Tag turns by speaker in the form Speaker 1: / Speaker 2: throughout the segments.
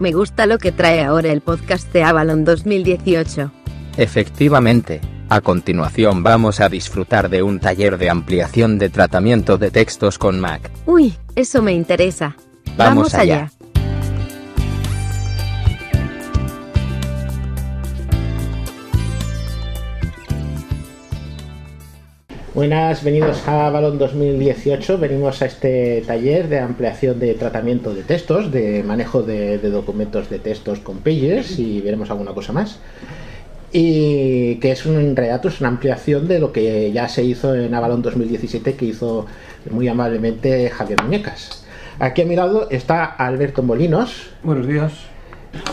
Speaker 1: Me gusta lo que trae ahora el podcast de Avalon 2018.
Speaker 2: Efectivamente, a continuación vamos a disfrutar de un taller de ampliación de tratamiento de textos con Mac.
Speaker 1: Uy, eso me interesa.
Speaker 2: Vamos, allá.
Speaker 3: Buenas, venidos a Balón 2018. Venimos a este taller de ampliación de tratamiento de textos, de manejo de, de documentos de textos con Pages y veremos alguna cosa más. Y que es un en realidad es una ampliación de lo que ya se hizo en Avalon 2017 que hizo muy amablemente Javier Muñecas. Aquí a mi lado está Alberto Molinos,
Speaker 4: Buenos días.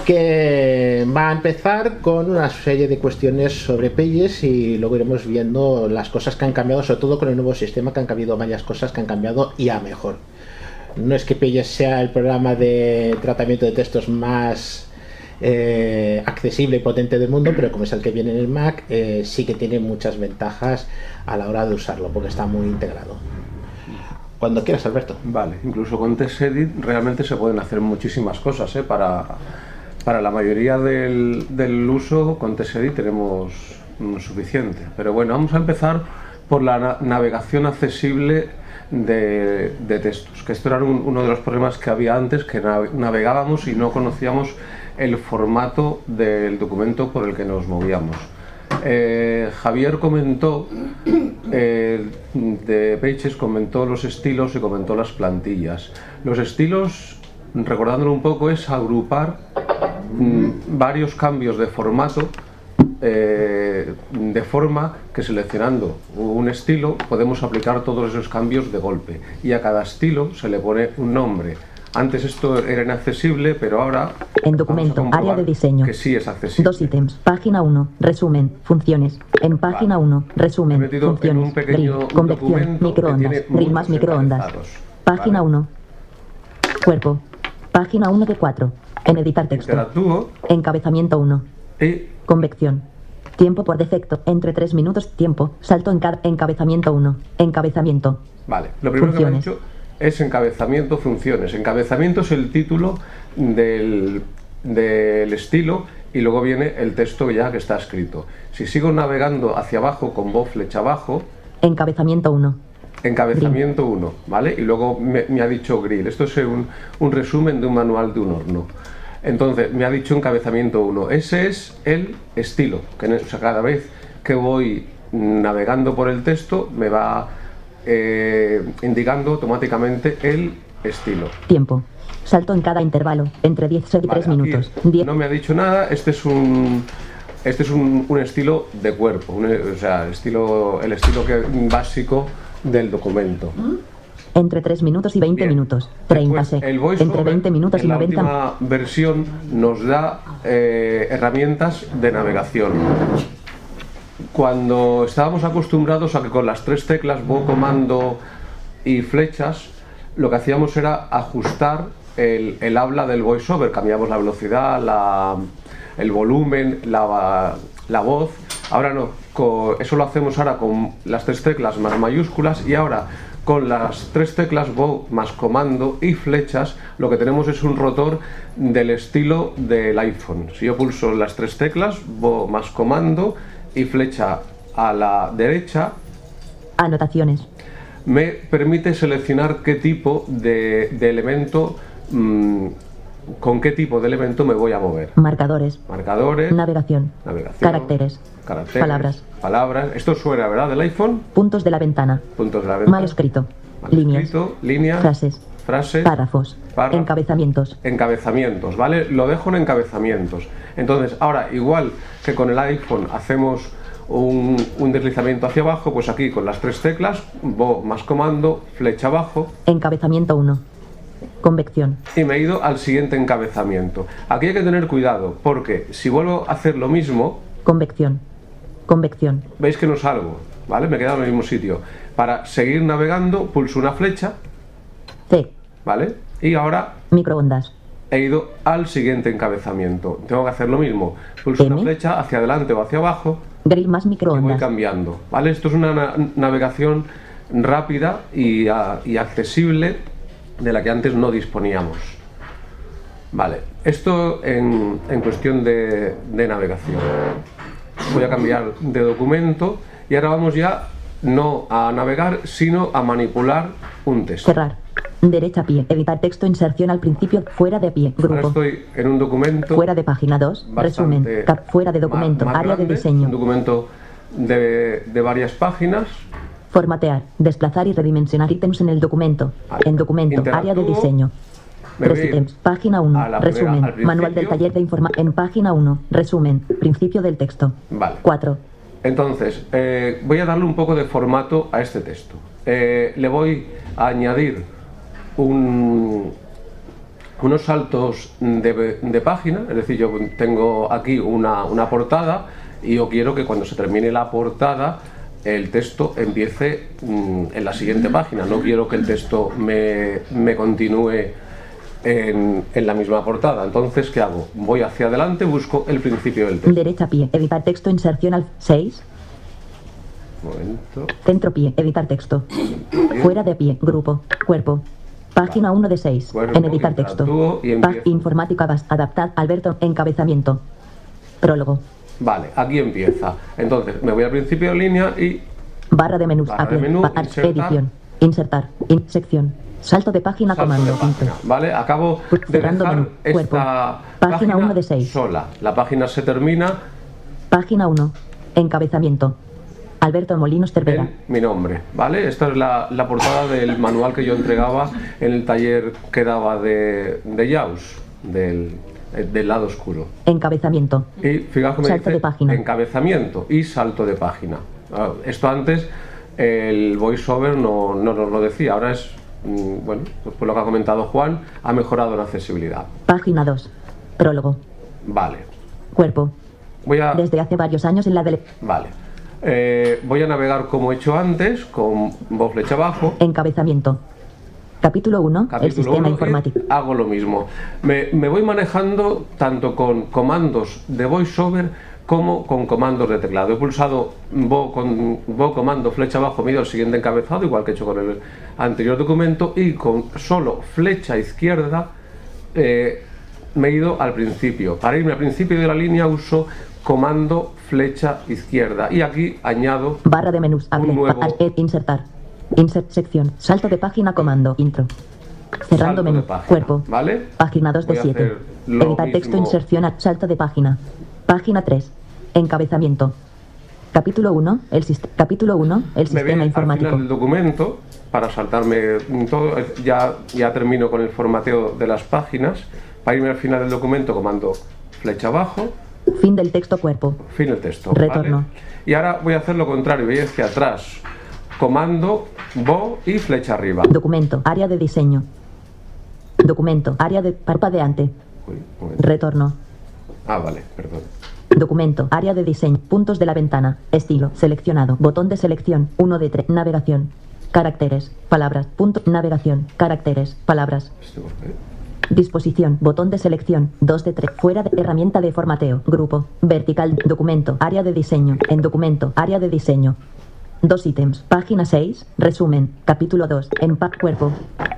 Speaker 3: que va a empezar con una serie de cuestiones sobre Pages y luego iremos viendo las cosas que han cambiado, sobre todo con el nuevo sistema que han cambiado varias cosas que han cambiado y a mejor. No es que Pages sea el programa de tratamiento de textos más eh, accesible y potente del mundo, pero como es el que viene en el Mac, eh, sí que tiene muchas ventajas a la hora de usarlo, porque está muy integrado. Cuando quieras, Alberto.
Speaker 4: Vale, incluso con TestEdit realmente se pueden hacer muchísimas cosas. ¿eh? Para, para la mayoría del, del uso con TestEdit tenemos mm, suficiente. Pero bueno, vamos a empezar por la na- navegación accesible de, de textos, que esto era un- uno de los problemas que había antes, que nave- navegábamos y no conocíamos el formato del documento por el que nos movíamos. Eh, Javier comentó eh, de Pages comentó los estilos y comentó las plantillas. Los estilos, recordándolo un poco, es agrupar mm, varios cambios de formato eh, de forma que seleccionando un estilo podemos aplicar todos esos cambios de golpe y a cada estilo se le pone un nombre. Antes esto era inaccesible, pero ahora
Speaker 5: En
Speaker 4: vamos a
Speaker 5: documento,
Speaker 4: comprobar
Speaker 5: área de diseño.
Speaker 4: que sí es accesible.
Speaker 5: Dos ítems. Página 1. Resumen. Funciones. En página 1.
Speaker 4: Me he
Speaker 5: Resumen.
Speaker 4: metido en un
Speaker 5: Funciones.
Speaker 4: pequeño
Speaker 5: Grid. Convección.
Speaker 4: documento que
Speaker 5: Microondas.
Speaker 4: tiene
Speaker 5: Grid
Speaker 4: muchos
Speaker 5: más microondas.
Speaker 4: encabezados.
Speaker 5: Página
Speaker 4: Vale.
Speaker 5: 1. Cuerpo. Página 1 de 4. En editar texto.
Speaker 4: Interactúo
Speaker 5: Encabezamiento 1.
Speaker 4: y
Speaker 5: Convección. Tiempo por defecto. Entre 3 minutos. Tiempo. Salto en cada encabezamiento 1. Encabezamiento.
Speaker 4: Vale, lo primero
Speaker 5: Funciones.
Speaker 4: que me han dicho es encabezamiento, funciones. Encabezamiento es el título del, del estilo y luego viene el texto ya que está escrito. Si sigo navegando hacia abajo con voz flecha abajo,
Speaker 5: Encabezamiento 1.
Speaker 4: encabezamiento 1, ¿vale? Y luego me, me ha dicho grill. Esto es un, un resumen de un manual de un horno. Entonces, me ha dicho encabezamiento 1. Ese es el estilo. Que, en- o sea, cada vez que voy navegando por el texto, me va eh, indicando automáticamente el estilo.
Speaker 5: Tiempo. Salto en cada intervalo. Entre 10 y 3
Speaker 4: Vale, aquí
Speaker 5: minutos. 10.
Speaker 4: No me ha dicho nada. Este es un este es un, un estilo de cuerpo, un- o sea, estilo el estilo que, básico del documento.
Speaker 5: Entre 3 minutos y 20
Speaker 4: Bien.
Speaker 5: minutos. 30
Speaker 4: Después,
Speaker 5: sec.
Speaker 4: Pues El voiceover,
Speaker 5: Entre 20 minutos
Speaker 4: en
Speaker 5: y
Speaker 4: la
Speaker 5: 90.
Speaker 4: última versión nos da eh, herramientas de navegación. Cuando estábamos acostumbrados a que con las tres teclas, voz, comando y flechas, lo que hacíamos era ajustar el, el habla del voiceover. Cambiamos la velocidad, la- el volumen, la, la voz. Ahora no, co- eso lo hacemos ahora con las tres teclas más mayúsculas y ahora con las tres teclas voz más comando y flechas lo que tenemos es un rotor del estilo del iPhone. Si yo pulso las tres teclas voz más comando y flecha a la derecha
Speaker 5: Anotaciones.
Speaker 4: me permite seleccionar qué tipo de, de elemento mm, con qué tipo de elemento me voy a mover.
Speaker 5: Marcadores.
Speaker 4: Marcadores,
Speaker 5: Navegación.
Speaker 4: navegación,
Speaker 5: Caracteres.
Speaker 4: caracteres,
Speaker 5: Palabras.
Speaker 4: palabras. Esto suena, ¿verdad? Del iPhone,
Speaker 5: Puntos de la ventana.
Speaker 4: puntos de la venta.
Speaker 5: Mal escrito.
Speaker 4: Mal
Speaker 5: Líneas.
Speaker 4: escrito, ¿eh? líneas,
Speaker 5: Frases.
Speaker 4: frases,
Speaker 5: Párrafos.
Speaker 4: Párrafos.
Speaker 5: Encabezamientos.
Speaker 4: encabezamientos, ¿vale? Lo dejo en encabezamientos. Entonces, ahora, igual que con el iPhone hacemos un, un deslizamiento hacia abajo, pues aquí con las tres teclas, bo más comando, flecha abajo,
Speaker 5: Encabezamiento 1. Convección.
Speaker 4: y me he ido al siguiente encabezamiento. Aquí hay que tener cuidado, porque si vuelvo a hacer lo mismo,
Speaker 5: Convección. Convección.
Speaker 4: veis que no salgo, ¿vale? Me he quedado en el mismo sitio. Para seguir navegando, pulso una flecha,
Speaker 5: C.
Speaker 4: ¿vale? Y ahora
Speaker 5: Microondas.
Speaker 4: he ido al siguiente encabezamiento. Tengo que hacer lo mismo. Pulso una
Speaker 5: M.
Speaker 4: flecha hacia adelante o hacia abajo
Speaker 5: Grill más
Speaker 4: y voy
Speaker 5: microondas.
Speaker 4: cambiando. ¿Vale? Esto es una na- navegación rápida y, ah, y accesible de la que antes no disponíamos. Vale, esto en, en cuestión de, de navegación. Voy a cambiar de documento y ahora vamos ya no a navegar, sino a manipular un texto.
Speaker 5: Cerrar. Derecha pie. Evitar texto inserción al principio. Fuera de pie.
Speaker 4: Ahora
Speaker 5: Grupo.
Speaker 4: estoy en un documento
Speaker 5: Fuera de página 2.
Speaker 4: bastante
Speaker 5: Resumen. Cap- Fuera de
Speaker 4: ma-
Speaker 5: documento.
Speaker 4: más
Speaker 5: Área de
Speaker 4: grande, Un
Speaker 5: diseño.
Speaker 4: documento de, de varias páginas.
Speaker 5: Formatear. Desplazar y redimensionar ítems en el documento.
Speaker 4: Vale.
Speaker 5: En documento. Área de
Speaker 4: Interactúo.
Speaker 5: diseño.
Speaker 4: Me
Speaker 5: Tres
Speaker 4: voy
Speaker 5: ítems. Página
Speaker 4: a la
Speaker 5: 1.
Speaker 4: primera, al
Speaker 5: Resumen.
Speaker 4: principio.
Speaker 5: Manual del taller de informa. En página 1. Resumen. Principio del texto.
Speaker 4: Vale.
Speaker 5: 4.
Speaker 4: Entonces, eh, voy a darle un poco de formato a este texto. Eh, le voy a añadir un- unos saltos de, de página, es decir, yo tengo aquí una, una portada y yo quiero que cuando se termine la portada el texto empiece mm, en la siguiente página. No quiero que el texto me, me continúe en, en la misma portada. Entonces, ¿qué hago? Voy hacia adelante, busco el principio del texto.
Speaker 5: Derecha pie. Evitar texto inserción al 6.
Speaker 4: Un momento.
Speaker 5: Centro pie. Evitar texto. Fuera de pie. Grupo. Cuerpo. Página 1 de 6.
Speaker 4: Cuerpo,
Speaker 5: en editar texto.
Speaker 4: interactúo y
Speaker 5: Pa-
Speaker 4: empiezo.
Speaker 5: informática bas- adaptad. Alberto. Encabezamiento. Prólogo.
Speaker 4: Vale, aquí empieza. Entonces, me voy al principio de línea y
Speaker 5: Barra de menús.
Speaker 4: Barra de
Speaker 5: Apiel.
Speaker 4: menú,
Speaker 5: Pa- ar-
Speaker 4: insertar.
Speaker 5: edición. Insertar. In- sección. Salto de página
Speaker 4: salto de
Speaker 5: comando.
Speaker 4: página. Vale, acabo de
Speaker 5: Pues Cerrando
Speaker 4: dejar
Speaker 5: menú, cuerpo.
Speaker 4: esta
Speaker 5: Página
Speaker 4: página
Speaker 5: uno de seis.
Speaker 4: sola. La página se termina
Speaker 5: Página 1. Encabezamiento. Alberto Molinos Cervera.
Speaker 4: en mi nombre. Vale, esta es la, la portada del manual que yo entregaba en el taller que daba de, de Jaws, del, eh, del lado oscuro.
Speaker 5: Encabezamiento.
Speaker 4: Y fijaos que me
Speaker 5: Salto
Speaker 4: dice
Speaker 5: de página.
Speaker 4: encabezamiento y salto de página. Ah, Esto antes el voiceover no, no nos lo decía, ahora es, mm, bueno, pues por lo que ha comentado Juan, ha mejorado la accesibilidad.
Speaker 5: Página 2. Prólogo.
Speaker 4: Vale,
Speaker 5: Cuerpo.
Speaker 4: voy a,
Speaker 5: Desde hace varios años en la dele-
Speaker 4: vale. Eh, voy a navegar como he hecho antes, con voz flecha abajo.
Speaker 5: Encabezamiento. Capítulo 1. El
Speaker 4: capítulo
Speaker 5: sistema
Speaker 4: uno, eh.
Speaker 5: informático.
Speaker 4: y hago lo mismo. Me, me voy manejando tanto con comandos de voiceover como con comandos de teclado. He pulsado bo, con, bo comando flecha abajo, mido el siguiente encabezado, igual que he hecho con el anterior documento, y con solo flecha izquierda eh, me he ido al principio. Para irme al principio de la línea uso comando flecha izquierda. Y aquí añado
Speaker 5: Barra de menús. Abre.
Speaker 4: nuevo-
Speaker 5: Pa- ar- Insertar. Insert sección. Salto de página comando. Intro.
Speaker 4: salto
Speaker 5: Cerrando
Speaker 4: de
Speaker 5: menú.
Speaker 4: página,
Speaker 5: Cuerpo.
Speaker 4: ¿Vale?
Speaker 5: Página 2
Speaker 4: Voy
Speaker 5: de
Speaker 4: a
Speaker 5: 7.
Speaker 4: hacer lo
Speaker 5: Editar texto
Speaker 4: mismo.
Speaker 5: inserción a salto de página. Página 3. Encabezamiento. Capítulo 1. El, sist- capítulo 1, el
Speaker 4: me viene al
Speaker 5: sistema
Speaker 4: final
Speaker 5: informático.
Speaker 4: del documento para saltarme todo. eh, Ya, ya termino con el formateo de las páginas. Para irme al final del documento, comando flecha abajo,
Speaker 5: Fin del texto cuerpo.
Speaker 4: fin del texto. ¿vale?
Speaker 5: Retorno.
Speaker 4: Y ahora voy a hacer lo contrario, voy hacia atrás. Comando, bo y flecha arriba.
Speaker 5: Documento. Área de diseño. Documento. Área de parpadeante.
Speaker 4: Uy, un momento.
Speaker 5: Retorno.
Speaker 4: Ah, vale, perdón.
Speaker 5: Documento, área de diseño, puntos de la ventana, estilo, seleccionado, botón de selección, 1 de 3, navegación, caracteres, palabras, punto, navegación, caracteres, palabras,
Speaker 4: Este golpe.
Speaker 5: disposición, botón de selección, 2 de 3, fuera de herramienta de formateo, grupo, vertical, documento, área de diseño, en documento, área de diseño. Dos ítems, página 6, resumen, capítulo 2, empaque cuerpo,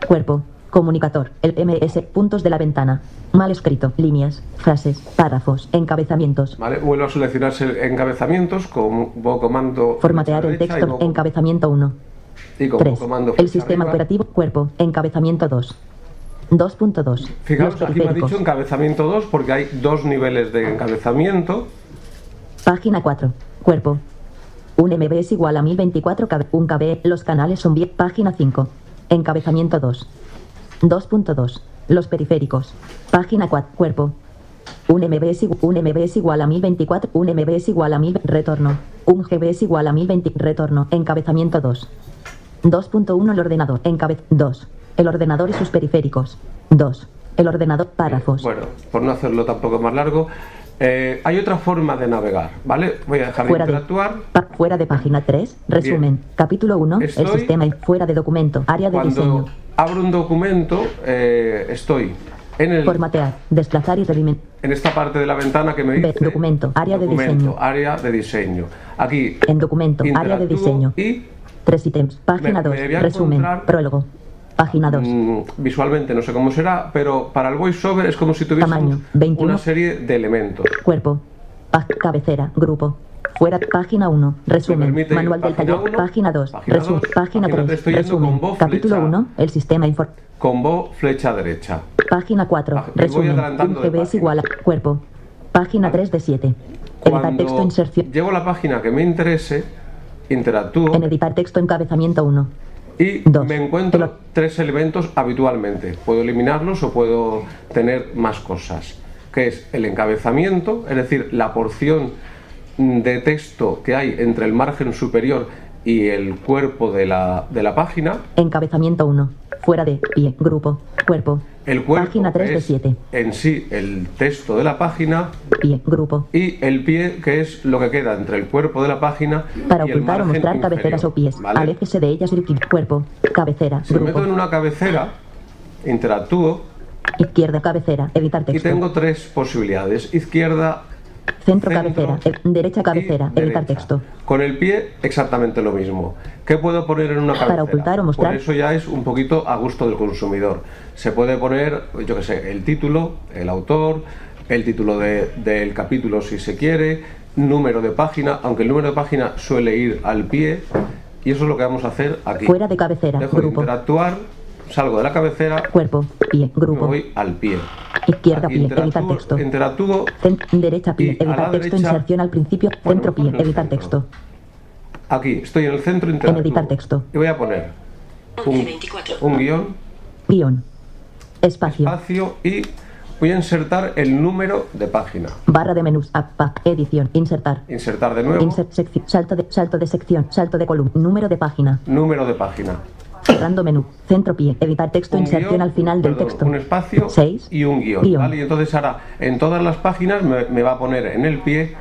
Speaker 5: cuerpo, comunicador, el MS, puntos de la ventana, mal escrito, líneas, frases, párrafos, encabezamientos.
Speaker 4: Vale, vuelvo a seleccionar se- encabezamientos con bo comando.
Speaker 5: Formatear el
Speaker 4: flecha derecha y
Speaker 5: texto,
Speaker 4: bo-
Speaker 5: encabezamiento 1.
Speaker 4: y con bo
Speaker 5: 3.
Speaker 4: comando
Speaker 5: El
Speaker 4: flecha
Speaker 5: sistema
Speaker 4: arriba.
Speaker 5: operativo, cuerpo, encabezamiento 2. 2.2. Los
Speaker 4: Fijaos, aquí me ha
Speaker 5: periféricos.
Speaker 4: dicho encabezamiento 2 porque hay dos niveles de encabezamiento.
Speaker 5: Página 4. Cuerpo. Un MB es igual a 1024 KB. Un KB. Los canales son 10. Página 5. Encabezamiento 2. 2.2. Los periféricos. Página 4. Cuerpo. Un MB, es igu- un MB es igual a 1024. Un MB es igual a 1000. Retorno. Un GB es igual a 1020. Retorno. Encabezamiento 2. 2.1 El ordenador. Encabez 2. El ordenador y sus periféricos. 2. El ordenador. Párrafos.
Speaker 4: Bueno, por no hacerlo tampoco más largo, eh, hay otra forma de navegar, ¿vale? Voy a dejar de
Speaker 5: Fuera de,
Speaker 4: interactuar.
Speaker 5: pa- fuera de página 3, resumen, capítulo 1,
Speaker 4: Estoy-
Speaker 5: el sistema y fuera de documento, área de diseño,
Speaker 4: Cuando abro un documento, eh, estoy en, el,
Speaker 5: formatear, desplazar y redimensionar,
Speaker 4: en esta parte de la ventana que me
Speaker 5: Ve-
Speaker 4: dice...
Speaker 5: documento, área de
Speaker 4: documento,
Speaker 5: diseño.
Speaker 4: área de diseño. Aquí
Speaker 5: en documento, área de
Speaker 4: interactúo
Speaker 5: diseño,
Speaker 4: y
Speaker 5: tres ítems, página
Speaker 4: me
Speaker 5: 2,
Speaker 4: voy a
Speaker 5: resumen,
Speaker 4: encontrar-
Speaker 5: prólogo, Página 2.
Speaker 4: Mm, visualmente no sé cómo será, pero para el voiceover es como si tuviésemos
Speaker 5: Tamaño, 21.
Speaker 4: una serie de elementos.
Speaker 5: Cuerpo. Pa- cabecera. Grupo. Fuera. Página 1.
Speaker 4: Me
Speaker 5: Resumen.
Speaker 4: permite ir
Speaker 5: Manual del
Speaker 4: página
Speaker 5: taller.
Speaker 4: uno,
Speaker 5: página 2.
Speaker 4: página dos,
Speaker 5: página
Speaker 4: página tres,
Speaker 5: 3.
Speaker 4: estoy yendo
Speaker 5: Resumen.
Speaker 4: con voz,
Speaker 5: Capítulo
Speaker 4: flecha.
Speaker 5: 1. El sistema inform.
Speaker 4: Combo flecha derecha.
Speaker 5: Página 4.
Speaker 4: Ah, me voy
Speaker 5: Resumen.
Speaker 4: adelantando de
Speaker 5: Un GB es
Speaker 4: página.
Speaker 5: igual a cuerpo. Página 3 de 7. Editar texto
Speaker 4: Cuando
Speaker 5: inserción.
Speaker 4: llego a la página que me interese, interactúo
Speaker 5: En editar texto encabezamiento 1.
Speaker 4: y
Speaker 5: dos.
Speaker 4: me encuentro
Speaker 5: Pero-
Speaker 4: tres elementos habitualmente. Puedo eliminarlos o puedo tener más cosas. Que es el encabezamiento, es decir, la porción mm, de texto que hay entre el margen superior y el cuerpo de la, de la página.
Speaker 5: Encabezamiento 1. Fuera de pie. Grupo. Cuerpo.
Speaker 4: El cuerpo
Speaker 5: Página 3
Speaker 4: que
Speaker 5: de
Speaker 4: es
Speaker 5: 7.
Speaker 4: en sí el texto de la página
Speaker 5: Pie. Grupo.
Speaker 4: y el pie que es lo que queda entre el cuerpo de la página
Speaker 5: Para
Speaker 4: y el
Speaker 5: ocultar o
Speaker 4: margen
Speaker 5: mostrar
Speaker 4: inferior,
Speaker 5: cabeceras o pies.
Speaker 4: ¿vale?
Speaker 5: Aléjese de ellas el cuerpo. Cabecera.
Speaker 4: Si me
Speaker 5: grupo.
Speaker 4: meto en una cabecera, interactúo
Speaker 5: Izquierda cabecera. Editar
Speaker 4: y
Speaker 5: texto.
Speaker 4: tengo tres posibilidades: izquierda,
Speaker 5: Centro,
Speaker 4: centro
Speaker 5: cabecera. eh, derecha
Speaker 4: y
Speaker 5: cabecera. Editar
Speaker 4: derecha.
Speaker 5: texto.
Speaker 4: Con el pie, exactamente lo mismo. ¿Qué puedo poner en una
Speaker 5: Para
Speaker 4: cabecera?
Speaker 5: ocultar o mostrar.
Speaker 4: Por eso ya es un poquito a gusto del consumidor. Se puede poner, yo qué sé, el título, el autor, el título de- del capítulo si se quiere, número de página, aunque el número de página suele ir al pie, y eso es lo que vamos a hacer aquí.
Speaker 5: Fuera de cabecera.
Speaker 4: Dejo de
Speaker 5: grupo.
Speaker 4: interactuar, salgo de la cabecera,
Speaker 5: Cuerpo. Pie.
Speaker 4: me
Speaker 5: Grupo.
Speaker 4: voy al pie.
Speaker 5: Izquierda
Speaker 4: Aquí
Speaker 5: pie. Editar texto.
Speaker 4: interactúo, interactúo
Speaker 5: Cen- derecha
Speaker 4: Y
Speaker 5: pie.
Speaker 4: a la
Speaker 5: Editar texto.
Speaker 4: derecha-
Speaker 5: Inserción al principio.
Speaker 4: Bueno,
Speaker 5: centro pie.
Speaker 4: ponlo en el
Speaker 5: Editar
Speaker 4: centro.
Speaker 5: texto.
Speaker 4: Aquí, estoy en el centro interactúo.
Speaker 5: En editar texto.
Speaker 4: Y voy a poner un, un guión,
Speaker 5: Guión. Espacio.
Speaker 4: espacio y voy a insertar el número de página.
Speaker 5: Barra de menús. App. pack, Edición. Insertar.
Speaker 4: Insertar de nuevo,
Speaker 5: Insert sección. Salto de, salto de sección. Salto de columna. Número de página.
Speaker 4: número de página.
Speaker 5: Cerrando menú. Centro pie. Editar texto.
Speaker 4: Un
Speaker 5: inserción
Speaker 4: guión,
Speaker 5: al final del
Speaker 4: perdón,
Speaker 5: texto.
Speaker 4: Un espacio
Speaker 5: Seis.
Speaker 4: y un guión.
Speaker 5: Guión.
Speaker 4: ¿vale? Y entonces ahora en todas las páginas me, me va a poner en el pie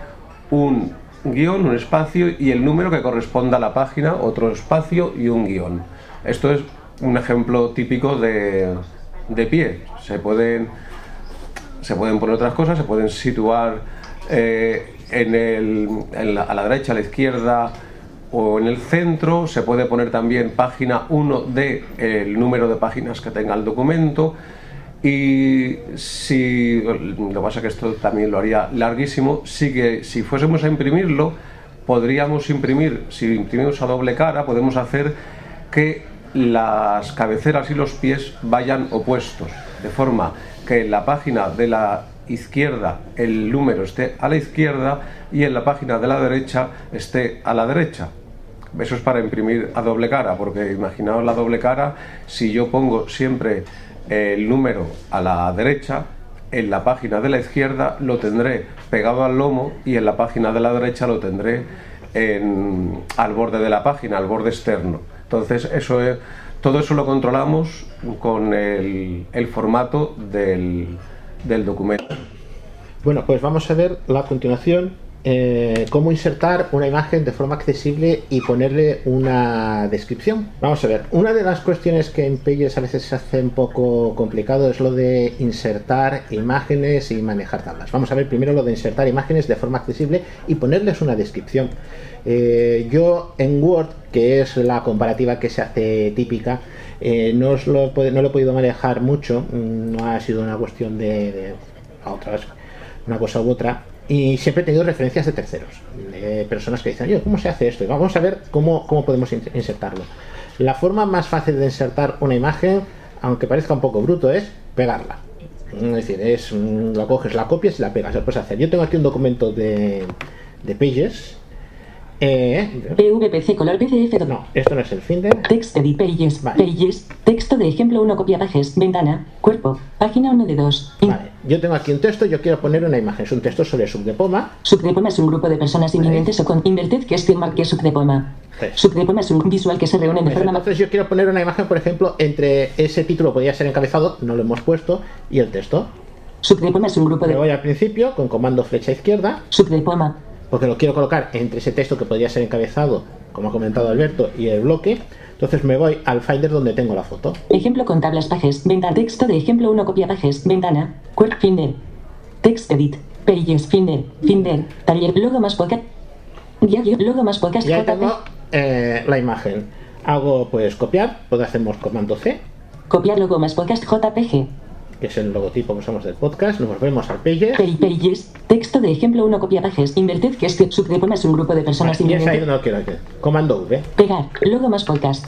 Speaker 4: un guión, un espacio y el número que corresponda a la página, otro espacio y un guión. Esto es un ejemplo típico de, de pie. Se pueden, se pueden poner otras cosas, se pueden situar eh, en el- en la- a la derecha, a la izquierda o en el centro. Se puede poner también página 1 del número de páginas que tenga el documento. Y si lo que pasa es que esto también lo haría larguísimo, sí que si fuésemos a imprimirlo, podríamos imprimir, si imprimimos a doble cara, podemos hacer que las cabeceras y los pies vayan opuestos, de forma que en la página de la izquierda el número esté a la izquierda y en la página de la derecha esté a la derecha. Eso es para imprimir a doble cara, porque imaginaos la doble cara, si yo pongo siempre el número a la derecha, en la página de la izquierda lo tendré pegado al lomo y en la página de la derecha lo tendré en- al borde de la página, al borde externo. Entonces, eso es, todo eso lo controlamos con el, el formato del, del documento.
Speaker 3: Bueno, pues vamos a ver la continuación. eh, cómo insertar una imagen de forma accesible y ponerle una descripción. Vamos a ver, una de las cuestiones que en Pages a veces se hace un poco complicado es lo de insertar imágenes y manejar tablas. Vamos a ver primero lo de insertar imágenes de forma accesible y ponerles una descripción. Eh, yo en Word, que es la comparativa que se hace típica, eh, no, os lo, he pod- no lo he podido manejar mucho, mm, no ha sido una cuestión de, de a otras una cosa u otra. Y siempre he tenido referencias de terceros, de personas que dicen, oye, ¿cómo se hace esto? Y vamos a ver cómo, cómo podemos in- insertarlo. La forma más fácil de insertar una imagen, aunque parezca un poco bruto, es pegarla. Es decir, es, mm, la coges, la copias y la pegas. Lo puedes hacer. Yo tengo aquí un documento de, de Pages. Eh,
Speaker 6: PVPC color PDF do-
Speaker 3: no, esto no es el Finder.
Speaker 6: Text edit pages.
Speaker 3: Vale.
Speaker 6: Pages. Texto de ejemplo 1 copia pages. Ventana. Cuerpo. Página 1 de 2.
Speaker 3: Vale, yo tengo aquí un texto, yo quiero poner una imagen. Es un texto sobre subdepoma.
Speaker 6: Subdepoma es un grupo de personas invidentes o con inverted que es firmar que es subdepoma.
Speaker 3: Sí.
Speaker 6: Subdepoma es un visual que se reúne de forma ma-
Speaker 3: Entonces yo quiero poner una imagen, por ejemplo, entre ese título podría ser encabezado, no lo hemos puesto, y el texto.
Speaker 6: Subdepoma es un grupo
Speaker 3: Me
Speaker 6: de
Speaker 3: voy al principio con comando flecha izquierda,
Speaker 6: subdepoma.
Speaker 3: porque lo quiero colocar entre ese texto que podría ser encabezado, como ha comentado Alberto, y el bloque. Entonces me voy al Finder donde tengo la foto.
Speaker 6: Ejemplo con tablas pages. Ventana. Texto de ejemplo 1 copia pages. Ventana. Cuerpo. Finder. Text edit. Pages. Finder. Finder. Taller. Logo más podcast. Guía, guión, Logo más podcast.
Speaker 3: Y ahí
Speaker 6: JPG.
Speaker 3: tengo eh, la imagen. Hago pues copiar, pues hacemos comando C,
Speaker 6: Copiar logo más podcast JPG.
Speaker 3: que es el logotipo que usamos del podcast. Nos volvemos al Pages.
Speaker 6: Pay- Pages. Texto de ejemplo 1. Copia pages. Inverted gest. Subdeponas este un grupo de personas
Speaker 3: Y es ahí
Speaker 6: simplemente.
Speaker 3: donde lo quiero hacer. Comando V.
Speaker 6: Pegar. Logo más podcast.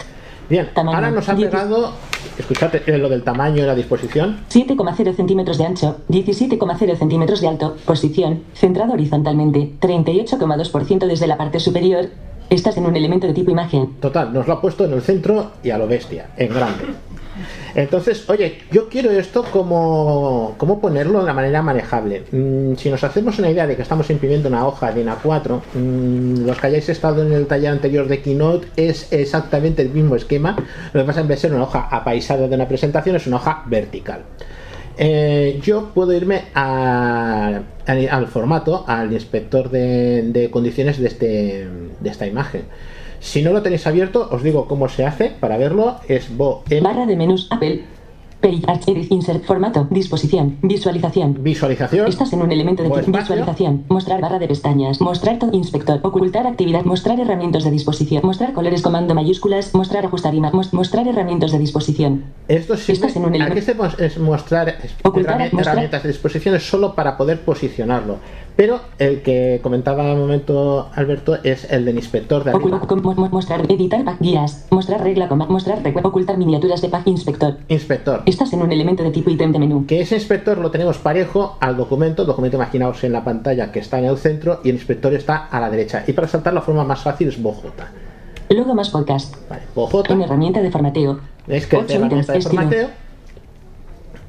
Speaker 3: Bien,
Speaker 6: Tamaño.
Speaker 3: ahora nos ha
Speaker 6: Diez-
Speaker 3: pegado. Escuchate eh, lo del tamaño y la disposición.
Speaker 6: 7,0 centímetros de ancho, 17,0 centímetros de alto, posición, centrado horizontalmente, 38,2% desde la parte superior. Estás en un elemento de tipo imagen.
Speaker 3: Total, nos lo ha puesto en el centro y a lo bestia, en grande. Entonces, oye, yo quiero esto como, como ponerlo de la manera manejable. Mm, si nos hacemos una idea de que estamos imprimiendo una hoja de una 4, mm, los que hayáis estado en el taller anterior de Keynote es exactamente el mismo esquema. Lo que pasa en vez de ser una hoja apaisada de una presentación, es una hoja vertical. Eh, yo puedo irme a- al, al formato, al inspector de, de condiciones de, este, de esta imagen. Si no lo tenéis abierto, os digo cómo se hace para verlo. Es bo M,
Speaker 6: Barra de menús Apple. Page Arch Edit Insert Formato. Disposición. Visualización.
Speaker 3: visualización.
Speaker 6: Estás en un elemento de
Speaker 3: o
Speaker 6: tipo
Speaker 3: espacio.
Speaker 6: visualización. Mostrar barra de pestañas. Mostrar todo inspector. Ocultar actividad. Mostrar herramientas de disposición. Mostrar colores comando mayúsculas. Mostrar ajustar y mostrar herramientas de disposición.
Speaker 3: Esto sirve-
Speaker 6: Estás en un
Speaker 3: aquí
Speaker 6: elemento-
Speaker 3: se mos- es mostrar es-
Speaker 6: Ocultar,
Speaker 3: herramient-
Speaker 6: mostrar.
Speaker 3: herramientas de disposición es solo para poder posicionarlo. Pero el que comentaba al momento Alberto es el del inspector de arriba.
Speaker 6: Ocultar, mostrar, editar pa- guías, mostrar regla, coma, mostrar recu- ocultar miniaturas de página inspector.
Speaker 3: Inspector.
Speaker 6: Estás en un elemento de tipo ítem de menú.
Speaker 3: Que ese inspector lo tenemos parejo al documento, documento imaginaos en la pantalla que está en el centro y el inspector está a la derecha. Y para saltar la forma más fácil es Bojota.
Speaker 6: Logo más podcast.
Speaker 3: Vale, Bojota
Speaker 6: En herramienta de formateo.
Speaker 3: es que es
Speaker 6: Ocho ítems,
Speaker 3: herramienta de
Speaker 6: estilo.
Speaker 3: formateo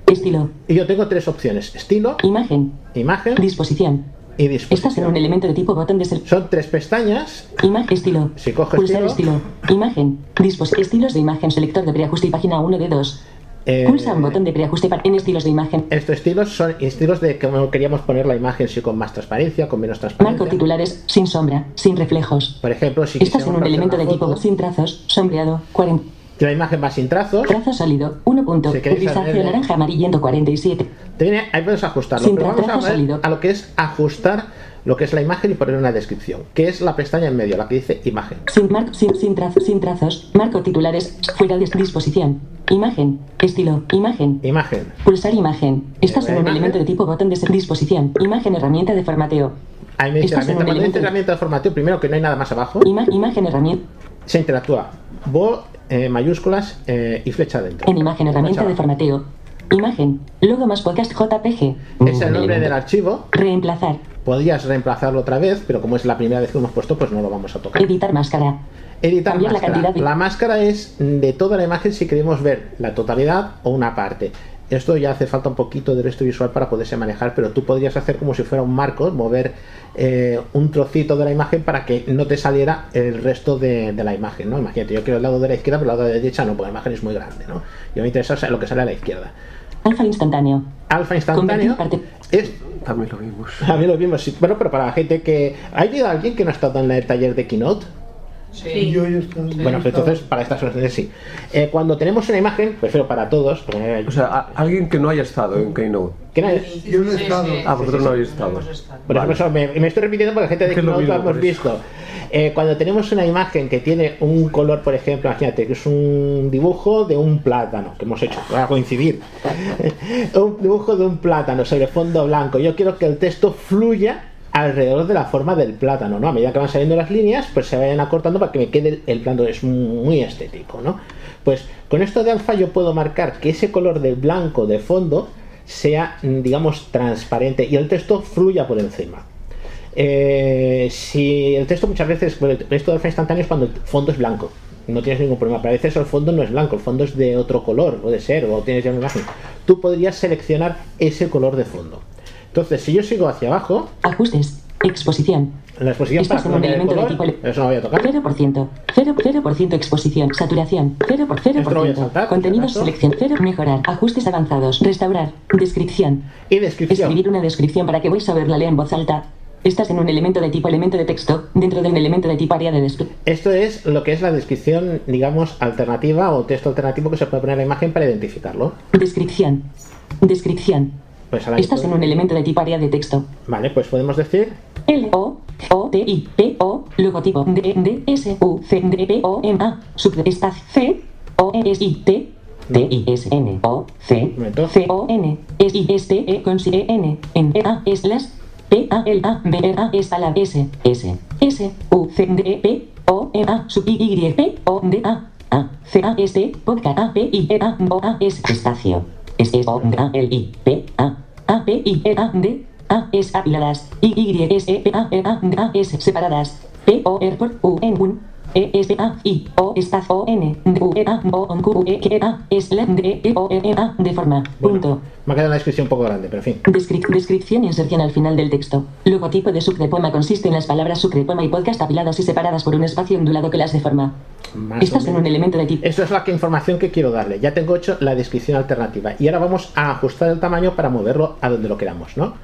Speaker 6: Estilo.
Speaker 3: y yo tengo tres opciones, estilo,
Speaker 6: Imagen.
Speaker 3: imagen
Speaker 6: Disposición.
Speaker 3: y
Speaker 6: Estás en un
Speaker 3: disposición.
Speaker 6: elemento de tipo botón de ser.
Speaker 3: Son tres pestañas,
Speaker 6: Imagen. Estilo.
Speaker 3: Si coges
Speaker 6: Pulsar
Speaker 3: estilo.
Speaker 6: estilo. Imagen. Dispos estilos de imagen. Selector de preajuste y página 1 de 2.
Speaker 3: eh,
Speaker 6: Pulsa un botón de preajuste pa- en estilos de imagen.
Speaker 3: Estos estilos son estilos de cómo queríamos poner la imagen, si con más transparencia, con menos
Speaker 6: Marco
Speaker 3: transparencia.
Speaker 6: titulares. Sin sombra. Sin reflejos.
Speaker 3: Por ejemplo, Pues si
Speaker 6: Estás en
Speaker 3: quisiéramos
Speaker 6: Este un
Speaker 3: hacer
Speaker 6: elemento
Speaker 3: una
Speaker 6: de tipo
Speaker 3: foto,
Speaker 6: sin trazos. Sombreado. 40.
Speaker 3: que la imagen va sin trazos,
Speaker 6: Trazo sólido, 1 punto.
Speaker 3: Si queréis
Speaker 6: Grisáceo
Speaker 3: saber-
Speaker 6: naranja amarillento 47.
Speaker 3: te viene, ahí puedes ajustarlo.
Speaker 6: Sin
Speaker 3: Pero vamos a,
Speaker 6: trazo
Speaker 3: ver
Speaker 6: sólido.
Speaker 3: a lo que es ajustar lo que es la imagen y poner una descripción, que es la pestaña en medio, la que dice imagen.
Speaker 6: Sin, mar- sin, sin, traz- sin trazos. Marco titulares. Fuera de disposición. Imagen. Estilo. Imagen.
Speaker 3: Imagen.
Speaker 6: Pulsar imagen. Estás
Speaker 3: Eh,
Speaker 6: en un
Speaker 3: imagen.
Speaker 6: elemento de tipo botón de ser- disposición. Imagen herramienta de formateo.
Speaker 3: Ahí me dice herramienta,
Speaker 6: Estás en Este un
Speaker 3: cuando dice
Speaker 6: elemento.
Speaker 3: herramienta de formateo, primero que no hay nada más abajo,
Speaker 6: Ima- imagen herramienta.
Speaker 3: se interactúa. Bo, eh, mayúsculas eh, y flecha adentro.
Speaker 6: En imagen herramienta de formateo. Imagen. Logo más podcast JPG.
Speaker 3: Es el nombre del archivo.
Speaker 6: Reemplazar.
Speaker 3: Podrías reemplazarlo otra vez, pero como es la primera vez que lo hemos puesto, pues no lo vamos a tocar.
Speaker 6: Editar máscara.
Speaker 3: Editar
Speaker 6: Cambiar la
Speaker 3: máscara. La,
Speaker 6: cantidad de-
Speaker 3: máscara es de toda la imagen si queremos ver la totalidad o una parte. Esto ya hace falta un poquito de resto visual para poderse manejar, pero tú podrías hacer como si fuera un marco, mover eh, un trocito de la imagen para que no te saliera el resto de, de la imagen, ¿no? Imagínate, yo quiero el lado de la izquierda, pero el lado de la derecha no, porque la imagen es muy grande, ¿no? Yo me interesa o sea, lo que sale a la izquierda.
Speaker 6: Alfa instantáneo.
Speaker 3: Alfa instantáneo
Speaker 6: Convertir
Speaker 3: es...
Speaker 4: También lo vimos.
Speaker 3: A mí lo mismo, sí. Bueno, pero para la gente que... ¿Ha habido alguien que no ha estado en el taller de Keynote?
Speaker 7: Sí. Yo, yo estaba-
Speaker 3: Bueno, pues entonces para estas soluciones sí. Eh, cuando tenemos una imagen, prefiero para todos. eh,
Speaker 4: O sea, a- alguien que no haya estado en Keynote.
Speaker 3: que no-
Speaker 7: yo no he estado.
Speaker 4: Ah, vosotros no habéis estado.
Speaker 3: por
Speaker 4: Vale.
Speaker 3: eso me, me estoy repitiendo porque la gente de
Speaker 4: Es que
Speaker 3: que
Speaker 4: lo
Speaker 3: no lo
Speaker 4: mismo,
Speaker 3: hemos
Speaker 4: por eso.
Speaker 3: visto. Eh, cuando tenemos una imagen que tiene un color, por ejemplo, imagínate que es un dibujo de un plátano que hemos hecho para coincidir, un dibujo de un plátano sobre fondo blanco. Yo quiero que el texto fluya alrededor de la forma del plátano, ¿no? A medida que van saliendo las líneas, pues se vayan acortando para que me quede el, el plátano. Es muy estético, ¿no? Pues con esto de alfa yo puedo marcar que ese color del blanco de fondo sea, mm, digamos, transparente y el texto fluya por encima. Eh, si el texto muchas veces, bueno, el texto de alfa instantáneo es cuando el fondo es blanco, no tienes ningún problema, pero a veces el fondo no es blanco, el fondo es de otro color, puede ser, o tienes ya una imagen. Tú podrías seleccionar ese color de fondo. Entonces, si yo sigo hacia abajo,
Speaker 6: Ajustes. Exposición.
Speaker 3: en la exposición
Speaker 6: Estás
Speaker 3: para
Speaker 6: en un
Speaker 3: cambiar el
Speaker 6: elemento de
Speaker 3: color,
Speaker 6: tipo-
Speaker 3: eso no voy a tocar.
Speaker 6: 0%, 0%, 0% exposición, saturación, 0%, por
Speaker 3: Esto lo voy a
Speaker 6: 0%,
Speaker 3: saltar,
Speaker 6: contenidos,
Speaker 3: por si acaso.
Speaker 6: selección, 0, mejorar, ajustes avanzados, restaurar, descripción,
Speaker 3: Y descripción.
Speaker 6: escribir una descripción para que VoiceOver la lea en voz alta. Estás en un elemento de tipo elemento de texto, dentro de un elemento de tipo área de descripción.
Speaker 3: Esto es lo que es la descripción, digamos, alternativa o texto alternativo que se puede poner en la imagen para identificarlo.
Speaker 6: Descripción, descripción.
Speaker 3: Pues ahora
Speaker 6: Estás en un elemento de tipo área de texto.
Speaker 3: Vale, pues podemos decir
Speaker 6: L O O T I P O logotipo D D S U C D P O M A sub espacio C O E S I T T-I-S-N-O-C.
Speaker 3: Momento.
Speaker 6: E, C-O-N-S-I-S-T-E con si E-N. En E, E-A slash P-A-L-A-B-R-A es a la S. S. S. U. C. D. E. P. O. M. A. Sub. Y. Y. P. O. D. A. A. C. A. S. T. Podcast. A. P. I. E. A. O. A. S. Espacio. S. E, O. D. A. L. I. P. A. A. P. I. E. A. D. A. S. Apiladas. Y. Y. S. E. P. A. E. A. D. A. S. Separadas. P. O. R. Por. U. N. Un. E S A I O estás O N D U E A O N Q U E Q A es la D E O N A de forma.
Speaker 3: Bueno,
Speaker 6: Punto.
Speaker 3: me ha quedado una descripción un poco grande, pero en fin.
Speaker 6: Descrip- descripción y inserción al final del texto. Logotipo de Sucrepoma consiste en las palabras Sucrepoma y podcast apiladas y separadas por un espacio ondulado que las deforma.
Speaker 3: Más o
Speaker 6: Estás en
Speaker 3: menos.
Speaker 6: un elemento de tipo.
Speaker 3: Eso es la que- información que quiero darle. Ya tengo hecho la descripción alternativa. Y ahora vamos a ajustar el tamaño para moverlo a donde lo queramos, ¿no?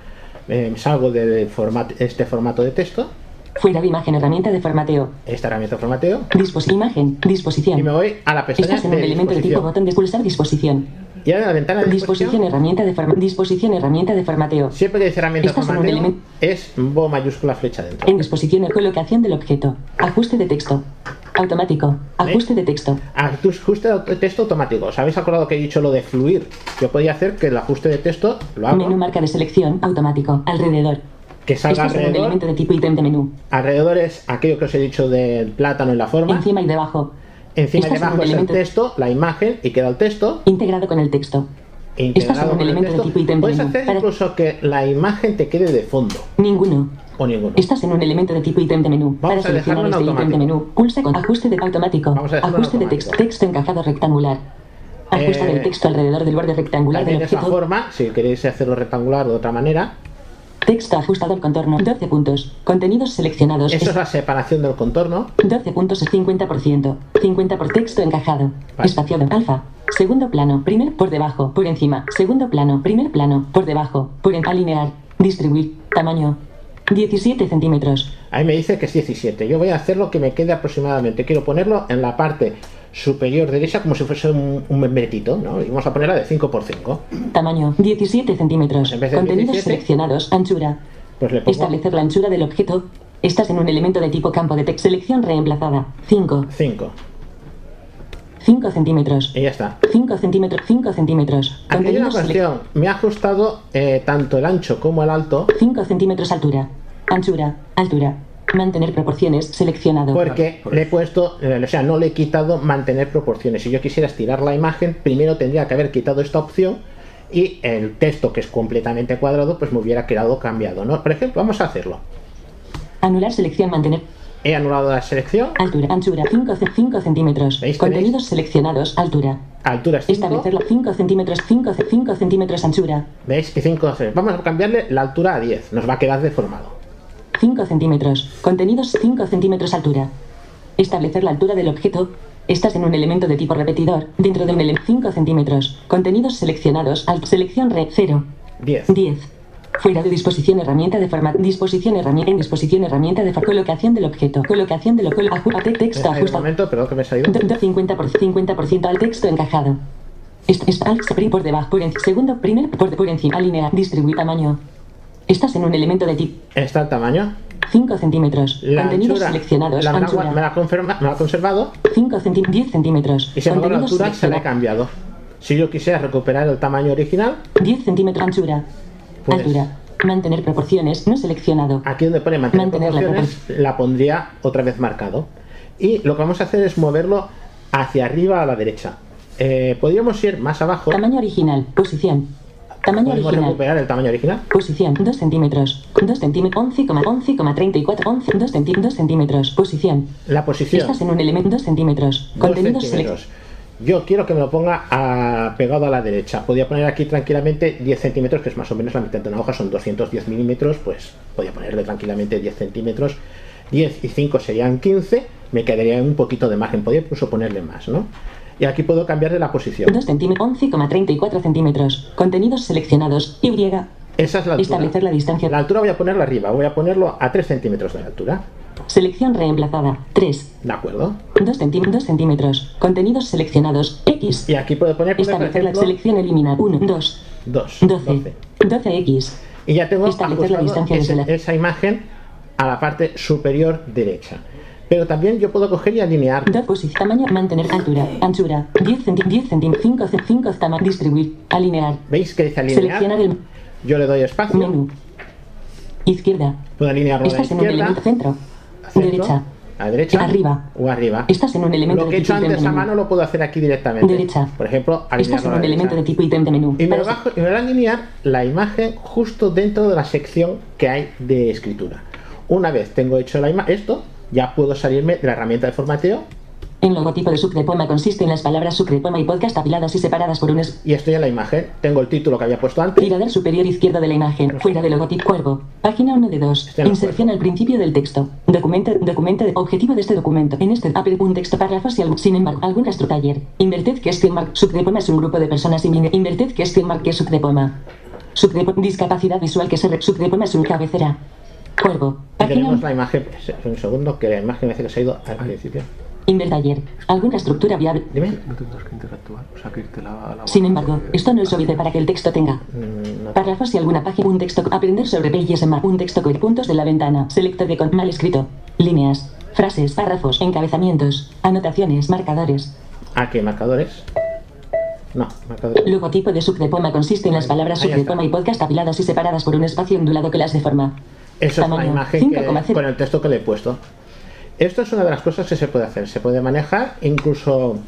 Speaker 3: Eh, salgo de format- este formato de texto,
Speaker 6: Fuera de imagen, herramienta de formateo.
Speaker 3: esta herramienta de formateo,
Speaker 6: Dispos imagen,
Speaker 3: y me
Speaker 6: disposición.
Speaker 3: voy a la pestaña
Speaker 6: Estás en un
Speaker 3: de
Speaker 6: elemento de tipo
Speaker 3: disposición.
Speaker 6: botón de pulsar disposición.
Speaker 3: Y ahora en la ventana de
Speaker 6: Disposición,
Speaker 3: disposición,
Speaker 6: herramienta de forma. Disposición, herramienta de formateo.
Speaker 3: siempre que dice herramienta de
Speaker 6: Estás en un
Speaker 3: formateo,
Speaker 6: elemento-
Speaker 3: es bo mayúscula flecha dentro.
Speaker 6: En disposición, colocación del objeto. Ajuste de texto. Automático. Ajuste de texto.
Speaker 3: Ah, Ajuste de aut- texto automático. ¿Os habéis acordado que he dicho lo de fluir? Yo podía hacer que el ajuste de texto lo
Speaker 6: Menú
Speaker 3: hago,
Speaker 6: marca de selección automático. Alrededor.
Speaker 3: que salga
Speaker 6: Estás en Este un
Speaker 3: alrededor.
Speaker 6: elemento de tipo ítem de menú.
Speaker 3: Alrededor es aquello que os he dicho del plátano en la forma.
Speaker 6: Encima y debajo.
Speaker 3: Encima y
Speaker 6: Estás en
Speaker 3: debajo
Speaker 6: un
Speaker 3: es el
Speaker 6: elemento-
Speaker 3: texto, la imagen y queda el texto e
Speaker 6: Integrado con el texto. Estás en
Speaker 3: integrado
Speaker 6: un
Speaker 3: con el
Speaker 6: elemento de
Speaker 3: texto.
Speaker 6: tipo ítem
Speaker 3: Puedes
Speaker 6: premium.
Speaker 3: hacer
Speaker 6: Para-
Speaker 3: incluso que la imagen te quede de fondo
Speaker 6: Ninguno.
Speaker 3: o ninguno.
Speaker 6: Estás en un elemento de tipo ítem de menú.
Speaker 3: Vamos a
Speaker 6: Para seleccionar
Speaker 3: dejarlo en
Speaker 6: este ítem de
Speaker 3: automático.
Speaker 6: menú, pulsa con ajuste de automático.
Speaker 3: Vamos a dejarlo en
Speaker 6: Ajuste de
Speaker 3: automático.
Speaker 6: texto. Texto encajado rectangular. Ajusta
Speaker 3: Eh,
Speaker 6: el texto alrededor del borde rectangular
Speaker 3: También
Speaker 6: del
Speaker 3: de esa
Speaker 6: objeto.
Speaker 3: forma, si queréis hacerlo rectangular de otra manera,
Speaker 6: Texto ajustado al contorno. 12 puntos. Contenidos seleccionados.
Speaker 3: eso es la separación del contorno.
Speaker 6: 12 puntos es 50%. 50 por texto encajado.
Speaker 3: Vale.
Speaker 6: Espaciado. Alfa. Segundo plano. Primer por debajo. Por encima. Segundo plano. Primer plano. Por debajo. Por en- alinear. Distribuir. Tamaño. 17 centímetros.
Speaker 3: Ahí me dice que es 17. Yo voy a hacer lo que me quede aproximadamente. Quiero ponerlo en la parte superior derecha como si fuese un, un membretito, ¿no? Y vamos a ponerla de 5x5.
Speaker 6: Tamaño. 17 centímetros.
Speaker 3: Pues en vez de
Speaker 6: Contenidos
Speaker 3: 17.
Speaker 6: seleccionados. Anchura.
Speaker 3: Pues le pongo
Speaker 6: Establecer la anchura del objeto. Estás en un elemento de tipo campo de texto. Selección reemplazada. 5.
Speaker 3: 5.
Speaker 6: 5 centímetros.
Speaker 3: Y ya está.
Speaker 6: 5 centímetros. 5 centímetros.
Speaker 3: Eh. Aquí hay una
Speaker 6: Contenidos selec-
Speaker 3: cuestión. Me ha ajustado eh, tanto el ancho como el alto
Speaker 6: 5 centímetros altura. Anchura. Altura. Mantener proporciones seleccionado.
Speaker 3: Porque le he puesto, eh, o sea, no le he quitado mantener proporciones. Si yo quisiera estirar la imagen, primero tendría que haber quitado esta opción y el texto que es completamente cuadrado, pues me hubiera quedado cambiado, ¿no? Por ejemplo, vamos a hacerlo.
Speaker 6: Anular selección mantener.
Speaker 3: He anulado la selección,
Speaker 6: Altura. Anchura. 5 centímetros.
Speaker 3: ¿Veis, tenéis?
Speaker 6: Contenidos seleccionados. Altura.
Speaker 3: altura es 5,
Speaker 6: Establecer la 5 centímetros. 5 5 centímetros anchura.
Speaker 3: ¿veis? Y 5, vamos a cambiarle la altura a 10, nos va a quedar deformado.
Speaker 6: 5 centímetros. Contenidos 5 centímetros altura. Establecer la altura del objeto. Estás en un elemento de tipo repetidor. Dentro de un elemento 5 centímetros. Contenidos seleccionados. Al selección re 0.
Speaker 3: 10.
Speaker 6: 10. Fuera de disposición herramienta de forma disposición herramienta en disposición herramienta de for- colocación del objeto colocación del objeto ajuste texto
Speaker 3: Espera Un
Speaker 6: ajusta
Speaker 3: Eh, momento, perdón que me he salido.
Speaker 6: Do- do- 50 por 50% al texto encajado Est- es al pri- por debajo por en- segundo primer por, por encima alinear distribuir tamaño estás en un elemento de tipo
Speaker 3: Está el tamaño.
Speaker 6: 5 centímetros
Speaker 3: La
Speaker 6: contenidos
Speaker 3: anchura,
Speaker 6: seleccionados
Speaker 3: la- me la-
Speaker 6: anchura
Speaker 3: me la ha conferma- me la ha conservado
Speaker 6: 5 centí- 10 centímetros
Speaker 3: y sin embargo la
Speaker 6: contenidos
Speaker 3: altura se le ha
Speaker 6: seleccionados
Speaker 3: cambiado. Si yo quisiera recuperar el tamaño original,
Speaker 6: 10 centímetros anchura
Speaker 3: Pues-
Speaker 6: altura mantener proporciones no seleccionado
Speaker 3: aquí donde pone mantener
Speaker 6: Mantener la
Speaker 3: proporciones, la pondría otra vez marcado. Y lo que vamos a hacer es moverlo hacia arriba a la derecha. Eh, podríamos ir más abajo,
Speaker 6: tamaño original posición tamaño
Speaker 3: podemos
Speaker 6: original
Speaker 3: recuperar el tamaño original.
Speaker 6: Posición 2 centímetros. 2 centímetros. 11,34. 11, 2 centímetros. centímetros. Posición.
Speaker 3: La posición,
Speaker 6: Estás en un elemento 2 centímetros.
Speaker 3: dos
Speaker 6: Contenidos
Speaker 3: centímetros.
Speaker 6: seleccionados.
Speaker 3: Yo quiero que me lo ponga a- pegado a la derecha. Podría poner aquí tranquilamente 10 centímetros, que es más o menos la mitad de una hoja, son 210 milímetros, pues podría ponerle tranquilamente 10 centímetros. 10 y 5 serían 15, me quedaría un poquito de margen, podría incluso ponerle más, ¿no? Y aquí puedo cambiar de la posición.
Speaker 6: 2 centímetros. 11,34 centímetros. Contenidos seleccionados. Y.
Speaker 3: Esa es la altura.
Speaker 6: Establecer la distancia.
Speaker 3: La altura voy a ponerla arriba, voy a ponerlo a 3 centímetros de la altura.
Speaker 6: Selección reemplazada. 3.
Speaker 3: ¿De acuerdo?
Speaker 6: 2 centímetros. 2 centímetros. Contenidos seleccionados. X.
Speaker 3: Y aquí puedo poner, por
Speaker 6: Establecer la
Speaker 3: ejemplo,
Speaker 6: selección eliminar. 1, 2,
Speaker 3: 2.
Speaker 6: 12. 12X.
Speaker 3: Y ya tengo
Speaker 6: Establecer la
Speaker 3: ajustado
Speaker 6: distancia desde
Speaker 3: ese-
Speaker 6: la-
Speaker 3: esa imagen a la parte superior derecha. Pero también yo puedo coger y alinear.
Speaker 6: Dot posición. Tamaño. Mantener. Altura. Anchura. 10 cm. 10 cm. 5 cm. 5 cm. Distribuir. Alinear.
Speaker 3: ¿Veis que dice
Speaker 6: Seleccionar
Speaker 3: alinear?
Speaker 6: el
Speaker 3: Yo le doy espacio.
Speaker 6: menú. Izquierda.
Speaker 3: Puedo alinearlo a la
Speaker 6: Estás en un
Speaker 3: izquierda,
Speaker 6: elemento centro.
Speaker 3: centro,
Speaker 6: Derecha.
Speaker 3: a la derecha
Speaker 6: Arriba.
Speaker 3: o arriba.
Speaker 6: Estás en un elemento
Speaker 3: Lo que he
Speaker 6: de
Speaker 3: hecho
Speaker 6: tipo ítem
Speaker 3: antes
Speaker 6: de
Speaker 3: a
Speaker 6: menú.
Speaker 3: mano lo puedo hacer aquí directamente.
Speaker 6: Derecha.
Speaker 3: Por ejemplo,
Speaker 6: Estás en
Speaker 3: alinearlo a
Speaker 6: un
Speaker 3: la
Speaker 6: elemento de
Speaker 3: derecha.
Speaker 6: tipo ítem de menú.
Speaker 3: Y me,
Speaker 6: Para-
Speaker 3: bajo- y me va a alinear la imagen justo dentro de la sección que hay de escritura. Una vez tengo hecho la ima- esto, ya puedo salirme de la herramienta de formateo
Speaker 6: En logotipo de Sucrepoma consiste en las palabras Sucrepoma y podcast apiladas y separadas por un es-
Speaker 3: y estoy en la imagen. Tengo el título que había puesto antes.
Speaker 6: tirador superior izquierdo de la imagen, fuera del logotipo cuervo. Página 1 de 2.
Speaker 3: Este no
Speaker 6: Inserción al principio del texto. Documento, documento, objetivo de este documento. En este papel un texto párrafo si algún, sin embargo, algún astro taller. Inverted que es mark Sucrepoma es un grupo de personas y Inverted que es mark que es Sucrepoma. Sucrepo- discapacidad visual que se re- Sucrepoma es un cabecera. Cuervo.
Speaker 3: Y
Speaker 6: Página
Speaker 3: tenemos
Speaker 6: 1.
Speaker 3: la imagen. Un segundo, que la imagen me hace que se ha ido al principio.
Speaker 6: Invertaller. Alguna estructura viable.
Speaker 3: Dime.
Speaker 4: No tendrás que interactuar, o sea, que irte la, la
Speaker 6: Sin embargo, esto no es óbice para que el texto tenga
Speaker 3: Mm, no.
Speaker 6: párrafos y alguna página. Un texto. Aprender sobre Pages en Mac. Un texto con puntos de la ventana. Selector de con mal escrito. Líneas. Frases. Párrafos. Encabezamientos. Anotaciones. Marcadores.
Speaker 3: Aquí, Ah, marcadores. No, marcadores.
Speaker 6: Logotipo de Sucrepoma consiste en las palabras
Speaker 3: Ahí está.
Speaker 6: Sucrepoma y podcast apiladas y separadas por un espacio ondulado que las deforma.
Speaker 3: Eso es la
Speaker 6: Tamaño,
Speaker 3: imagen que-
Speaker 6: 5,0.
Speaker 3: con el texto que le he puesto. Esto es una de las cosas que se puede hacer. Se puede manejar, incluso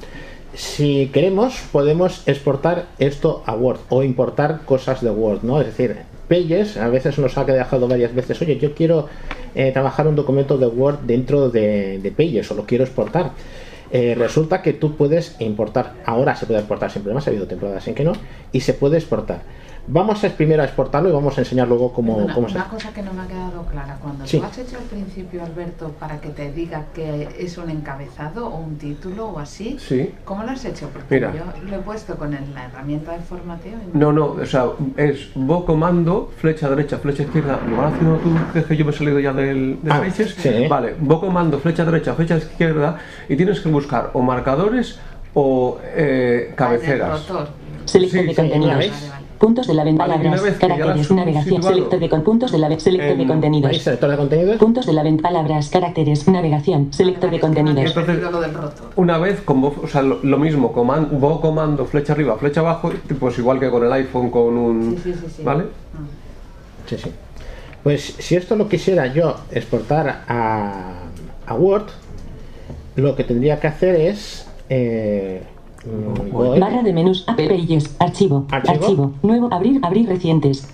Speaker 3: si queremos, podemos exportar esto a Word o importar cosas de Word, ¿no? Es decir, Pages a veces nos ha dejado varias veces, oye, yo quiero eh, trabajar un documento de Word dentro de, de Pages o lo quiero exportar. Eh, resulta que tú puedes importar, ahora se puede exportar sin problemas, ha habido temporadas en que no, y se puede exportar. Vamos a primero a exportarlo y vamos a enseñar luego cómo,
Speaker 8: Una,
Speaker 3: cómo se
Speaker 8: una cosa que no me ha quedado clara, cuando
Speaker 3: Sí.
Speaker 8: tú has hecho al principio, Alberto, para que te diga que es un encabezado o un título o así,
Speaker 4: Sí.
Speaker 8: ¿cómo lo has hecho? Porque
Speaker 4: Mira.
Speaker 8: yo lo he puesto con el- la herramienta de formateo y
Speaker 4: No, no, o sea, es bo comando, flecha derecha, flecha izquierda. Lo vas haciendo tú, que es que yo me he salido ya del, de
Speaker 3: Ah,
Speaker 4: fleches.
Speaker 3: sí.
Speaker 4: Vale, bo comando, flecha derecha, flecha izquierda. Y tienes que buscar o marcadores o eh,
Speaker 8: va en el
Speaker 4: cabeceras.
Speaker 8: rotor.
Speaker 6: Selector
Speaker 4: Sí,
Speaker 6: de
Speaker 4: sí,
Speaker 3: ¿la
Speaker 6: contenidos.
Speaker 3: veis?
Speaker 6: Puntos de la ventana.
Speaker 4: Vale, y una vez que ya las
Speaker 6: Caracteres.
Speaker 4: hemos
Speaker 6: Navegación.
Speaker 4: situado
Speaker 6: Selector de con puntos de la Selector de
Speaker 4: en-
Speaker 3: ¿Veis?
Speaker 6: contenidos.
Speaker 3: Selector de contenidos.
Speaker 6: Puntos de la ventana. Palabras. Caracteres. Navegación. Selector de
Speaker 8: Es que me había
Speaker 6: contenidos.
Speaker 8: perdido
Speaker 4: Entonces-
Speaker 8: lo del rotor.
Speaker 4: Una vez, con bo- o sea, lo, lo mismo, comando, bo comando, flecha arriba, flecha abajo, pues igual que con el iPhone, con un.
Speaker 8: Sí, sí, sí, sí.
Speaker 4: ¿Vale?
Speaker 3: Sí, sí. Pues si esto lo quisiera yo exportar a, a Word, lo que tendría que hacer es. eh, mm, voy-
Speaker 6: Barra de menús App Pages. Archivo.
Speaker 3: Archivo.
Speaker 6: Archivo. Nuevo. Abrir. Abrir recientes.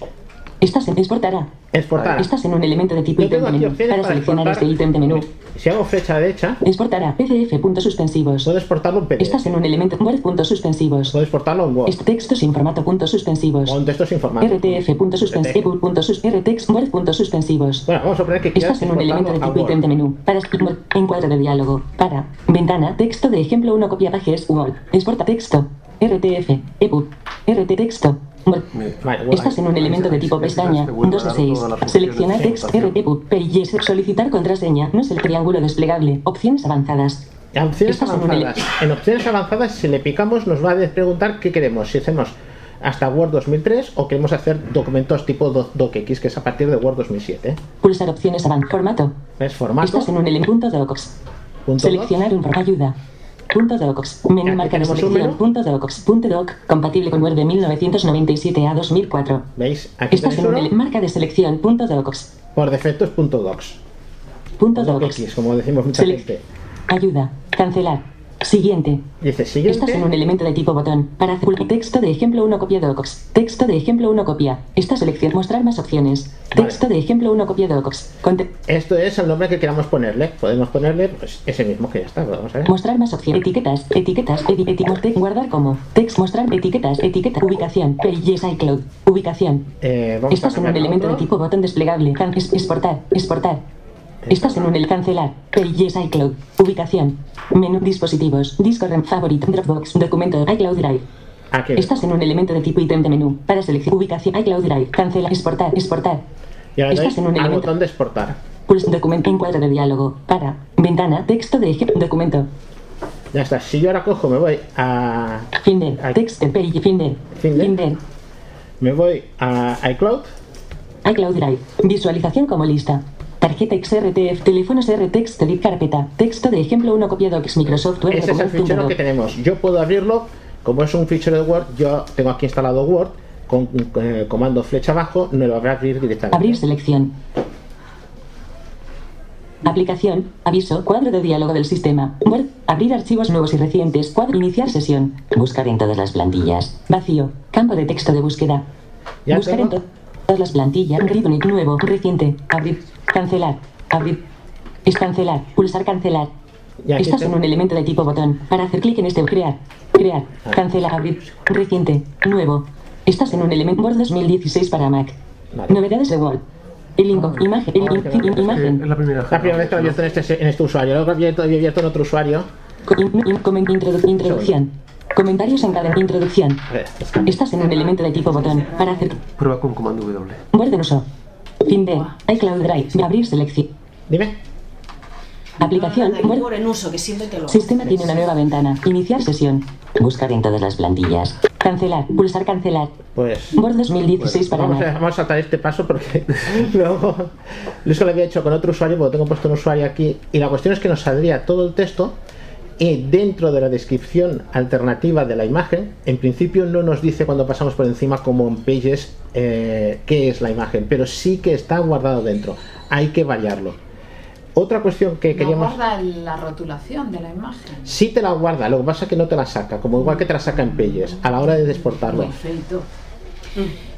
Speaker 6: Estás en exportará.
Speaker 3: exportar.
Speaker 6: Estás en un elemento de tipo
Speaker 3: Yo
Speaker 6: ítem
Speaker 3: Ah. tengo
Speaker 6: de
Speaker 3: aquí
Speaker 6: menú.
Speaker 3: opciones
Speaker 6: Para
Speaker 3: para
Speaker 6: seleccionar
Speaker 3: exportar.
Speaker 6: este ítem de menú.
Speaker 3: Si hago flecha derecha,
Speaker 6: Exportará. PDF. Puntos suspensivos.
Speaker 3: puedo exportarlo en
Speaker 6: Estás
Speaker 3: PDF.
Speaker 6: en un elemento Word. Puntos suspensivos.
Speaker 3: Puedo exportarlo en Word.
Speaker 6: Este texto sin formato. Puntos suspensivos.
Speaker 3: O en textos informáticos.
Speaker 6: RTF. Puntos
Speaker 3: RTF.
Speaker 6: suspensivos. Puntos sus- RTX. Word. Puntos suspensivos.
Speaker 3: Bueno, vamos a poner que quieras
Speaker 6: Estás en un elemento de
Speaker 3: exportarlo a
Speaker 6: tipo ítem de
Speaker 3: Word.
Speaker 6: menú. Para Skimboard, encuadre de diálogo. Para ventana, texto de ejemplo 1, copia pages, Word. Exporta texto. RTF, EPUB, RT texto. Word.
Speaker 3: Vale, Word.
Speaker 6: Estás en un elemento de tipo pestaña, 2 de 6. Seleccionar text, RTPUB, Pages, solicitar contraseña, no es el triángulo desplegable, opciones avanzadas.
Speaker 3: En opciones
Speaker 6: Estás en un
Speaker 3: avanzadas. En opciones avanzadas, si le picamos, nos va a preguntar qué queremos. Si hacemos hasta Word 2003 o queremos hacer documentos tipo doc- DocX, que es a partir de Word 2007.
Speaker 6: Pulsar opciones avanzadas, formato.
Speaker 3: Es formato.
Speaker 6: Estás en un elemento docs.
Speaker 3: punto
Speaker 6: Seleccionar un programa ayuda. Punto docs. Menú
Speaker 3: Aquí
Speaker 6: marca de
Speaker 3: tenemos un
Speaker 6: selección.
Speaker 3: menú.
Speaker 6: Punto docs. Punto doc. Compatible con Word de 1997 a 2004.
Speaker 3: doc. ¿Veis? Aquí
Speaker 6: Estás
Speaker 3: tenéis
Speaker 6: en
Speaker 3: uno.
Speaker 6: una marca de selección. Punto docs.
Speaker 3: Por defecto es punto docs.
Speaker 6: Punto
Speaker 3: Docx,
Speaker 6: docs.
Speaker 3: como decimos mucha
Speaker 6: Selec-
Speaker 3: gente.
Speaker 6: Ayuda. Cancelar. Siguiente.
Speaker 3: Dice
Speaker 6: Estás en un
Speaker 3: siguiente.
Speaker 6: elemento de tipo botón. Para azul. Texto de ejemplo 1 copia docs. Texto de ejemplo 1 copia. Esta selección. Mostrar más opciones.
Speaker 3: Vale.
Speaker 6: Texto de ejemplo 1 copia docs. Conte-
Speaker 3: Esto es el nombre que queramos ponerle. Podemos ponerle pues, ese mismo que ya está. Vamos a ver.
Speaker 6: Mostrar más opciones. Etiquetas, etiquetas, edi- eti- morte- guardar como. Text, mostrar etiquetas, etiqueta, ubicación, pages iCloud, ubicación.
Speaker 3: Eh, vamos
Speaker 6: Estás
Speaker 3: a
Speaker 6: en un
Speaker 3: cambiar a
Speaker 6: elemento de
Speaker 3: otro.
Speaker 6: tipo botón desplegable. Can- es- exportar, exportar. Estás en un el cancelar, pages iCloud, ubicación, menú dispositivos, disco RAM favorito, Dropbox, documento iCloud Drive.
Speaker 3: Aquí.
Speaker 6: Estás en un elemento de tipo ítem de menú. Para seleccionar ubicación iCloud Drive, cancelar, exportar, exportar.
Speaker 3: Y ahora
Speaker 6: estás
Speaker 3: doy
Speaker 6: en un
Speaker 3: al
Speaker 6: elemento-
Speaker 3: botón de exportar.
Speaker 6: Pulsa documento encuadre de diálogo. Para. Ventana, texto de eje- documento.
Speaker 3: Ya está. Si yo ahora cojo, me voy a.
Speaker 6: Finder,
Speaker 3: Ay.
Speaker 6: text, page, Finder,
Speaker 3: Finder.
Speaker 6: Finder,
Speaker 3: Me voy a iCloud.
Speaker 6: iCloud Drive. Visualización como lista. Tarjeta XRTF, teléfonos RTX, delete carpeta, texto de ejemplo 1 copiado X Microsoft Word
Speaker 3: Ese es el
Speaker 6: Document
Speaker 3: fichero
Speaker 6: Fundador.
Speaker 3: que tenemos. Yo puedo abrirlo, como es un fichero de Word, yo tengo aquí instalado Word con eh, comando flecha abajo, me lo va a abrir directamente.
Speaker 6: Abrir selección. Aplicación, aviso, cuadro de diálogo del sistema. Word, abrir archivos nuevos y recientes, cuadro, iniciar sesión. Buscar en todas las plantillas. Vacío, campo de texto de búsqueda.
Speaker 3: Ya
Speaker 6: Buscar
Speaker 3: tengo.
Speaker 6: en to- todas las plantillas. Ritmic nuevo, reciente. Abrir, cancelar, abrir. Es cancelar, pulsar cancelar.
Speaker 3: Y aquí
Speaker 6: Estás en
Speaker 3: tengo-
Speaker 6: un elemento de tipo botón. Para hacer clic en este, crear, crear,
Speaker 3: Ah.
Speaker 6: cancelar, abrir, reciente, nuevo. Estás en un elemento Word 2016 para Mac.
Speaker 3: Vale.
Speaker 6: Novedades de Word. El inco, imagen, el in- in-
Speaker 4: Es
Speaker 6: imagen.
Speaker 4: Ah, la primera
Speaker 3: La primera vez que lo he abierto en este, en este usuario, lo he abierto, lo he abierto en otro usuario.
Speaker 6: Co- in- in- comen- introdu- introducción. Comentarios en cada introducción.
Speaker 3: A ver,
Speaker 6: Estás en un elemento de tipo botón. Para hacer
Speaker 4: Prueba con comando W.
Speaker 6: Word en uso. Fin de iCloud Drive. Abrir selección.
Speaker 3: Dime.
Speaker 6: Aplicación.
Speaker 9: Nada,
Speaker 6: Word.
Speaker 9: Word en uso, que siempre te lo.
Speaker 6: Sistema tiene una nueva ventana. Iniciar sesión. Buscar en todas las plantillas. Cancelar. Pulsar cancelar.
Speaker 3: Pues
Speaker 6: Word 2016 para
Speaker 3: vamos a,
Speaker 6: Mac.
Speaker 3: vamos a saltar este paso porque luego lo es que lo había hecho con otro usuario, porque tengo puesto un usuario aquí, y la cuestión es que nos saldría todo el texto y dentro de la descripción alternativa de la imagen, en principio no nos dice cuando pasamos por encima como en Pages eh, qué es la imagen, pero sí que está guardado dentro, hay que variarlo. Otra cuestión que
Speaker 8: No
Speaker 3: queríamos...
Speaker 8: guarda la rotulación de la imagen.
Speaker 3: Sí te la guarda, lo que pasa es que no te la saca, como igual que te la saca en Pages, a la hora de exportarlo.
Speaker 8: Muy feito.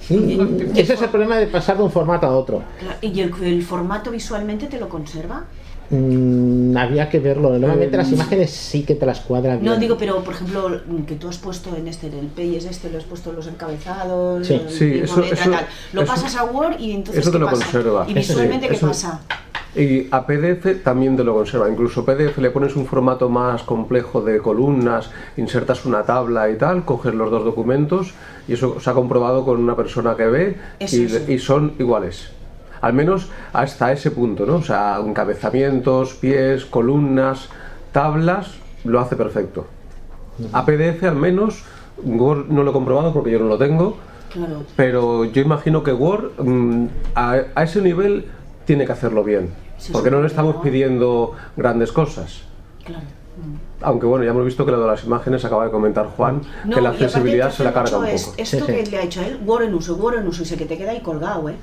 Speaker 3: Mm, Ese es el problema de pasar de un formato a otro.
Speaker 9: Claro, ¿Y el, el formato visualmente te lo conserva?
Speaker 3: Mm, había que verlo. Normalmente
Speaker 4: Eh,
Speaker 3: las imágenes sí que te las cuadran bien.
Speaker 9: Mm. No, digo, pero por ejemplo, que tú has puesto en este, en el Pages este, lo has puesto los encabezados,
Speaker 3: Sí.
Speaker 9: el
Speaker 4: Sí,
Speaker 9: tipo
Speaker 4: eso-
Speaker 9: letra,
Speaker 4: eso-
Speaker 9: tal. Lo
Speaker 4: eso-
Speaker 9: pasas a Word y entonces.
Speaker 4: eso te
Speaker 9: ¿qué
Speaker 4: lo
Speaker 9: pasa?
Speaker 4: conserva.
Speaker 9: ¿Y
Speaker 4: Eso sí,
Speaker 9: visualmente qué
Speaker 4: eso-
Speaker 9: pasa?
Speaker 4: Y a PDF también te lo conserva. Incluso PDF le pones un formato más complejo de columnas, insertas una tabla y tal, coges los dos documentos y eso se ha comprobado con una persona que ve
Speaker 9: Eso,
Speaker 4: y,
Speaker 9: eso.
Speaker 4: y son iguales. Al menos hasta ese punto, ¿no? O sea, encabezamientos, pies, columnas, tablas, lo hace perfecto. A PDF al menos, Word no lo he comprobado porque yo no lo tengo,
Speaker 9: Claro.
Speaker 4: pero yo imagino que Word mm, a, a ese nivel tiene que hacerlo bien.
Speaker 9: Sí,
Speaker 4: porque no le estamos
Speaker 9: supongo.
Speaker 4: pidiendo grandes cosas.
Speaker 9: Claro.
Speaker 4: Aunque bueno, ya hemos visto que lo de las imágenes acaba de comentar Juan,
Speaker 9: No,
Speaker 4: que la
Speaker 9: y aparte
Speaker 4: accesibilidad
Speaker 9: te
Speaker 4: se la
Speaker 9: hace
Speaker 4: carga un
Speaker 9: mucho
Speaker 4: poco.
Speaker 9: es- Esto
Speaker 3: Sí, sí.
Speaker 9: que le ha hecho a él, Word en uso, Word en uso, y se que te queda ahí colgado, ¿eh?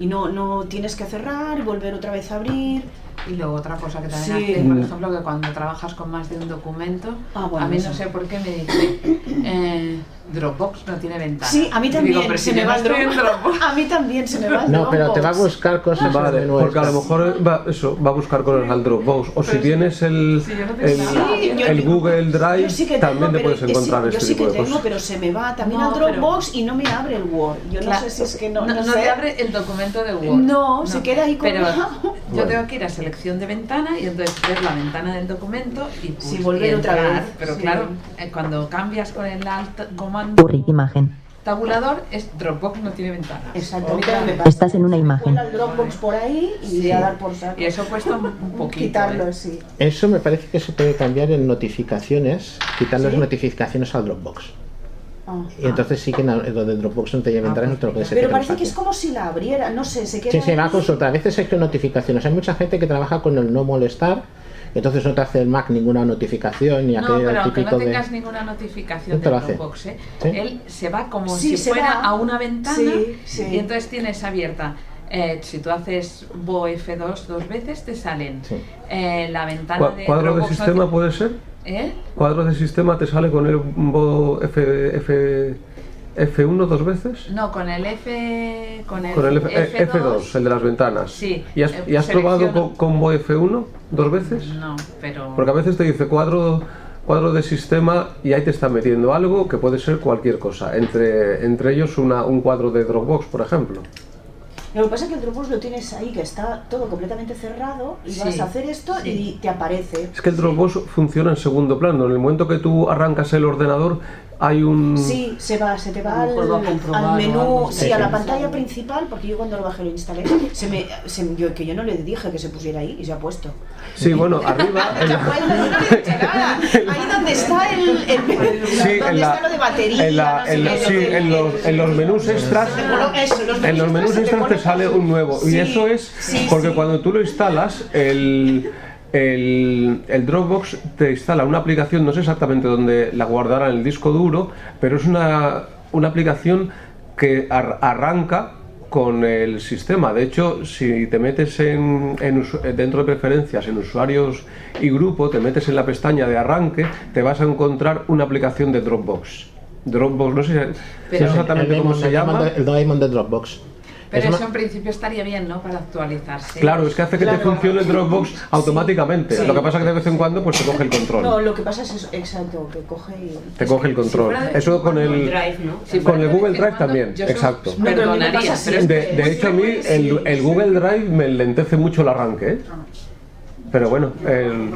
Speaker 9: Y no, no tienes que cerrar, volver otra vez a abrir.
Speaker 8: Y luego otra cosa que también
Speaker 9: Sí.
Speaker 8: hace, por ejemplo, que cuando trabajas con más de un documento,
Speaker 9: Ah, bueno,
Speaker 8: a mí
Speaker 9: eso.
Speaker 8: no sé por qué me dice eh, Dropbox no tiene ventana.
Speaker 9: Sí, a mí
Speaker 8: Y
Speaker 9: también
Speaker 8: digo, pero
Speaker 9: se
Speaker 8: si
Speaker 9: me
Speaker 8: yo
Speaker 9: va
Speaker 8: no
Speaker 9: el
Speaker 8: estoy en
Speaker 9: Dropbox.
Speaker 8: Dropbox.
Speaker 9: A mí también se me va el
Speaker 3: No, pero te va a
Speaker 9: Dropbox.
Speaker 3: buscar cosas en el
Speaker 4: Vale,
Speaker 3: menú
Speaker 4: porque a lo
Speaker 3: extra.
Speaker 4: mejor va, eso, va a buscar con el Dropbox. O si
Speaker 8: Pero si-
Speaker 4: tienes el,
Speaker 8: si yo no tengo
Speaker 4: el,
Speaker 8: nada.
Speaker 9: Sí, yo-
Speaker 4: el
Speaker 9: yo-
Speaker 4: Google Drive,
Speaker 9: Yo sí que tengo,
Speaker 4: también te
Speaker 9: pero
Speaker 4: puedes
Speaker 9: ese-
Speaker 4: encontrar
Speaker 9: Yo
Speaker 4: este
Speaker 9: sí que
Speaker 4: tipo de
Speaker 9: tengo,
Speaker 4: cosas.
Speaker 9: pero se me va también
Speaker 8: No,
Speaker 9: al
Speaker 8: pero-
Speaker 9: Dropbox y no me abre el Word. Yo
Speaker 8: Claro.
Speaker 9: no sé si es que no.
Speaker 8: No, no
Speaker 9: sé.
Speaker 8: te abre el documento de Word.
Speaker 9: No, se queda ahí
Speaker 8: Pero
Speaker 9: colgado.
Speaker 8: yo
Speaker 4: Bueno.
Speaker 8: tengo que ir a selección de ventana y entonces ver la ventana del documento y pues,
Speaker 9: Sí, volver
Speaker 8: y
Speaker 9: otra
Speaker 8: entrar.
Speaker 9: vez,
Speaker 8: Pero
Speaker 9: sí.
Speaker 8: claro, eh, cuando cambias con el alt comando
Speaker 5: Curry, imagen.
Speaker 8: tabulador, es Dropbox no tiene ventana.
Speaker 9: Exactamente, me pasa.
Speaker 5: Estás en una imagen.
Speaker 9: Cuela el Dropbox por ahí y
Speaker 8: Sí.
Speaker 9: a dar por saco.
Speaker 8: Y eso cuesta un, un poquito.
Speaker 9: Quitarlo,
Speaker 8: ¿eh?
Speaker 9: sí.
Speaker 3: Eso me parece que se puede cambiar en notificaciones, quitar las
Speaker 9: ¿Sí?
Speaker 3: notificaciones al Dropbox.
Speaker 9: Ah. pues-
Speaker 3: Y entonces sí que en el- donde el Dropbox no te lleva a entrar, no te lo puedes
Speaker 9: Pero
Speaker 3: hacer
Speaker 9: parece que es
Speaker 3: fácil.
Speaker 9: como si la abriera, no sé, se queda.
Speaker 3: Sí, se va a
Speaker 9: ahí.
Speaker 3: consultar. A veces hay que notificaciones. Hay mucha gente que trabaja con el no molestar, entonces no te hace el Mac ninguna notificación ni
Speaker 8: No,
Speaker 3: aquello
Speaker 8: pero aunque
Speaker 3: típico
Speaker 8: no
Speaker 3: de.
Speaker 8: tengas ninguna notificación
Speaker 3: No te
Speaker 8: de
Speaker 3: lo hace.
Speaker 8: Dropbox, ¿eh?
Speaker 3: ¿Sí?
Speaker 8: él se va como
Speaker 9: Sí,
Speaker 8: si
Speaker 9: se
Speaker 8: fuera
Speaker 9: va.
Speaker 8: a una ventana
Speaker 9: Sí, sí.
Speaker 8: y entonces tienes abierta. eh, si tú haces BOF2 dos veces, te salen
Speaker 3: Sí.
Speaker 8: eh, la ventana
Speaker 4: Cua-
Speaker 8: de.
Speaker 4: ¿Cuadro de
Speaker 8: Dropbox
Speaker 4: sistema
Speaker 8: noti-
Speaker 4: puede ser?
Speaker 8: ¿Eh?
Speaker 4: ¿Cuadro de sistema te sale con el modo F, F, F1 dos veces?
Speaker 8: No, con el F. Con el,
Speaker 4: Con el F, 2 el de las ventanas.
Speaker 8: Sí,
Speaker 4: ¿Y has,
Speaker 8: eh,
Speaker 4: y has probado
Speaker 8: selecciono.
Speaker 4: con combo F1 dos veces?
Speaker 8: No, pero.
Speaker 4: Porque a veces te dice cuadro, cuadro de sistema y ahí te está metiendo algo que puede ser cualquier cosa. Entre, entre ellos una, un cuadro de Dropbox, por ejemplo.
Speaker 9: Lo que pasa es que el Dropbox lo tienes ahí, que está todo completamente cerrado, y
Speaker 8: Sí,
Speaker 9: vas a hacer esto
Speaker 8: sí.
Speaker 9: y te aparece.
Speaker 4: Es que el Dropbox funciona en segundo plano. En el momento que tú arrancas el ordenador, Hay un.
Speaker 9: Sí, se va, se te va al,
Speaker 7: Pues va a comprobar
Speaker 9: al
Speaker 7: o
Speaker 9: menú,
Speaker 7: algo,
Speaker 9: sí,
Speaker 3: sí.
Speaker 9: a la pantalla principal, porque yo cuando lo bajé lo instalé, se me, se me- yo, que yo no le dije que se pusiera ahí y se ha puesto.
Speaker 4: Sí, bueno, arriba. en la-
Speaker 9: Bueno, no le he dicho nada. Ahí donde está el, el-
Speaker 4: Sí,
Speaker 9: donde
Speaker 4: en la-
Speaker 9: está lo de batería,
Speaker 4: en la-
Speaker 9: no sé
Speaker 4: en la-
Speaker 9: qué,
Speaker 4: sí,
Speaker 9: lo que-
Speaker 4: en los, en los menús extras.
Speaker 9: Se te coloca eso, los
Speaker 4: En los menús
Speaker 9: se
Speaker 4: extras te
Speaker 9: coloca-
Speaker 4: sale un nuevo. Y
Speaker 9: Sí,
Speaker 4: eso es
Speaker 9: sí,
Speaker 4: porque
Speaker 9: sí.
Speaker 4: cuando tú lo instalas, el, el, el Dropbox te instala una aplicación, no sé exactamente dónde la guardará en el disco duro, pero es una, una aplicación que ar- arranca con el sistema. De hecho, si te metes en, en usu- dentro de preferencias, en usuarios y grupo, te metes en la pestaña de arranque, te vas a encontrar una aplicación de Dropbox. Dropbox, no sé, no sé
Speaker 8: Pero-
Speaker 4: exactamente cómo
Speaker 3: Doraemon-
Speaker 4: se
Speaker 3: el
Speaker 4: llama.
Speaker 3: Doraemon de- El Doraemon de Dropbox.
Speaker 8: Pero
Speaker 3: Es
Speaker 8: eso
Speaker 3: ma-
Speaker 8: en principio estaría bien, ¿no? Para actualizarse.
Speaker 4: Claro, es que hace que te funcione el Dropbox automáticamente. Lo que pasa es que de vez en cuando pues te coge el control.
Speaker 9: No, lo que pasa es eso, exacto, que coge y...
Speaker 4: te coge el control.
Speaker 8: fuera de-
Speaker 4: Eso con el
Speaker 9: Drive, ¿no?
Speaker 8: Si
Speaker 4: con
Speaker 8: fuera
Speaker 4: el
Speaker 8: de
Speaker 4: Google
Speaker 8: vez en
Speaker 4: Drive
Speaker 8: cuando,
Speaker 4: también.
Speaker 8: yo eso
Speaker 4: Exacto.
Speaker 9: No, pero a mí me
Speaker 8: Perdonaría,
Speaker 9: pasa
Speaker 8: pero
Speaker 4: De,
Speaker 8: es que-
Speaker 4: de hecho a mí el, el Google Drive me enlentece mucho el arranque, ¿eh?
Speaker 8: Ah.
Speaker 4: Pero bueno, el-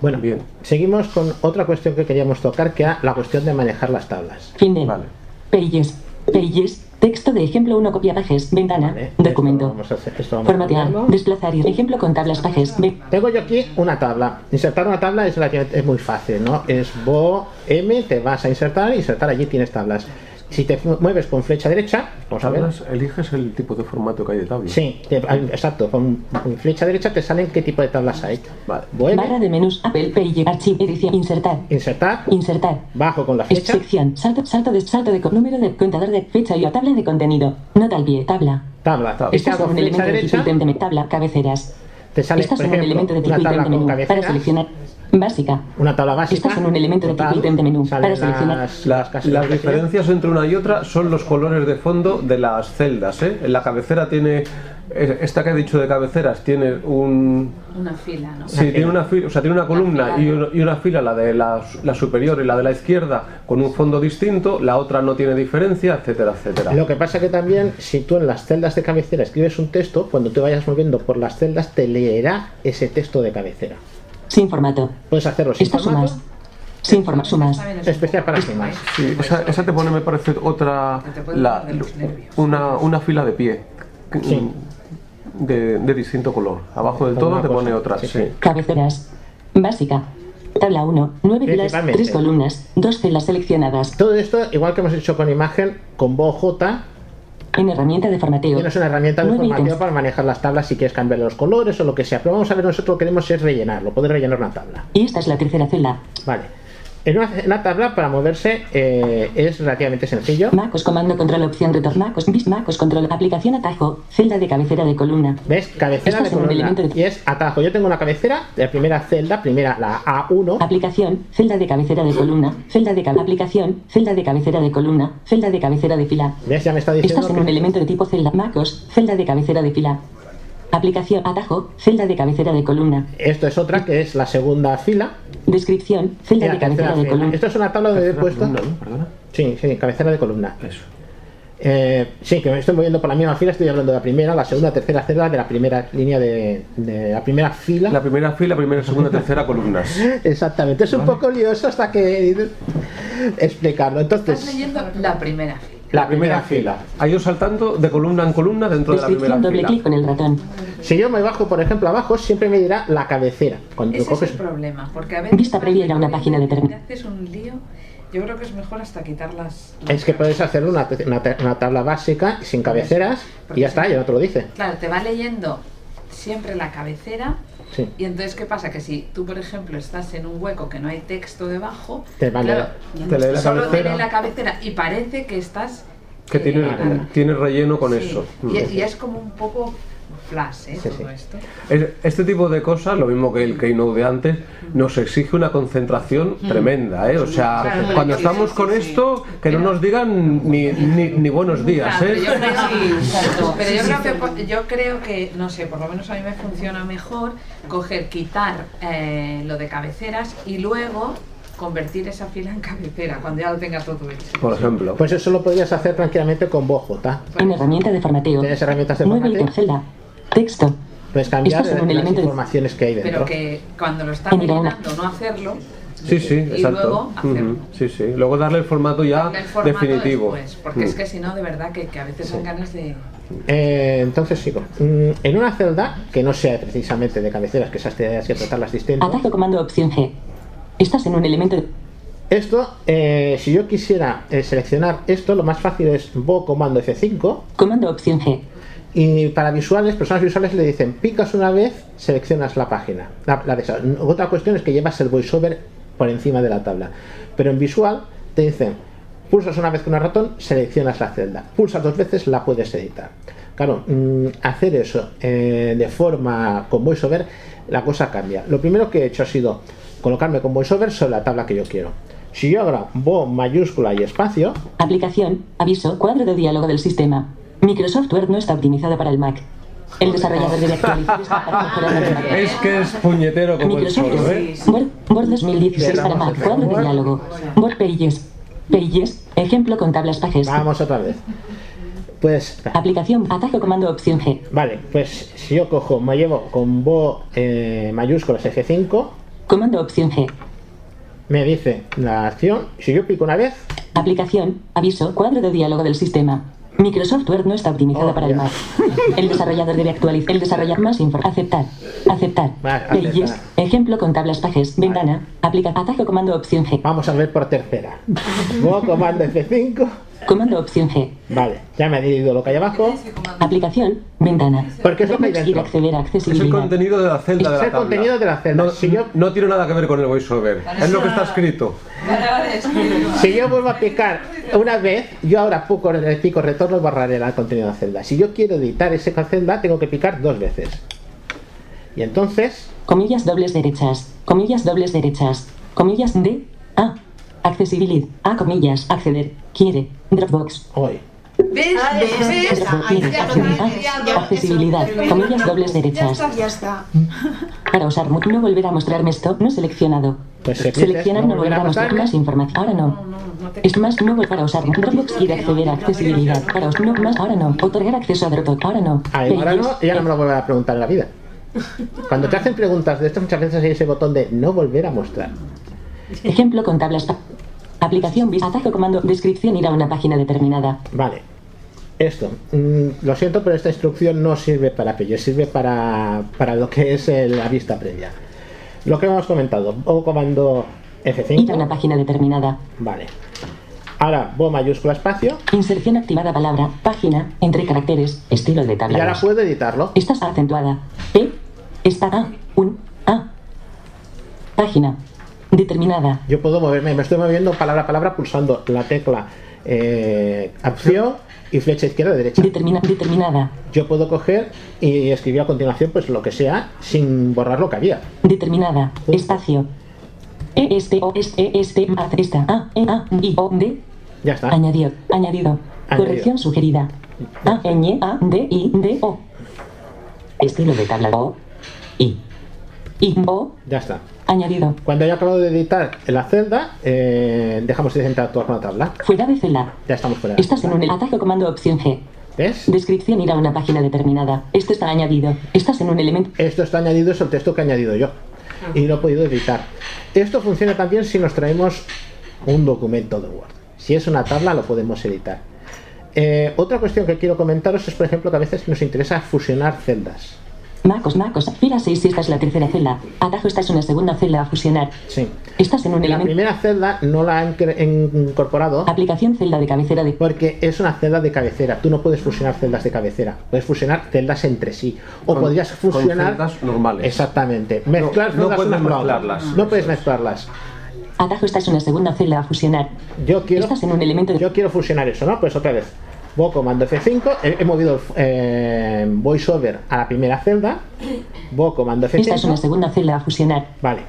Speaker 3: Bueno,
Speaker 4: Bien.
Speaker 3: seguimos con otra cuestión que queríamos tocar, que era la cuestión de manejar las tablas.
Speaker 6: Fin de.
Speaker 4: vale.
Speaker 6: Pages. Pages. Texto de ejemplo 1. Copia pages. Ventana.
Speaker 3: Vale,
Speaker 6: Documento.
Speaker 3: esto vamos a hacer- esto vamos a
Speaker 6: Formatear.
Speaker 3: cambiarlo.
Speaker 6: Desplazar. y- Ejemplo con tablas pages. Ve-
Speaker 3: Tengo yo aquí una tabla. Insertar una tabla es, relativamente- es muy fácil, ¿no? Es bo m, te vas a insertar, insertar allí tienes tablas. Si te mu- mueves con flecha derecha, vamos a ver.
Speaker 4: Además, eliges el tipo de formato que hay de tabla.
Speaker 3: Sí, te- ah, exacto, con con flecha derecha te salen qué tipo de tablas hay.
Speaker 4: Vale.
Speaker 3: Bo M,
Speaker 6: Barra de menús. Apple Page. Archivo. Edición. Insertar.
Speaker 3: insertar,
Speaker 6: Insertar.
Speaker 3: bajo con Eh. la
Speaker 6: Es-
Speaker 3: flecha,
Speaker 6: Sección. Salto. Salto de salto de co- número de contador de fecha y o tabla de contenido. Nota al pie. Tabla.
Speaker 3: tabla. Y si
Speaker 6: Estás
Speaker 3: hago
Speaker 6: en este un
Speaker 3: flecha
Speaker 6: elemento de tipo
Speaker 3: derecha,
Speaker 6: ítem de me- tabla. Cabeceras.
Speaker 3: te sale,
Speaker 6: Estás
Speaker 3: por
Speaker 6: en un elemento
Speaker 3: ejemplo,
Speaker 6: de
Speaker 3: una
Speaker 6: tipo ítem
Speaker 3: tabla
Speaker 6: de
Speaker 3: con
Speaker 6: menú. Para
Speaker 3: cabecera,
Speaker 6: seleccionar. Básica.
Speaker 3: una tabla básica.
Speaker 6: Estás en un elemento de
Speaker 3: total,
Speaker 6: tipo ítem de menú,
Speaker 3: salen
Speaker 6: para seleccionar.
Speaker 3: las-
Speaker 4: La-
Speaker 3: las casillas
Speaker 4: las
Speaker 3: que tienen.
Speaker 4: diferencias entre una y otra son los colores de fondo de las celdas. ¿eh? En la cabecera tiene, eh, esta que he dicho de cabeceras, tiene un,
Speaker 8: Una fila, ¿no?
Speaker 4: Sí, tiene una, fila, o sea, tiene una columna
Speaker 8: fila.
Speaker 4: y una, y una fila, la de la, la superior y la de la izquierda, con un fondo distinto, la otra no tiene diferencia, etcétera, etcétera.
Speaker 3: Lo que pasa que también, si tú en las celdas de cabecera escribes un texto, cuando te vayas moviendo por las celdas, te leerá ese texto de cabecera.
Speaker 6: Sin formato.
Speaker 3: Puedes hacerlo sin
Speaker 6: Estas
Speaker 3: formato,
Speaker 6: sumas. Sin forma, sumas.
Speaker 8: Está bien, es un
Speaker 3: especial para
Speaker 8: poco-
Speaker 3: sumas.
Speaker 4: Sí, esa, esa te pone, me parece, otra.
Speaker 8: Que te puede
Speaker 4: la-
Speaker 8: poner los nervios.
Speaker 4: una, una fila de pie. que-
Speaker 3: Sí.
Speaker 4: De, de distinto color. Abajo del
Speaker 3: Como
Speaker 4: todo
Speaker 3: una
Speaker 4: te pone
Speaker 3: cosa.
Speaker 4: otra.
Speaker 3: Sí,
Speaker 4: sí.
Speaker 3: sí.
Speaker 6: Cabeceras. Básica. Tabla 1. 9 filas,
Speaker 3: Principalmente.
Speaker 6: 3 columnas, 2 celas seleccionadas.
Speaker 3: Todo esto, igual que hemos hecho con imagen, con BOJ,
Speaker 6: En herramienta de formateo.
Speaker 3: tienes una herramienta de
Speaker 6: Nueve
Speaker 3: formateo
Speaker 6: ítems.
Speaker 3: para manejar las tablas si quieres cambiar los colores o lo que sea. Pero vamos a ver, nosotros lo que queremos es rellenarlo, poder rellenar una tabla.
Speaker 6: Y esta es la tercera celda.
Speaker 3: Vale. En una, en una tabla, para moverse, eh, es relativamente sencillo.
Speaker 6: Macos comando control opción retorno. Macos bis Macos control aplicación atajo. Celda de cabecera de columna.
Speaker 3: ¿Ves? Cabecera
Speaker 6: Esto
Speaker 3: de
Speaker 6: es un
Speaker 3: columna.
Speaker 6: elemento de-
Speaker 3: Y es atajo. Yo tengo una cabecera, la primera celda, primera la
Speaker 6: Ah.
Speaker 3: A1.
Speaker 6: Aplicación, celda de cabecera de columna, celda de cabecera, aplicación, celda de cabecera de columna, celda de cabecera de fila.
Speaker 3: ¿Ves? Ya me está diciendo
Speaker 6: Estás en un
Speaker 3: que-
Speaker 6: elemento de tipo celda Macos, celda de cabecera de fila. Aplicación, atajo, celda de cabecera de columna.
Speaker 3: Esto es otra, que es la segunda fila.
Speaker 6: Descripción,
Speaker 3: y
Speaker 6: celda
Speaker 3: la
Speaker 6: de cabecera
Speaker 3: tercera
Speaker 6: de
Speaker 3: fila.
Speaker 6: columna.
Speaker 3: Esto es una tabla donde he
Speaker 4: Tercera
Speaker 3: puesto...
Speaker 4: columna, ¿no? Perdona.
Speaker 3: Sí, sí, cabecera de columna.
Speaker 4: Eso.
Speaker 3: Eh, sí, que me estoy moviendo por la misma fila, estoy hablando de la primera, la segunda, tercera celda, de la primera línea de, de la primera fila.
Speaker 4: La primera fila, primera, segunda, tercera columnas.
Speaker 3: Exactamente, es un poco lioso hasta que explicarlo.
Speaker 8: Estás
Speaker 3: Entonces,
Speaker 8: leyendo la primera fila.
Speaker 3: la primera fila.
Speaker 4: Ha ido saltando de columna en columna dentro de la primera
Speaker 6: Descripción, doble
Speaker 4: fila.
Speaker 6: clic con el ratón.
Speaker 3: Si yo me bajo, por ejemplo, abajo, siempre me dirá la cabecera. Cuando
Speaker 8: Ese es
Speaker 3: coges
Speaker 8: el problema, porque a veces...
Speaker 6: Vista previa era una página determinada.
Speaker 8: Haces un lío, yo creo que es mejor hasta quitar las...
Speaker 3: Es que puedes hacer una, una ta- una tabla básica sin cabeceras y ya está, ya no te lo dice.
Speaker 8: Claro, te va leyendo siempre la cabecera
Speaker 3: Sí.
Speaker 8: y entonces ¿qué pasa? Que si tú, por ejemplo, estás en un hueco que no hay texto debajo,
Speaker 3: Te va a
Speaker 8: claro,
Speaker 4: leer. Te lee la
Speaker 8: solo te
Speaker 4: cabecera.
Speaker 8: lee la cabecera y parece que estás...
Speaker 4: Que
Speaker 8: eh,
Speaker 4: tiene, tiene relleno con
Speaker 8: sí.
Speaker 4: eso. Mm.
Speaker 8: Y, y es como un poco flash, ¿eh?
Speaker 3: Sí,
Speaker 8: todo
Speaker 3: sí.
Speaker 8: esto.
Speaker 4: Es- Este tipo de cosas, lo mismo que el Keynote de antes, nos exige una concentración tremenda, ¿eh? O sea,
Speaker 8: Claro,
Speaker 4: cuando
Speaker 8: sí,
Speaker 4: estamos
Speaker 9: sí,
Speaker 4: con
Speaker 9: sí.
Speaker 4: esto, que no nos digan ni, ni, ni buenos días,
Speaker 8: Claro,
Speaker 4: ¿eh?
Speaker 8: pero yo creo-
Speaker 9: Sí, exacto.
Speaker 8: Pero
Speaker 9: Sí,
Speaker 8: yo
Speaker 9: sí,
Speaker 8: creo, que,
Speaker 9: sí.
Speaker 8: po- yo creo que, no sé, por lo menos a mí me funciona mejor coger, quitar eh, lo de cabeceras y luego convertir esa fila en cabecera cuando ya lo tengas todo hecho.
Speaker 4: Por ejemplo.
Speaker 3: Pues eso lo podrías hacer tranquilamente con BOJ.
Speaker 6: En herramienta de formateo.
Speaker 3: Tienes herramientas de
Speaker 6: Nueve
Speaker 3: formateo.
Speaker 6: ítem celda. Texto.
Speaker 3: Puedes cambiar
Speaker 6: Estos son
Speaker 3: las
Speaker 6: elementos-
Speaker 3: informaciones que hay
Speaker 8: Pero
Speaker 3: dentro.
Speaker 8: que cuando lo estás rellenando no hacerlo
Speaker 4: Sí, sí,
Speaker 8: y
Speaker 4: exacto.
Speaker 8: luego hacerlo.
Speaker 4: Ujú, Sí, sí. Luego darle el formato ya
Speaker 8: El formato
Speaker 4: definitivo.
Speaker 8: después, porque es
Speaker 4: Mm.
Speaker 8: que si no, de verdad que, que a veces son ganas de...
Speaker 3: Eh, entonces sigo. Mm, En una celda que no sea precisamente de cabeceras, que esas tendrías que tratarlas distintas.
Speaker 6: Atajo comando opción G. Estás en un elemento.
Speaker 3: Esto, eh, si yo quisiera eh, seleccionar esto, lo más fácil es Bo comando F5.
Speaker 6: Comando opción G.
Speaker 3: Y para visuales, personas visuales le dicen, picas una vez, seleccionas la página. La, la de esa. Otra cuestión es que llevas el voiceover por encima de la tabla. Pero en visual te dicen, pulsas una vez con el ratón, seleccionas la celda. Pulsas dos veces, la puedes editar. Claro, mm, hacer eso eh, de forma con voiceover, la cosa cambia. Lo primero que he hecho ha sido colocarme con voiceover sobre la tabla que yo quiero. Si yo ahora bo mayúscula y espacio,
Speaker 6: Aplicación. Aviso. Cuadro de diálogo del sistema. Microsoft Word no está optimizada para el Mac. El desarrollador debe actualizar esta parte para el Mac.
Speaker 4: Es que
Speaker 8: ¿eh?
Speaker 4: es puñetero como el
Speaker 6: Microsoft
Speaker 4: solo,
Speaker 6: Word,
Speaker 4: ¿eh?
Speaker 6: Word, Word 2016 para Mac. Cuadro de diálogo. Word Pages. Pages. Ejemplo con tablas pages.
Speaker 3: vamos otra vez. Pues
Speaker 6: Aplicación. Atajo comando opción G.
Speaker 3: Vale, pues si yo cojo, me llevo con bo eh, mayúsculas F5,
Speaker 6: Comando opción G.
Speaker 3: me dice la acción. Si yo pico una vez,
Speaker 6: Aplicación. Aviso. Cuadro de diálogo del sistema. Microsoft Word no está optimizada
Speaker 3: Oh,
Speaker 6: para el
Speaker 3: ya.
Speaker 6: Mac. El desarrollador debe actualizar. El desarrollador más info. Aceptar. Aceptar.
Speaker 3: Vale,
Speaker 6: Pages.
Speaker 3: aceptar.
Speaker 6: Ejemplo con tablas pages. Ventana. Aplica. Atajo comando opción G.
Speaker 3: vamos a ver por tercera. Bo comando F5,
Speaker 6: Comando opción G.
Speaker 3: vale, ya me ha dicho lo que hay abajo.
Speaker 6: Aplicación. Ventana.
Speaker 3: Porque es lo que hay
Speaker 6: Ir a
Speaker 3: dentro.
Speaker 6: acceder
Speaker 4: Es
Speaker 6: a
Speaker 4: el
Speaker 6: accesibilidad.
Speaker 4: contenido de la celda de
Speaker 3: Es
Speaker 4: la
Speaker 3: el
Speaker 4: tabla.
Speaker 3: contenido de la celda.
Speaker 4: No,
Speaker 3: Si yo-
Speaker 4: no tiene nada que ver con el voiceover. Es lo que está escrito.
Speaker 3: Si yo vuelvo a picar una vez, yo ahora pico, pico retorno y borraré el contenido de la celda. Si yo quiero editar esa celda, tengo que picar dos veces. Y entonces,
Speaker 6: Comillas dobles derechas. Comillas dobles derechas. Comillas D. A. Accesibilidad. A comillas. Acceder. Quiere. Dropbox.
Speaker 3: hoy.
Speaker 8: ¿Ves?
Speaker 9: Ah,
Speaker 8: ¿Ves?
Speaker 9: eso,
Speaker 8: ¿Ves?
Speaker 9: eso.
Speaker 8: Ahí ya lo tengo
Speaker 6: Accesibilidad,
Speaker 8: estudiado.
Speaker 6: accesibilidad, comillas dobles derechas.
Speaker 9: Ya está.
Speaker 6: Para usar mu- no volver a mostrarme esto, no seleccionado.
Speaker 3: Pues se
Speaker 6: Seleccionar no volver a mostrar más información. Ahora no.
Speaker 8: No, no, no te...
Speaker 6: Es más no volver para usar Dropbox y acceder a accesibilidad. Para us- no más ahora no. Otorgar acceso a Dropbox. Ahora no.
Speaker 3: Ahí, ahora no,
Speaker 6: Pages.
Speaker 3: ya no me lo vuelven a preguntar en la vida. Cuando te hacen preguntas de esto, muchas veces hay ese botón de no volver a mostrar.
Speaker 6: Ejemplo con tablas. pa- Aplicación vis- atajo comando descripción ir a una página determinada.
Speaker 3: Vale. Esto, mm, lo siento, pero esta instrucción no sirve para ello, sirve para, para lo que es eh, la vista previa. Lo que hemos comentado, o comando
Speaker 6: Ir a una
Speaker 3: F5.
Speaker 6: página determinada.
Speaker 3: Vale. Ahora, bo mayúscula espacio,
Speaker 6: Inserción activada palabra, página, entre caracteres, estilo de
Speaker 3: y
Speaker 6: tabla.
Speaker 3: ahora
Speaker 6: dos.
Speaker 3: puedo editarlo.
Speaker 6: Estás acentuada. P. Está A. Un. A. Página. Determinada.
Speaker 3: Yo puedo moverme, me estoy moviendo palabra a palabra pulsando la tecla eh, opción y flecha izquierda derecha.
Speaker 6: Determina, determinada.
Speaker 3: yo puedo coger y escribir a continuación pues lo que sea sin borrar lo que había.
Speaker 6: Determinada. Espacio. E. Este. O. Este. Este. A. Esta. A. E. A. I. O. D.
Speaker 3: Ya está.
Speaker 6: Añadido. Añadido. Corrección sugerida. A. E, Ñ. A. D. I. D. O. Estilo de tabla. O. I. I. O.
Speaker 3: Ya está.
Speaker 6: Añadido.
Speaker 3: Cuando haya acabado de editar la celda, eh, dejamos de interactuar con la tabla.
Speaker 6: Fuera de celda.
Speaker 3: Ya estamos fuera. de la
Speaker 6: Estás en
Speaker 3: celda.
Speaker 6: un atajo comando opción G.
Speaker 3: ¿Ves?
Speaker 6: Descripción ir a una página determinada. Esto está añadido. Estás en un elemento.
Speaker 3: Esto está añadido, es el texto que he añadido yo. Y lo he podido editar. Esto funciona también si nos traemos un documento de Word. Si es una tabla, lo podemos editar. Eh, otra cuestión que quiero comentaros es, por ejemplo, que a veces nos interesa fusionar celdas.
Speaker 6: Marcos, Marcos. Fila 6 si esta es la tercera celda. Atajo esta es una segunda celda a fusionar.
Speaker 3: Sí.
Speaker 6: Estás en un
Speaker 3: La
Speaker 6: elemento.
Speaker 3: primera celda no la han cre- incorporado
Speaker 6: Aplicación celda de cabecera de.
Speaker 3: Porque es una celda de cabecera. Tú no puedes fusionar celdas de cabecera. Puedes fusionar celdas entre sí. O
Speaker 4: Con-
Speaker 3: podrías
Speaker 4: con
Speaker 3: fusionar.
Speaker 4: celdas normales.
Speaker 3: Exactamente. Mezclar
Speaker 4: no
Speaker 3: celdas
Speaker 4: puedes
Speaker 3: unas con otras.
Speaker 4: mezclarlas.
Speaker 3: No puedes mezclarlas.
Speaker 6: Atajo esta es una segunda celda a fusionar.
Speaker 3: Yo quiero,
Speaker 6: Estás en un elemento de.
Speaker 3: yo quiero fusionar eso, ¿no? Pues otra vez. Voy comando F5. He, he movido el eh, voiceover a la primera celda. Voy comando
Speaker 6: Esta es una
Speaker 3: F5.
Speaker 6: segunda celda a fusionar.
Speaker 3: Vale.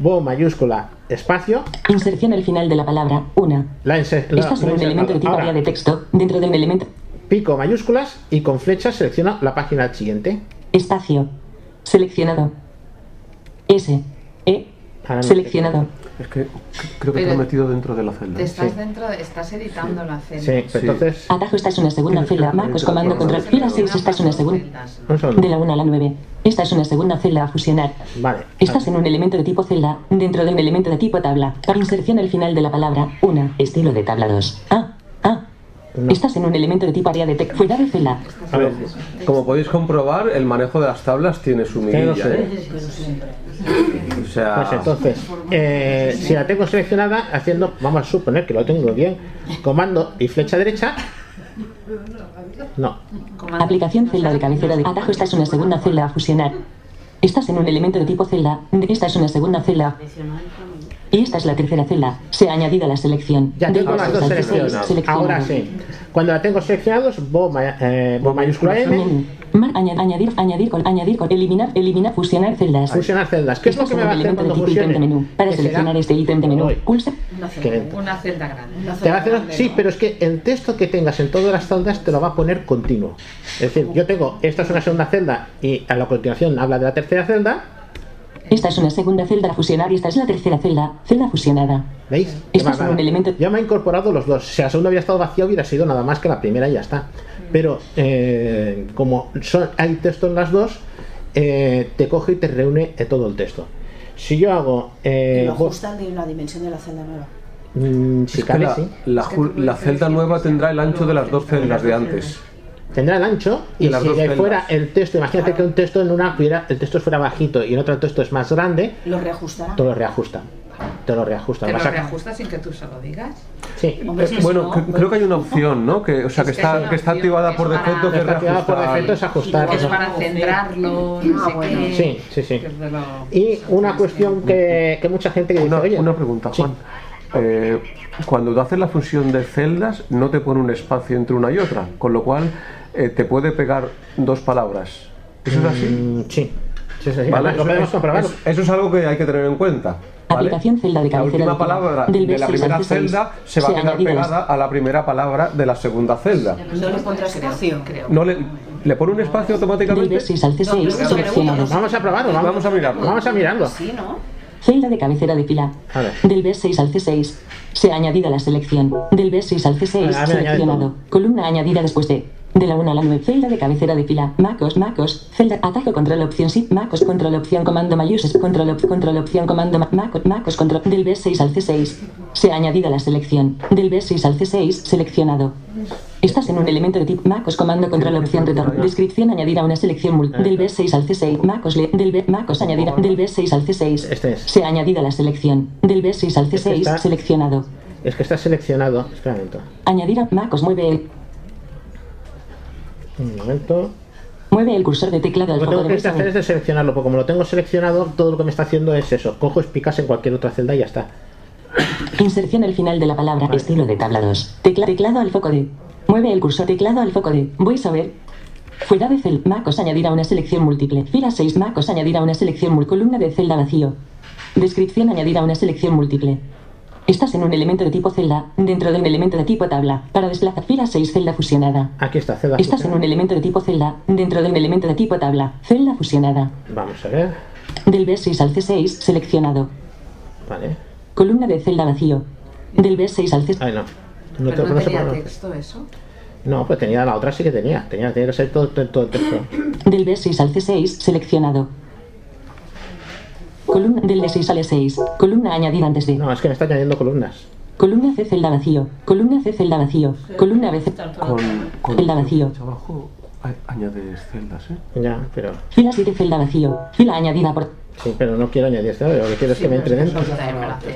Speaker 3: Voy mayúscula espacio.
Speaker 6: Inserción al final de la palabra. Una.
Speaker 3: La inser- la-
Speaker 6: Estás en
Speaker 3: la
Speaker 6: un
Speaker 3: he
Speaker 6: elemento de tipo
Speaker 3: insertado.
Speaker 6: área de
Speaker 3: Ahora,
Speaker 6: texto. Dentro de un elemento.
Speaker 3: pico mayúsculas y con flecha selecciono la página siguiente.
Speaker 6: Espacio. Seleccionado. S. E.
Speaker 3: Ah, no.
Speaker 6: Seleccionado.
Speaker 4: Es que c- creo que te
Speaker 8: Pero
Speaker 4: lo he metido dentro de la celda.
Speaker 8: Te estás
Speaker 4: Sí.
Speaker 8: dentro, de- estás editando la celda.
Speaker 3: Sí, pero
Speaker 4: Sí.
Speaker 3: entonces.
Speaker 6: Atajo esta es una segunda celda. Marcos comando control. Fila 6. Esta es una
Speaker 4: este
Speaker 6: segunda.
Speaker 3: Un segundo.
Speaker 6: De la 1 a la 9. Esta es una segunda celda a fusionar.
Speaker 3: Vale.
Speaker 6: Estás en un elemento de tipo celda, dentro de un elemento de tipo tabla. Para inserción al final de la palabra, una, estilo de tabla 2. Ah, ah.
Speaker 3: No.
Speaker 6: Estás en un elemento de tipo área de tec fuera de celda.
Speaker 3: A ver,
Speaker 4: Como podéis comprobar, el manejo de las tablas tiene su
Speaker 3: Claro,
Speaker 4: mirilla.
Speaker 3: sí.
Speaker 4: ¿eh? Ah. O sea,
Speaker 3: Pues entonces, eh, si la tengo seleccionada, haciendo, vamos a suponer que lo tengo bien, comando y flecha derecha. No,
Speaker 8: Comando.
Speaker 6: Aplicación celda de cabecera de atajo. Esta es una segunda celda a fusionar. Estás en un elemento de tipo celda. Esta es una segunda celda. Y esta es la tercera celda. Se ha añadido a la selección.
Speaker 3: ya
Speaker 6: Del
Speaker 3: tengo las
Speaker 6: dos
Speaker 3: dos
Speaker 6: al 16
Speaker 3: seleccionadas.
Speaker 6: seleccionado.
Speaker 3: Ahora sí. Cuando la tengo seleccionados, bo, ma- eh, bo mayúscula M,
Speaker 6: Menú. Mar- aña- añadir, añadir, con, añadir, con, eliminar, eliminar, fusionar celdas.
Speaker 3: fusionar celdas. ¿Qué es lo
Speaker 6: Estás
Speaker 3: que me
Speaker 6: en
Speaker 3: va a
Speaker 6: un
Speaker 3: hacer
Speaker 6: elemento de
Speaker 3: cuando
Speaker 6: tipo ítem de menú.
Speaker 3: fusione?
Speaker 6: Para
Speaker 3: Que será-
Speaker 6: seleccionar este ítem de menú,
Speaker 3: Voy.
Speaker 6: pulsa.
Speaker 9: Una celda
Speaker 3: Qué
Speaker 9: grande.
Speaker 3: lento.
Speaker 8: Una celda grande.
Speaker 9: Una
Speaker 3: Te va
Speaker 9: celda
Speaker 3: a hacer-
Speaker 9: grande,
Speaker 3: sí,
Speaker 9: ¿no?
Speaker 3: pero es que el texto que tengas en todas las celdas te lo va a poner continuo. Es decir, yo tengo, esta es una segunda celda y a la continuación habla de la tercera celda,
Speaker 6: Esta es una segunda celda a fusionar y esta es la tercera celda, celda fusionada.
Speaker 3: ¿veis?
Speaker 6: Esto
Speaker 3: Va-
Speaker 6: es un
Speaker 3: va-
Speaker 6: elemento-
Speaker 3: Ya me ha incorporado los dos. Si la segunda hubiera estado vacía hubiera sido nada más que la primera y ya está. Pero eh, como son, hay texto en las dos, eh, te coge y te reúne eh, todo el texto. Si yo hago... eh,
Speaker 9: Y lo
Speaker 3: bo-
Speaker 9: ajustan de la dimensión de la celda nueva.
Speaker 3: mm, si
Speaker 4: es que
Speaker 3: cabe,
Speaker 4: la,
Speaker 3: sí.
Speaker 4: la ju- la celda nueva tendrá el ancho de las dos celdas de antes.
Speaker 3: Tendrá el ancho y,
Speaker 4: Y las
Speaker 3: si
Speaker 4: dos
Speaker 3: de
Speaker 4: celdas.
Speaker 3: fuera el texto, imagínate que un texto en una hubiera- el texto fuera bajito y en otro el texto es más grande,
Speaker 9: Lo reajustarán.
Speaker 3: te lo reajusta. Te lo reajusta.
Speaker 8: Te lo
Speaker 3: vas a-
Speaker 8: reajustas sin que tú se lo digas.
Speaker 3: Sí.
Speaker 9: Hombre,
Speaker 4: Eh,
Speaker 9: si
Speaker 4: bueno,
Speaker 9: no,
Speaker 4: cre- creo que hay una opción, ¿no? Que, o sea, que
Speaker 8: Es que es
Speaker 4: está,
Speaker 8: una
Speaker 4: que está
Speaker 8: opción,
Speaker 4: activada por
Speaker 8: es para-
Speaker 4: defecto que es
Speaker 3: Está activada por defecto es
Speaker 4: reajustar.
Speaker 3: ajustar.
Speaker 8: Es
Speaker 3: eso.
Speaker 8: para centrarlo, no
Speaker 9: Ah,
Speaker 8: sé
Speaker 9: bueno.
Speaker 8: qué.
Speaker 3: Sí, sí, sí.
Speaker 8: Que es de lo-
Speaker 3: Y una cuestión que, que mucha gente que dice,
Speaker 4: Una,
Speaker 3: oye,
Speaker 4: una pregunta,
Speaker 3: sí.
Speaker 4: Juan. Eh, cuando tú haces la fusión de celdas, no te pone un espacio entre una y otra, con lo cual eh, te puede pegar dos palabras. ¿Eso es así?
Speaker 3: Mm, sí. Sí, sí, sí.
Speaker 4: Vale,
Speaker 3: lo
Speaker 4: eso,
Speaker 3: podemos comprobar.
Speaker 4: eso- eso es algo que hay que tener en cuenta. ¿vale?
Speaker 6: Aplicación celda
Speaker 4: La
Speaker 6: de cabecera
Speaker 4: última
Speaker 6: del programa.
Speaker 4: palabra
Speaker 6: Del
Speaker 4: de la
Speaker 6: B6 al
Speaker 4: primera
Speaker 6: C6.
Speaker 4: celda se va a
Speaker 6: Se
Speaker 4: quedar
Speaker 6: añadidas.
Speaker 4: pegada a la primera palabra de la segunda celda.
Speaker 9: No le pondrás espacio.
Speaker 8: Creo.
Speaker 4: No le, le pone un espacio
Speaker 6: Del
Speaker 4: automáticamente.
Speaker 6: B6 al
Speaker 9: No,
Speaker 6: C6
Speaker 9: pero no,
Speaker 6: seleccionado.
Speaker 9: pero no.
Speaker 3: Vamos a probarlo. Vamos,
Speaker 4: Vamos a mirarlo.
Speaker 3: Vamos a mirarlo.
Speaker 9: Sí, ¿no?
Speaker 6: Celda de cabecera de fila.
Speaker 3: A ver.
Speaker 6: Del B6 al C6 se ha añadido a la selección. Del B6 al C6
Speaker 3: Vale, a ver, añade
Speaker 6: seleccionado. Columna añadida después de. De la 1 a la 9, celda de cabecera de fila, Macos, Macos, celda, atajo, control, opción, sí, Macos, control, opción, comando, mayúsculas, control, op- control, opción, comando, ma- Macos, Macos, control, del B6 al C6, se ha añadido a la selección, del B6 al C6, seleccionado. Estás en un elemento de tipo Macos, comando, control, opción, retorno, descripción, añadir a una selección, mul- del B6 al C6, Macos, le- del B, Macos, añadir, a- del B6 al C6,
Speaker 3: Este es.
Speaker 6: se ha añadido a la selección. Del B6 al C6
Speaker 3: Este está-
Speaker 6: seleccionado.
Speaker 3: Es que está seleccionado. Espera un momento.
Speaker 6: Añadir a Macos. Mueve el,
Speaker 3: Un momento.
Speaker 6: mueve el cursor de teclado al
Speaker 3: Lo que
Speaker 6: foco
Speaker 3: tengo
Speaker 6: de
Speaker 3: que hacer es
Speaker 6: botón.
Speaker 3: deseleccionarlo, porque como lo tengo seleccionado, todo lo que me está haciendo es eso. Cojo picas en cualquier otra celda y ya está.
Speaker 6: Inserción al final de la palabra. Estilo de tabla 2. Tecla- teclado al foco de. Mueve el cursor teclado al foco de. Voy a ver. Fuera de cel. Macos. Añadir a una selección múltiple. Fila 6. Macos. Añadir a una selección múltiple. Columna de celda vacío. Descripción. Añadir a una selección múltiple. Estás en un elemento de tipo celda, dentro de un elemento de tipo tabla, para desplazar fila 6 celda fusionada.
Speaker 3: Aquí está, celda.
Speaker 6: Estás en un elemento de tipo celda, dentro de un elemento de tipo tabla, celda fusionada.
Speaker 3: Vamos a ver.
Speaker 6: Del B6 al C6 seleccionado.
Speaker 3: Vale.
Speaker 6: Columna de celda vacío. Del B6 al C6.
Speaker 3: Ay, no. No,
Speaker 8: Pero
Speaker 3: te-
Speaker 8: no
Speaker 3: no se
Speaker 8: tenía
Speaker 3: puede-
Speaker 8: texto eso.
Speaker 3: No, pues tenía la otra, sí que tenía. Tenía, tenía que ser todo, todo, todo el texto.
Speaker 6: Del B6 al C6 seleccionado. Columna del B6 al E6. Columna añadida antes de.
Speaker 3: No, es que me está añadiendo columnas.
Speaker 6: Columna C celda vacío. Columna C celda vacío. Columna B celda.
Speaker 4: Con, con
Speaker 6: Celda vacío.
Speaker 4: abajo a- añades celdas, ¿eh?
Speaker 3: Ya, pero.
Speaker 6: Fila 7 celda vacío. Fila añadida por.
Speaker 3: Sí, pero no quiero añadir celda, lo que quiero es que me entre dentro. Mm.
Speaker 8: Está en la C,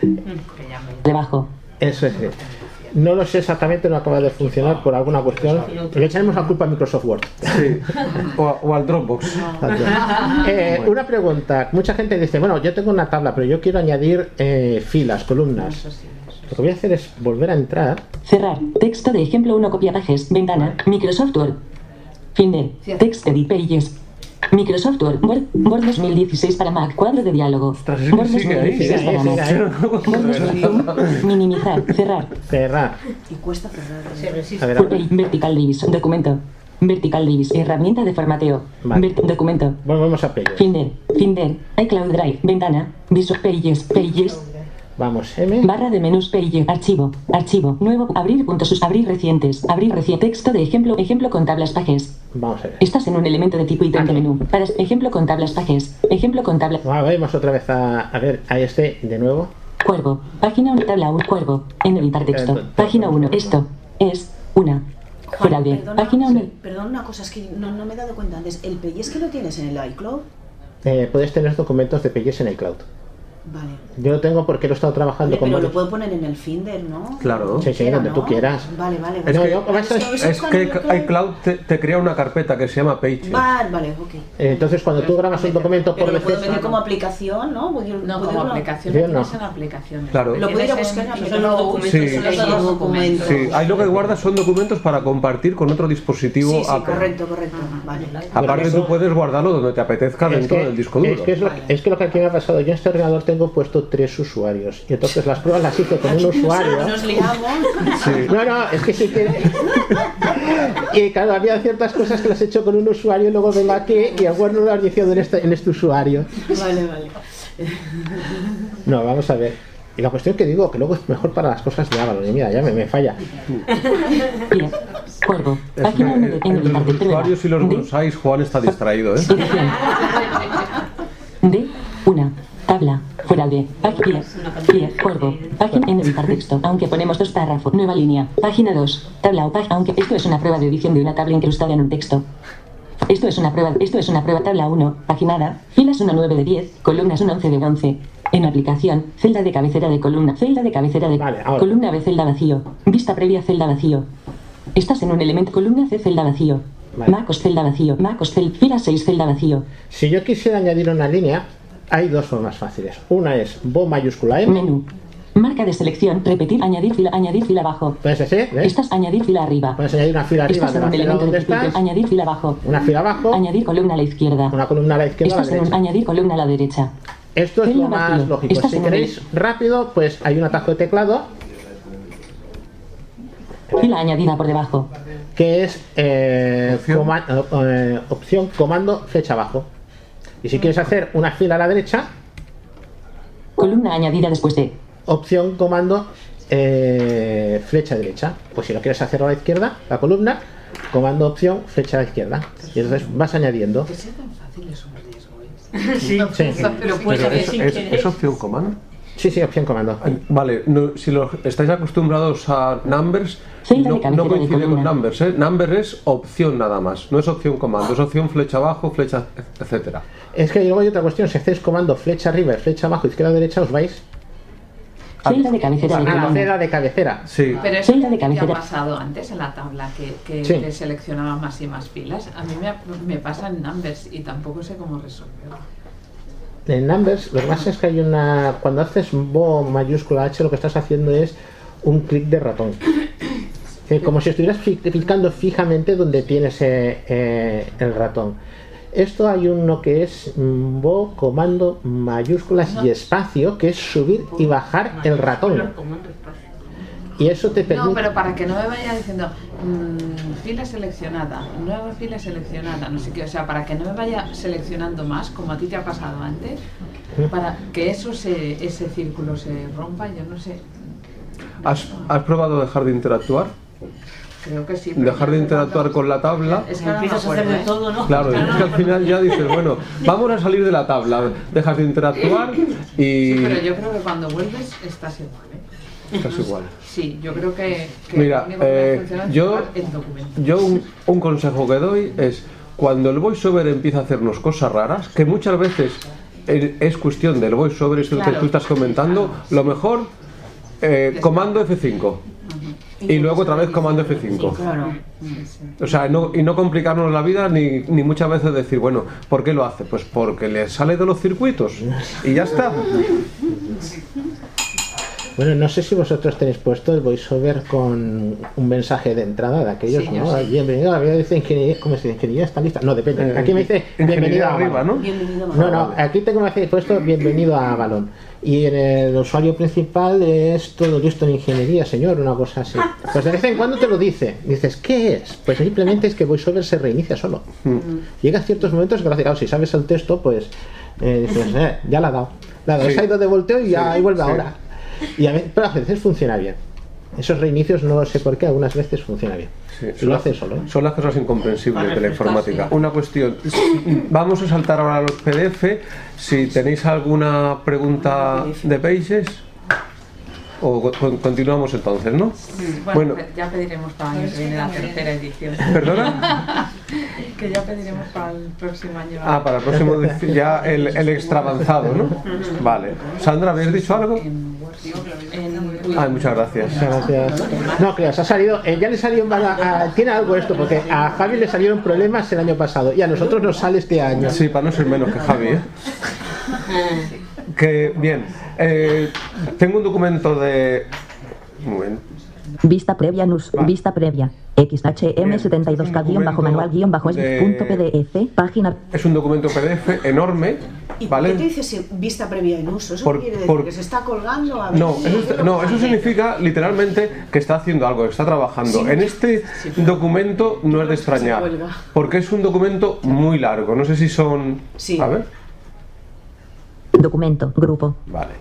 Speaker 8: en la ver. Que ya me-
Speaker 6: Debajo.
Speaker 3: Eso es. No lo sé exactamente, no acaba de funcionar por alguna cuestión. Le echaremos la culpa a Microsoft Word.
Speaker 4: Sí. O, a- o al Dropbox.
Speaker 3: Eh, una pregunta. Mucha gente dice, bueno, yo tengo una tabla, pero yo quiero añadir eh, filas, columnas.
Speaker 8: Eso sí, eso.
Speaker 3: Lo que voy a hacer es volver a entrar.
Speaker 6: Cerrar. Texto de ejemplo 1. Copiapajes. Ventana. Microsoft Word. Fin de. Text edit pages. Microsoft Word. Word, Word 2016 para Mac. Cuadro de diálogo.
Speaker 4: Ostras, es que
Speaker 6: Word
Speaker 4: sigue ahí, ¿eh?
Speaker 3: sigue
Speaker 6: 2016
Speaker 3: ahí,
Speaker 6: para
Speaker 3: sigue
Speaker 6: Mac.
Speaker 3: ahí.
Speaker 6: Word 2016. Minimizar. Cerrar.
Speaker 3: Cerrar.
Speaker 9: Y cuesta cerrar. ¿eh?
Speaker 3: A ver,
Speaker 6: Full
Speaker 3: ahora.
Speaker 6: page. Vertical divis. Documento. Vertical divis. Herramienta de formateo.
Speaker 3: Vale.
Speaker 6: Vert- documento.
Speaker 3: Volvemos a Pages.
Speaker 6: Fin de. Finder, iCloud Drive, ventana, Visual Pages, Pages,
Speaker 3: Vamos, M.
Speaker 6: barra de menús Pages, archivo, archivo, nuevo, abrir puntos, sus- abrir recientes, abrir reciente, texto de ejemplo, ejemplo con tablas pages.
Speaker 3: Vamos a ver.
Speaker 6: Estás en un elemento de tipo ítem de menú, para ejemplo con tablas pages, ejemplo con tablas,
Speaker 3: Ah, vamos otra vez a, a ver a este de nuevo.
Speaker 6: cuervo, página 1, tabla 1, cuervo, en editar texto, página 1, esto, es, una, fuera de,
Speaker 9: Perdona,
Speaker 6: página 1,
Speaker 9: perdona una cosa, es que no, no me he dado cuenta antes. ¿El es que lo tienes en el iCloud?
Speaker 3: Eh, puedes tener documentos de PGS en el cloud.
Speaker 9: Vale.
Speaker 3: Yo lo tengo porque lo he estado trabajando
Speaker 9: Oye,
Speaker 3: con
Speaker 9: pero lo
Speaker 3: varios.
Speaker 9: puedo poner en el Finder, ¿no?
Speaker 4: Claro.
Speaker 3: Sí, sí,
Speaker 9: Quiera,
Speaker 3: donde
Speaker 9: ¿no?
Speaker 3: tú quieras.
Speaker 9: Vale, vale, vale.
Speaker 4: Es que,
Speaker 3: yo-
Speaker 9: Es que-
Speaker 4: es que iCloud te, te crea una carpeta que se llama Pages.
Speaker 9: Vale, vale, ok.
Speaker 3: Eh, Entonces, cuando tú grabas un documento
Speaker 9: Pero
Speaker 3: por
Speaker 9: lo puedo
Speaker 3: defecto,
Speaker 9: meter como aplicación, ¿no? Voy a-
Speaker 8: No,
Speaker 9: puedo
Speaker 8: como
Speaker 9: lo-
Speaker 8: aplicación,
Speaker 3: Yo
Speaker 8: lo tienes
Speaker 3: no.
Speaker 8: en aplicaciones.
Speaker 4: Claro.
Speaker 9: Lo
Speaker 8: Tienes
Speaker 9: podría
Speaker 8: en-
Speaker 9: buscar en
Speaker 8: son
Speaker 9: aplicación.
Speaker 8: los documentos,
Speaker 4: Sí.
Speaker 8: son los
Speaker 9: Son
Speaker 8: dos
Speaker 9: los
Speaker 8: documentos.
Speaker 4: Sí, ahí lo que guardas son documentos para compartir con otro dispositivo
Speaker 9: Sí, sí,
Speaker 3: ah,
Speaker 4: Apple.
Speaker 9: correcto, correcto. Vale.
Speaker 4: Aparte
Speaker 3: Eso-
Speaker 4: tú puedes guardarlo donde te apetezca
Speaker 3: es
Speaker 4: dentro
Speaker 3: que,
Speaker 4: del disco duro.
Speaker 3: Es que, es, lo, es que lo que aquí me ha pasado, yo en este ordenador tengo puesto tres usuarios. Y entonces las pruebas las hice con un usuario.
Speaker 9: Nos liamos.
Speaker 4: Sí.
Speaker 3: No, no, es que sí que. Y claro, había ciertas cosas que las he hecho con un usuario y luego vengo aquí y algunas no lo has diciendo en este, en este usuario.
Speaker 9: Vale, vale.
Speaker 3: No, vamos a ver. Y la cuestión que digo, que luego es mejor para las cosas de Avalon. Y mira, ya me, me falla.
Speaker 6: Bien. Cuervo.
Speaker 4: Es que,
Speaker 6: Página 1 de
Speaker 4: eh, entre los usuarios y los bonsais, Juan está distraído, ¿eh?
Speaker 6: D. Una. Tabla. Fuera de. Página. Pie. Cuervo. Página en editar texto. Aunque ponemos dos párrafos. Nueva línea. Página 2. Tabla o página. Aunque esto es una prueba de edición de una tabla incrustada en un texto. Esto es una prueba. Esto es una prueba tabla 1. Paginada. Filas 1 9 de 10. Columnas 1 11 de 11. En aplicación. Celda de cabecera de columna. Celda de cabecera de.
Speaker 3: Vale, ahora.
Speaker 6: Columna B. Celda vacío. Vista previa. Celda vacío. Estás en un elemento. Columna C. Celda vacío.
Speaker 3: Vale.
Speaker 6: Macos celda vacío, Macos cel, fila 6 celda vacío,
Speaker 3: Si yo quisiera añadir una línea, hay dos formas fáciles. Una es bo mayúscula M.
Speaker 6: menú, marca de selección, repetir, añadir fila, añadir fila abajo,
Speaker 3: Puedes decir, ¿ves?
Speaker 6: estás añadir fila arriba,
Speaker 3: Puedes añadir una fila Pues, arriba
Speaker 6: estás
Speaker 3: de
Speaker 6: en
Speaker 3: la
Speaker 6: un
Speaker 3: fila
Speaker 6: elemento
Speaker 3: donde
Speaker 6: de tipo,
Speaker 3: estás,
Speaker 6: añadir fila abajo,
Speaker 3: una fila abajo,
Speaker 6: añadir columna a la izquierda,
Speaker 3: una columna a la izquierda a la
Speaker 6: estás en un
Speaker 3: derecha.
Speaker 6: añadir columna a la derecha,
Speaker 3: Esto es
Speaker 6: celda
Speaker 3: lo más
Speaker 6: vacío.
Speaker 3: lógico.
Speaker 6: Estás
Speaker 3: Si
Speaker 6: en un-
Speaker 3: queréis rápido, pues hay un atajo de teclado
Speaker 6: fila añadida por debajo,
Speaker 3: que es eh,
Speaker 4: Opción.
Speaker 3: coma- eh, opción comando flecha abajo. Y si quieres hacer una fila a la derecha,
Speaker 6: columna añadida después de,
Speaker 3: opción comando eh, flecha derecha. Pues si lo quieres hacer a la izquierda, la columna, comando opción flecha a la izquierda. Y entonces vas añadiendo.
Speaker 8: Que sea tan fácil es un riesgo, ¿eh?
Speaker 3: Sí, sí,
Speaker 8: Pero puedes
Speaker 4: Pero
Speaker 8: hacer
Speaker 4: es,
Speaker 8: sin
Speaker 4: es-
Speaker 8: querer.
Speaker 4: es opción comando.
Speaker 3: sí, sí, opción comando.
Speaker 4: Vale, no- si los estáis acostumbrados a Numbers,
Speaker 6: Sí, la
Speaker 4: no,
Speaker 6: de cabecera
Speaker 4: no coincide
Speaker 6: de columna.
Speaker 4: con Numbers, ¿eh? Numbers es opción nada más, no es opción comando, es opción flecha abajo, flecha, etcétera.
Speaker 3: Es que luego hay otra cuestión. Si hacéis comando flecha arriba, y flecha abajo, izquierda derecha, os vais
Speaker 6: celda de cabecera
Speaker 3: a
Speaker 6: de
Speaker 3: la
Speaker 6: columna,
Speaker 3: Pues celda de cabecera.
Speaker 4: Sí,
Speaker 8: Pero eso
Speaker 6: Celda de
Speaker 8: ya ha
Speaker 6: cabecera.
Speaker 8: pasado antes en la tabla que, que
Speaker 3: Sí.
Speaker 8: te seleccionaba más y más filas. A mí me, me pasa en numbers y tampoco sé cómo resolverlo.
Speaker 3: En Numbers, lo que pasa es que hay una. Cuando haces bo mayúscula H, lo que estás haciendo es un clic de ratón. Eh, Como si estuvieras fi- picando fijamente donde tienes eh, eh, el ratón. Esto hay uno que es mm, bo comando mayúsculas y espacio, que es subir y bajar el ratón. Y eso te permite.
Speaker 8: No, pero para que no me vaya diciendo mm, fila seleccionada, nueva fila seleccionada, no sé qué, o sea, para que no me vaya seleccionando más, como a ti te ha pasado antes, para que eso se, ese círculo se rompa, yo no sé,
Speaker 4: ¿Has, has probado dejar de interactuar?
Speaker 8: creo que sí. pero
Speaker 4: Dejar de
Speaker 8: no sé cuándo-
Speaker 4: interactuar con la tabla.
Speaker 8: Es que ahora no me
Speaker 7: Empiezas a
Speaker 8: acuerdo,
Speaker 7: hacer de
Speaker 8: ¿eh?
Speaker 7: todo, ¿no?
Speaker 4: Claro, es que al final ya dices, bueno, vamos a salir de la tabla, dejas de interactuar y
Speaker 8: Sí, pero yo creo que cuando vuelves estás igual, ¿eh?
Speaker 4: estás igual.
Speaker 8: Sí, yo creo que, que
Speaker 4: Mira,
Speaker 8: lo único que me
Speaker 4: eh,
Speaker 8: funciona es
Speaker 4: yo-
Speaker 8: jugar el documento.
Speaker 4: Yo un, un consejo que doy es cuando el voiceover empieza a hacernos cosas raras, que muchas veces el- es cuestión del voiceover, es lo que
Speaker 8: Claro.
Speaker 4: tú estás comentando, lo mejor eh, comando F5 y luego otra vez comando F5.
Speaker 9: Claro.
Speaker 4: O sea, no, y no complicarnos la vida ni, ni muchas veces decir, bueno, ¿por qué lo hace? Pues porque le sale de los circuitos y ya está.
Speaker 3: Bueno, no sé si vosotros tenéis puesto el voiceover con un mensaje de entrada de aquellos,
Speaker 8: Sí, yo
Speaker 3: ¿no?
Speaker 8: sí.
Speaker 3: Bienvenido a la vida dice ingeniería, ¿cómo se dice? Ingeniería está lista. No, depende. Aquí me dice bienvenido
Speaker 4: Eh, Ingeniería
Speaker 3: a
Speaker 4: arriba,
Speaker 3: Avalon.
Speaker 4: ¿no?
Speaker 9: Bienvenido,
Speaker 3: Eh, No, no,
Speaker 9: Manolo.
Speaker 3: aquí tengo me hace puesto bienvenido a Avalon. Y en el usuario principal es todo listo en ingeniería, señor, una cosa así. Pues de vez en cuando te lo dice. Dices, ¿qué es? Pues simplemente es que VoiceOver se reinicia solo. Llega a ciertos momentos, gracias, claro, si sabes el texto, pues Eh, dices, eh, ya la ha dado. La ha dado,
Speaker 4: Sí.
Speaker 3: se ha ido de volteo y ya
Speaker 4: Sí,
Speaker 3: y vuelve
Speaker 4: sí.
Speaker 3: ahora. Y a veces, pero a veces funciona bien. Esos reinicios no sé por qué, algunas veces funciona bien.
Speaker 4: Sí,
Speaker 3: Lo hace solo, ¿eh?
Speaker 4: Son las cosas incomprensibles
Speaker 7: Para
Speaker 4: de la
Speaker 7: refrescarse.
Speaker 4: informática. Una cuestión. Vamos a saltar ahora a los PDF. Si tenéis alguna pregunta de Pages, o co- con- continuamos entonces, ¿no?
Speaker 8: Bueno, pues
Speaker 4: Bueno.
Speaker 8: ya pediremos para el año que viene la tercera edición.
Speaker 4: ¿Perdona?
Speaker 8: Que ya pediremos para el próximo año.
Speaker 4: Ah, para el próximo dec- ya el, el extra avanzado, ¿no? Vale. Sandra, ¿habéis dicho algo?
Speaker 8: En Word. En-
Speaker 4: Ay, muchas gracias.
Speaker 3: Muchas gracias. No creas, ha salido, eh, ya le salieron, a- a- tiene algo esto, porque a Javi le salieron problemas el año pasado y a nosotros nos sale este año.
Speaker 4: Sí, para no ser menos que Javi, ¿eh? Que bien. Eh, tengo un documento de. Muy bien.
Speaker 5: Vista previa NUS.
Speaker 4: Vale. este
Speaker 5: Vista previa. XHM72K guión bajo manual guión bajo es
Speaker 4: De-
Speaker 5: punto PDF. Página.
Speaker 4: Es un documento PDF enorme,
Speaker 9: ¿Y
Speaker 4: ¿vale?
Speaker 9: por qué te dice si- vista previa en uso? Eso
Speaker 4: Por-
Speaker 9: quiere decir
Speaker 4: por-
Speaker 9: que se está colgando a ver
Speaker 4: No,
Speaker 9: si-
Speaker 4: eso, está- no, eso significa literalmente que está haciendo algo, que está trabajando. en este documento no es de extrañar,
Speaker 9: huelga.
Speaker 4: porque es un documento muy largo. No sé si son.
Speaker 9: Sí.
Speaker 4: A ver,
Speaker 5: Documento. Grupo.
Speaker 4: vale.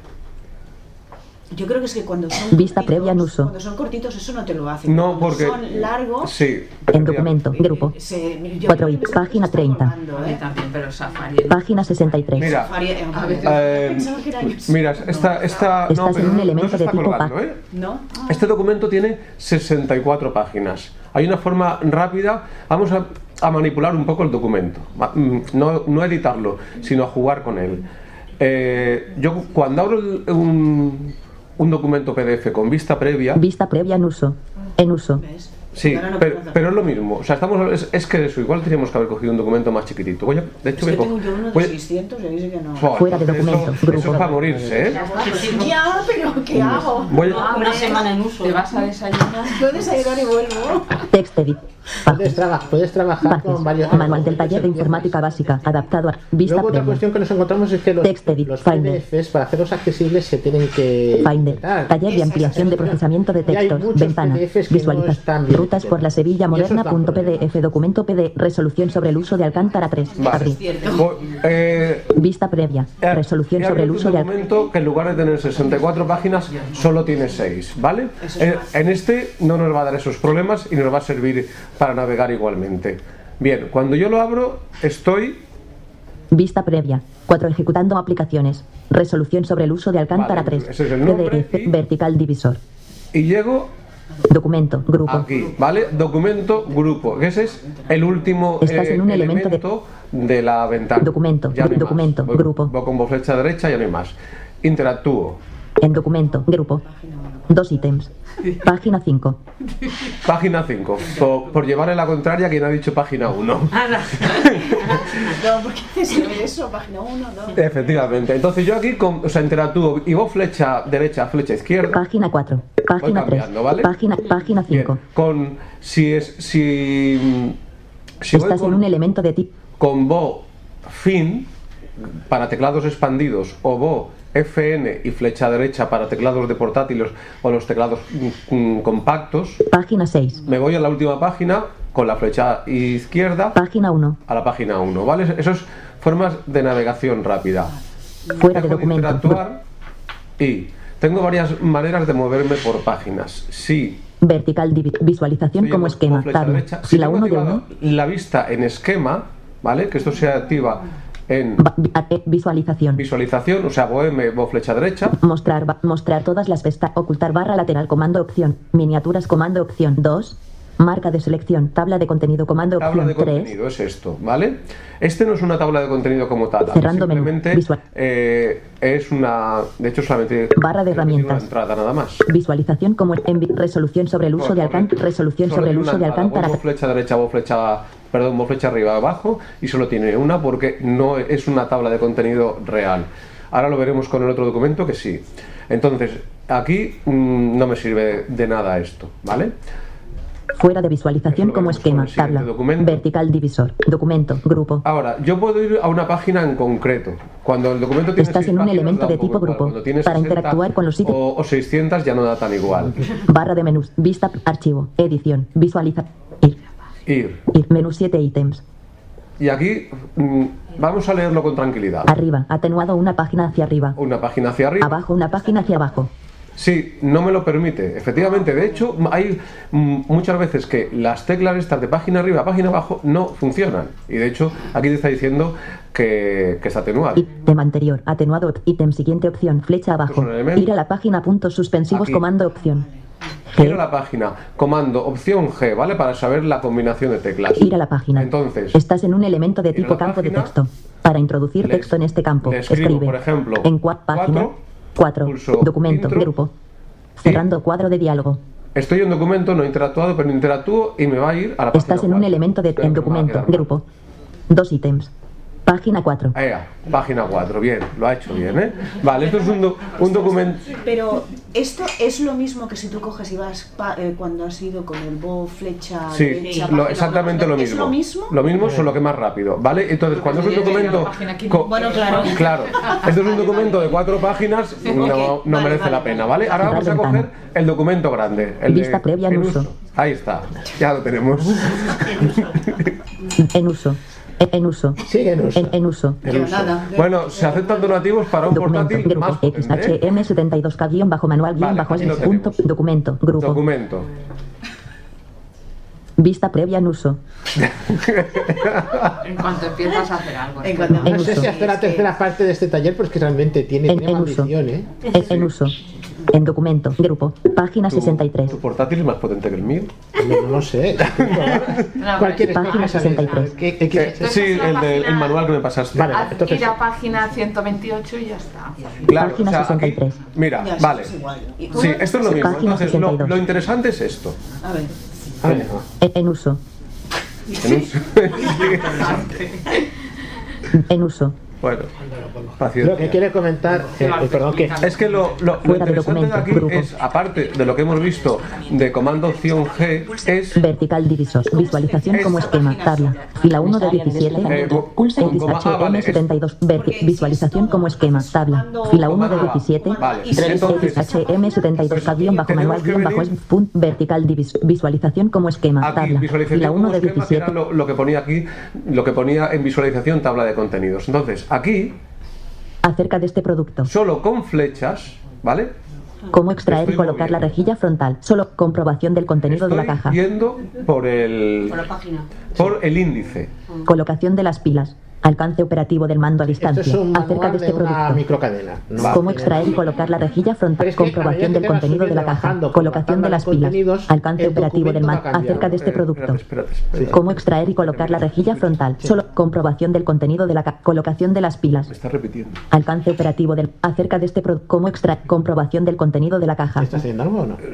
Speaker 9: Yo creo que es que cuando son
Speaker 5: Vista previa en uso.
Speaker 9: Cuando son cortitos eso no te lo hacen.
Speaker 4: No,
Speaker 9: Cuando
Speaker 4: porque.
Speaker 9: son largos.
Speaker 4: Sí.
Speaker 5: En documento.
Speaker 9: eh,
Speaker 5: Grupo.
Speaker 9: se- yo
Speaker 5: Cuatro
Speaker 9: creo
Speaker 5: y-
Speaker 9: que se
Speaker 5: página
Speaker 9: está
Speaker 5: 30.
Speaker 9: colgando,
Speaker 8: A mí
Speaker 9: ¿eh?
Speaker 8: también, pero Safari.
Speaker 5: Página 63.
Speaker 4: Mira.
Speaker 9: Faría- eh,
Speaker 8: A veces-
Speaker 4: eh,
Speaker 9: Pensaba que era eso.
Speaker 4: mira, esta, esta,
Speaker 5: Estás
Speaker 4: no,
Speaker 5: en
Speaker 4: pero
Speaker 5: un
Speaker 4: no- no
Speaker 5: elemento
Speaker 4: se
Speaker 5: de
Speaker 4: está
Speaker 5: tipo
Speaker 4: colgando,
Speaker 5: pack.
Speaker 4: ¿eh?
Speaker 9: ¿No? Ah,
Speaker 4: Este documento tiene 64 páginas. Hay una forma rápida, vamos a, a manipular un poco el documento, Ma- mm, no, no editarlo, sino a jugar con él. Eh, yo cuando abro el- un, un documento PDF con vista previa,
Speaker 5: Vista previa en uso. En uso.
Speaker 9: ¿ves?
Speaker 4: sí,
Speaker 9: Ahora no
Speaker 4: pero,
Speaker 9: puedo.
Speaker 4: pero es lo mismo, o sea, estamos, es, es que eso, igual teníamos que haber cogido un documento más chiquitito. Voy a- de hecho, voy
Speaker 9: Es que
Speaker 4: a
Speaker 9: tengo
Speaker 4: co-
Speaker 9: yo uno
Speaker 4: voy
Speaker 9: de
Speaker 4: a-
Speaker 9: 600 y ahí sí que no. Pues,
Speaker 4: Joder,
Speaker 5: Fuera de documento,
Speaker 4: Eso,
Speaker 5: grupo.
Speaker 4: eso es para morirse, ¿eh?
Speaker 9: Ya, pero ¿qué hago?
Speaker 4: Voy a-
Speaker 7: Una semana en uso.
Speaker 8: Te vas a desayunar.
Speaker 9: Puedo desayunar y vuelvo.
Speaker 5: Text edit.
Speaker 3: Puedes, traba- puedes trabajar con varios.
Speaker 5: Pages. Manual pues, del taller de informática básica. Adaptado a. Vista
Speaker 3: Luego otra
Speaker 5: previa.
Speaker 3: cuestión que nos encontramos es que los,
Speaker 5: Text edit,
Speaker 3: los
Speaker 5: Finder.
Speaker 3: PDFs para hacerlos accesibles se tienen que
Speaker 5: Finder,
Speaker 3: editar.
Speaker 5: taller de ampliación de procesamiento de
Speaker 3: Y hay
Speaker 5: textos,
Speaker 3: muchos
Speaker 5: ventana,
Speaker 3: PDFs que no
Speaker 5: visualiza,
Speaker 3: están bien
Speaker 5: rutas por la
Speaker 3: hechos. Y eso
Speaker 5: Sevilla
Speaker 3: es la
Speaker 5: moderna punto
Speaker 3: problema.
Speaker 5: PDF, documento PD, resolución sobre el uso de Alcántara
Speaker 9: Ah,
Speaker 5: 3,
Speaker 4: Vale.
Speaker 5: abrir,
Speaker 4: Voy- eh,
Speaker 5: vista previa,
Speaker 4: Eh,
Speaker 5: resolución
Speaker 4: he
Speaker 5: sobre el
Speaker 4: abierto
Speaker 5: uso
Speaker 4: un
Speaker 5: de Alcántara.
Speaker 4: documento que en lugar de tener 64 páginas solo tiene 6, ¿vale?
Speaker 9: Eso es
Speaker 4: Eh,
Speaker 9: más.
Speaker 4: en este no nos va a dar esos problemas y nos va a servir para navegar igualmente. Bien, cuando yo lo abro estoy
Speaker 5: Vista previa. 4. Ejecutando aplicaciones. Resolución sobre el uso de Alcántara
Speaker 4: Vale,
Speaker 5: 3.
Speaker 4: ese es el nombre
Speaker 5: PDF.
Speaker 4: y-
Speaker 5: Vertical divisor.
Speaker 4: y llego
Speaker 5: Documento. Grupo.
Speaker 4: aquí, ¿vale? Documento grupo, que ese es el último eh,
Speaker 5: Estás en un elemento de-
Speaker 4: elemento de... la ventana.
Speaker 5: Documento,
Speaker 4: Ya no hay más.
Speaker 5: documento,
Speaker 4: Voy-
Speaker 5: grupo.
Speaker 4: Voy con flecha derecha ya no hay más. Interactúo.
Speaker 5: En documento. Grupo. Dos ítems. Página 5.
Speaker 4: Página 5. Por, por llevarle la contraria a quien ha dicho página 1.
Speaker 9: No, porque haces eso, página 1, 2.
Speaker 4: Efectivamente. Entonces yo aquí con, o sea, interactúo y vos flecha derecha, flecha izquierda.
Speaker 5: Página 4. Página 3.
Speaker 4: cambiando, ¿vale?
Speaker 5: Página, página
Speaker 4: Bien.
Speaker 5: 5.
Speaker 4: Con si es si si voy
Speaker 5: Estás en un
Speaker 4: con,
Speaker 5: elemento de tipo.
Speaker 4: con bo fin para teclados expandidos o bo FN y flecha derecha para teclados de portátiles o los teclados mm, mm, compactos,
Speaker 5: Página 6.
Speaker 4: me voy a la última página con la flecha izquierda
Speaker 5: Página 1.
Speaker 4: a la página 1, ¿vale? Esas formas de navegación rápida.
Speaker 5: Fuera
Speaker 4: Dejo
Speaker 5: de
Speaker 4: de
Speaker 5: documento.
Speaker 4: interactuar y tengo varias maneras de moverme por páginas. Sí. pues
Speaker 5: Vertical divi- visualización como esquema. Tabla. Si la 1 de 1.
Speaker 4: La vista en esquema, ¿vale? Que esto se activa en
Speaker 5: eh, Visualización.
Speaker 4: visualización, o sea, boheme, bo flecha derecha.
Speaker 5: Mostrar, ba- mostrar todas las pestañas. Ocultar barra lateral comando opción. Miniaturas comando opción 2. Marca de selección. Tabla de contenido comando
Speaker 4: Tabla
Speaker 5: opción
Speaker 4: de
Speaker 5: 3.
Speaker 4: contenido es esto, ¿vale? Este no es una tabla de contenido como tal,
Speaker 5: Cerrando menú,
Speaker 4: simplemente
Speaker 5: visual.
Speaker 4: eh, es una, de hecho solamente
Speaker 5: Barra
Speaker 4: solamente tiene
Speaker 5: de
Speaker 4: una
Speaker 5: herramientas.
Speaker 4: entrada nada más.
Speaker 5: Visualización como en vi- resolución sobre el uso de Alcántara.
Speaker 4: Correcto.
Speaker 5: Resolución
Speaker 4: Solo
Speaker 5: sobre el
Speaker 4: tiene
Speaker 5: uso
Speaker 4: una
Speaker 5: de
Speaker 4: entrada,
Speaker 5: Alcántara.
Speaker 4: Vos flecha derecha, vos flecha, perdón, vos flecha arriba, abajo y solo tiene una porque no es una tabla de contenido real. Ahora lo veremos con el otro documento que sí. Entonces, aquí mm, no me sirve de nada esto, ¿vale?
Speaker 5: Fuera de
Speaker 4: Eso
Speaker 5: visualización
Speaker 4: lo
Speaker 5: como
Speaker 4: veremos con
Speaker 5: esquema.
Speaker 4: el siguiente
Speaker 5: Tabla.
Speaker 4: documento. Ah.
Speaker 5: Vertical divisor. Documento. Grupo.
Speaker 4: Ahora, yo puedo ir a una página en concreto. Cuando el documento tiene
Speaker 5: Estás
Speaker 4: seis
Speaker 5: en un
Speaker 4: páginas,
Speaker 5: elemento
Speaker 4: da
Speaker 5: de
Speaker 4: poco
Speaker 5: tipo
Speaker 4: igual.
Speaker 5: grupo.
Speaker 4: Cuando tiene
Speaker 5: Para
Speaker 4: 60
Speaker 5: interactuar con los sitios-
Speaker 4: o, o 600 ya no da tan igual.
Speaker 5: Barra de menús. Vista. Archivo. Edición. Visualiza. Ir.
Speaker 4: Ir.
Speaker 5: ir, Menú 7 ítems.
Speaker 4: Y aquí mm, vamos a leerlo con tranquilidad.
Speaker 5: Arriba, atenuado una página hacia arriba.
Speaker 4: Una página hacia arriba.
Speaker 5: Abajo, una página hacia abajo.
Speaker 4: Sí, no me lo permite. Efectivamente, de hecho, hay mm, muchas veces que las teclas estas de página arriba a página abajo no funcionan. Y de hecho, aquí te está diciendo que, que se atenúa.
Speaker 5: Tema anterior, atenuado, ítem siguiente opción, flecha abajo.
Speaker 4: un elemento.
Speaker 5: Ir a la página, puntos suspensivos,
Speaker 4: Aquí.
Speaker 5: comando opción.
Speaker 4: Ir a la página, comando, opción G, ¿vale? Para saber la combinación de teclas.
Speaker 5: Ir a la página.
Speaker 4: Entonces,
Speaker 5: Estás en un elemento de tipo campo de texto. Para introducir
Speaker 4: le-
Speaker 5: texto en este campo,
Speaker 4: le escribo,
Speaker 5: escribe.
Speaker 4: por ejemplo,
Speaker 5: en cua- página 4, documento,
Speaker 4: intro.
Speaker 5: grupo. Cerrando cuadro de diálogo.
Speaker 4: estoy en documento, no he interactuado, pero interactúo y me va a ir a la página.
Speaker 5: Estás en un elemento de en documento, grupo. Dos ítems. Página 4.
Speaker 4: Ea, página 4, bien, lo ha hecho bien, ¿eh? Vale, esto es un, do- un documento.
Speaker 9: Pero esto es lo mismo que si tú coges y vas pa- eh, cuando has ido con el bo, flecha,
Speaker 4: Sí,
Speaker 9: derecha,
Speaker 4: lo-
Speaker 9: página,
Speaker 4: exactamente lo
Speaker 9: ¿Es
Speaker 4: mismo.
Speaker 9: lo mismo?
Speaker 4: solo que más rápido, ¿vale? Entonces, cuando es un documento. co-
Speaker 9: Bueno, claro.
Speaker 4: Claro, esto es un documento de cuatro páginas, no, no
Speaker 9: vale,
Speaker 4: merece
Speaker 9: vale,
Speaker 4: la pena, ¿vale? Ahora vamos a
Speaker 5: Ventana.
Speaker 4: coger el documento grande, el
Speaker 5: Vista
Speaker 4: de,
Speaker 5: previa en
Speaker 4: en
Speaker 5: uso.
Speaker 4: Ahí está, ya lo tenemos.
Speaker 5: En uso. En, en uso. en uso. En, uso.
Speaker 4: En uso. Bueno, se aceptan donativos para un
Speaker 5: Documento,
Speaker 4: portátil
Speaker 5: grupo E
Speaker 4: más potente, ¿eh?
Speaker 5: XHM72K-manual guión bajo
Speaker 4: aquí lo
Speaker 5: es punto, documento, grupo.
Speaker 4: Documento.
Speaker 5: Vista previa en uso.
Speaker 8: En cuanto empiezas a hacer algo.
Speaker 3: En cuanto- no sé si hacer la tercera parte de este taller, pues que realmente tiene,
Speaker 5: En-
Speaker 3: tiene
Speaker 5: en uso.
Speaker 3: maldición, ¿eh?
Speaker 5: En, en uso. En documento, grupo. Página 63.
Speaker 4: ¿Tu portátil es más potente que el mío?
Speaker 3: No, no lo sé. Cualquier
Speaker 8: pues,
Speaker 5: Página 63.
Speaker 4: Eh, sí, el, de- el manual que me pasaste.
Speaker 8: Haz ir a pues, página 128 y ya está.
Speaker 4: Claro, o sea, aquí- mira,
Speaker 8: Ya, eso
Speaker 4: vale.
Speaker 8: es igual. ¿Y
Speaker 4: Sí,
Speaker 8: cómo?
Speaker 4: esto es lo mismo.
Speaker 5: Página
Speaker 4: Entonces, lo,
Speaker 5: 62.
Speaker 4: lo interesante es esto.
Speaker 9: A ver.
Speaker 5: En, E, en uso.
Speaker 4: En uso.
Speaker 5: En uso.
Speaker 4: bueno, paciencia.
Speaker 3: Lo que quiere comentar, eh, eh, perdón, que
Speaker 4: Es que lo, lo- lo
Speaker 3: Fuera de
Speaker 4: interesante de
Speaker 3: documento,
Speaker 4: aquí
Speaker 3: grupo.
Speaker 4: es, aparte de lo que hemos visto de comando opción G, es
Speaker 5: Vertical divisos. Visualización como esquema. Tabla. Fila 1 de 17.
Speaker 4: Eh, bu- bu- bu- ah, vale, es-
Speaker 5: XHM72. verti- Visualización como esquema. Tabla. Fila 1 de 17.
Speaker 4: Vale, entonces-
Speaker 5: XHM72K-manual guión bajo es punto vertical divis- Visualización como esquema.
Speaker 4: aquí
Speaker 5: Tabla. Fila
Speaker 4: visualización
Speaker 5: 1
Speaker 4: como
Speaker 5: de
Speaker 4: esquema, que
Speaker 5: 17.
Speaker 4: era lo, lo que ponía aquí, lo que ponía en visualización tabla de contenidos. Entonces, aquí,
Speaker 5: Acerca de este producto.
Speaker 4: solo con flechas, ¿vale?
Speaker 5: Cómo extraer y colocar la rejilla frontal. Solo comprobación del contenido de la caja.
Speaker 4: Yendo por el,
Speaker 9: página.
Speaker 4: por el índice.
Speaker 5: Colocación de las pilas. Alcance operativo del mando a distancia.
Speaker 3: esto es un
Speaker 5: Acerca
Speaker 3: manual
Speaker 5: de
Speaker 3: de,
Speaker 5: este
Speaker 3: una
Speaker 5: producto.
Speaker 3: microcadena. ¿no?
Speaker 5: Cómo extraer y colocar la rejilla frontal. Comprobación del contenido de la caja. Colocación de las pilas. Alcance operativo del mando. Acerca de este producto. Cómo extraer y colocar la rejilla frontal. Solo comprobación del contenido de la caja. Colocación de las pilas.
Speaker 4: Está repitiendo.
Speaker 5: Alcance operativo del. Acerca de este producto. Cómo extraer. Comprobación del contenido de la caja.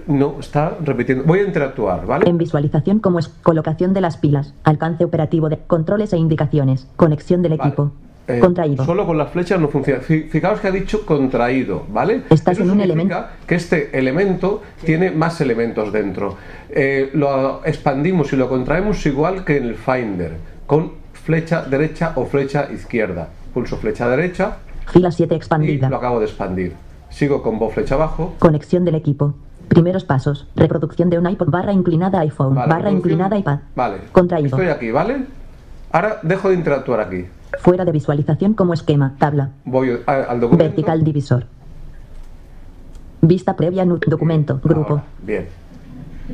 Speaker 4: No, está repitiendo. Voy a interactuar, ¿vale?
Speaker 5: En visualización como es colocación de las pilas, alcance operativo de controles e indicaciones, conexión del equipo,
Speaker 4: Eh,
Speaker 5: contraído,
Speaker 4: Solo con las flechas no funciona. Fi- Fijaos que ha dicho contraído, ¿vale? Estás Eso en un elemento. Que este elemento tiene más elementos dentro. Eh, lo expandimos y lo contraemos igual que en el Finder, con flecha derecha o flecha izquierda. Pulso flecha derecha
Speaker 5: fila 7
Speaker 4: y
Speaker 5: expandida,
Speaker 4: lo acabo de expandir. Sigo con voz flecha abajo.
Speaker 5: conexión del equipo, primeros pasos, reproducción de un iPod barra inclinada iPhone,
Speaker 4: Vale,
Speaker 5: barra
Speaker 4: reproducción.
Speaker 5: inclinada iPad,
Speaker 4: Vale.
Speaker 5: Contraído.
Speaker 4: Estoy aquí, ¿vale? Ahora dejo de interactuar aquí.
Speaker 5: fuera de visualización como esquema, tabla,
Speaker 4: Voy a- al documento.
Speaker 5: vertical divisor, vista previa en u- documento, grupo,
Speaker 4: Bien.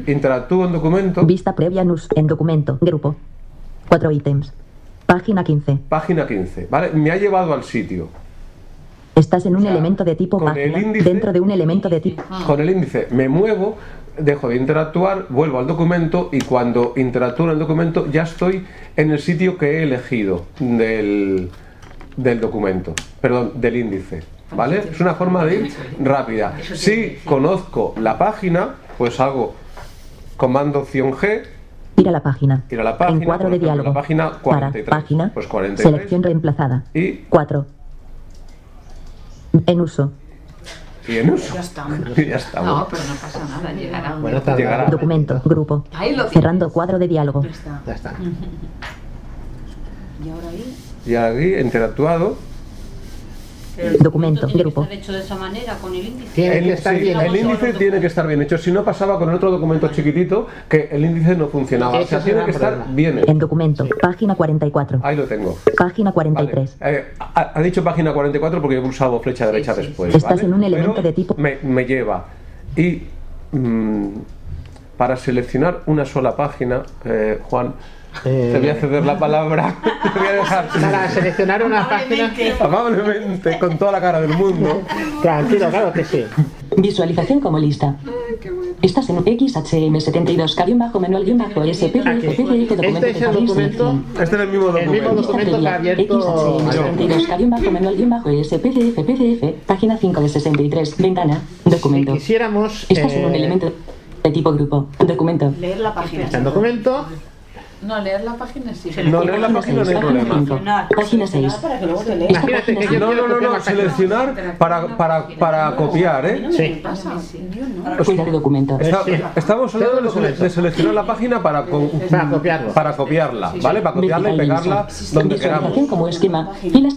Speaker 4: Interactúo en documento.
Speaker 5: vista previa en, us- en documento, grupo, cuatro ítems, página 15,
Speaker 4: Página 15, ¿vale? Me ha llevado al sitio.
Speaker 5: estás en un elemento de tipo página, dentro de un elemento de tipo...
Speaker 8: Ah.
Speaker 4: Con el índice me muevo, dejo de interactuar, vuelvo al documento y cuando interactúo en el documento ya estoy en el sitio que he elegido del, del documento, perdón, del índice, ¿vale? Es una forma de ir rápida. Si conozco la página, pues hago comando opción G,
Speaker 5: Ir a la página.
Speaker 4: ir a la página,
Speaker 5: en cuadro
Speaker 4: por
Speaker 5: de
Speaker 4: ejemplo,
Speaker 5: diálogo.
Speaker 4: la página 43,
Speaker 5: Para, página.
Speaker 4: pues 43.
Speaker 5: Selección reemplazada.
Speaker 4: y,
Speaker 5: 4. En uso.
Speaker 4: y en uso.
Speaker 8: Ya está.
Speaker 4: Y ya está.
Speaker 8: No, pero no pasa nada, llegará un
Speaker 4: Bueno, tardará. Llegará.
Speaker 5: Documento. Grupo.
Speaker 8: Ahí lo
Speaker 5: Cerrando cuadro de diálogo.
Speaker 3: Ya está.
Speaker 4: Mm.
Speaker 9: Y ahora ahí.
Speaker 4: Y aquí he interactuado.
Speaker 10: El
Speaker 5: Documento,
Speaker 10: tiene que
Speaker 5: grupo.
Speaker 10: estar hecho de esa manera, con el índice.
Speaker 4: el, sí, el índice tiene que estar bien hecho. Si no pasaba con el otro documento chiquitito que el índice no funcionaba. O
Speaker 5: Ese
Speaker 4: sea,
Speaker 5: es
Speaker 4: tiene
Speaker 5: un
Speaker 4: que
Speaker 5: gran
Speaker 4: estar bien hecho.
Speaker 5: En documento, página 44.
Speaker 4: Ahí lo tengo.
Speaker 5: Página 43.
Speaker 4: Eh, ha, ha dicho página 44 porque he pulsado flecha derecha después.
Speaker 5: Estás
Speaker 4: ¿vale?
Speaker 5: en un elemento de tipo.
Speaker 4: Me, me lleva. Y mm, para seleccionar una sola página, eh, Juan, te voy a ceder la palabra. te voy a dejar.
Speaker 3: Para seleccionar una página.
Speaker 4: Amablemente, con toda la cara del mundo.
Speaker 3: Tranquilo, claro que sí.
Speaker 6: Visualización como lista. Estás en XHM75-manual-SP.
Speaker 3: Este es el documento.
Speaker 4: Este es el mismo
Speaker 3: El mismo documento que ha abierto.
Speaker 6: XHM72-SPDF, PDF, página 5 de 63, ventana, documento. Si
Speaker 3: quisiéramos...
Speaker 6: Estás en un
Speaker 3: eh,
Speaker 6: elemento de tipo grupo, documento.
Speaker 9: Leer la página.
Speaker 3: El documento.
Speaker 8: No, leer la página sí.
Speaker 4: No, leer la página no hay problema.
Speaker 6: Página 6.
Speaker 9: Para que luego te lea.
Speaker 3: Imagínate que yo
Speaker 4: No,
Speaker 3: quiero
Speaker 4: no, no,
Speaker 3: copiar
Speaker 4: no,
Speaker 3: la página.
Speaker 4: seleccionar para, para, para copiar, ¿eh?
Speaker 3: Sí.
Speaker 9: Pasa. Yo no.
Speaker 6: Cuida de documento.
Speaker 4: Está- estamos hablando de, sele- de seleccionar la página para, con-
Speaker 3: Para copiarlo.
Speaker 4: para copiarla, ¿vale? Para copiarla y
Speaker 6: Vertical
Speaker 4: pegarla
Speaker 6: dimensión.
Speaker 4: donde
Speaker 6: Visualización
Speaker 4: queramos.
Speaker 6: como esquema. Filas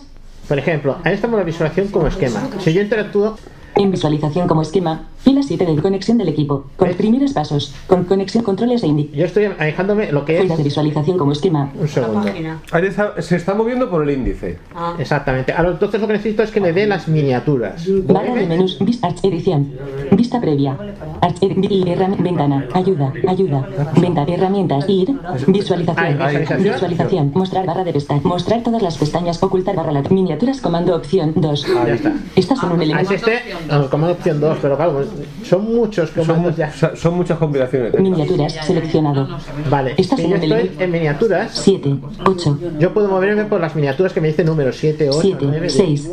Speaker 3: Por ejemplo, ahí estamos la visualización como esquema. Si yo interactúo,
Speaker 6: en visualización como esquema. Fila 7 de conexión del equipo. Con primeros pasos. Con conexión controles de índice.
Speaker 3: yo estoy manejándome lo que
Speaker 6: Cuida de
Speaker 3: es.
Speaker 6: visualización como esquema.
Speaker 3: Un segundo.
Speaker 10: página.
Speaker 4: Ahí está- se está moviendo por el índice.
Speaker 10: Ah,
Speaker 3: Exactamente. Ahora, entonces lo que necesito es que me dé las miniaturas.
Speaker 6: Barra de menús. Vista Arch edición. Vista previa. Arch ed- y herram- ventana. Ayuda. Ayuda. Venta. Herramientas. Ir. Visualización.
Speaker 3: Ah, visualización.
Speaker 6: Visualización. Mostrar barra de pestañas. Mostrar todas las pestañas. Ocultar barra lat- Miniaturas. Comando opción 2.
Speaker 3: Ya está.
Speaker 6: Estas son un
Speaker 3: Ah,
Speaker 6: elemento.
Speaker 3: es este, ah, como opción 2, pero claro, pues, son muchos
Speaker 4: Son,
Speaker 3: comandos
Speaker 4: mu-
Speaker 3: ya.
Speaker 4: sa- son muchas combinaciones.
Speaker 6: Miniaturas. Seleccionado.
Speaker 3: Vale,
Speaker 6: Estas
Speaker 3: si
Speaker 6: son
Speaker 3: yo
Speaker 6: el
Speaker 3: estoy
Speaker 6: elemento.
Speaker 3: en miniaturas,
Speaker 6: 7. 8.
Speaker 3: yo puedo moverme por las miniaturas que me dicen número 7, 8,
Speaker 6: Siete,
Speaker 3: 9.
Speaker 6: seis.
Speaker 3: Si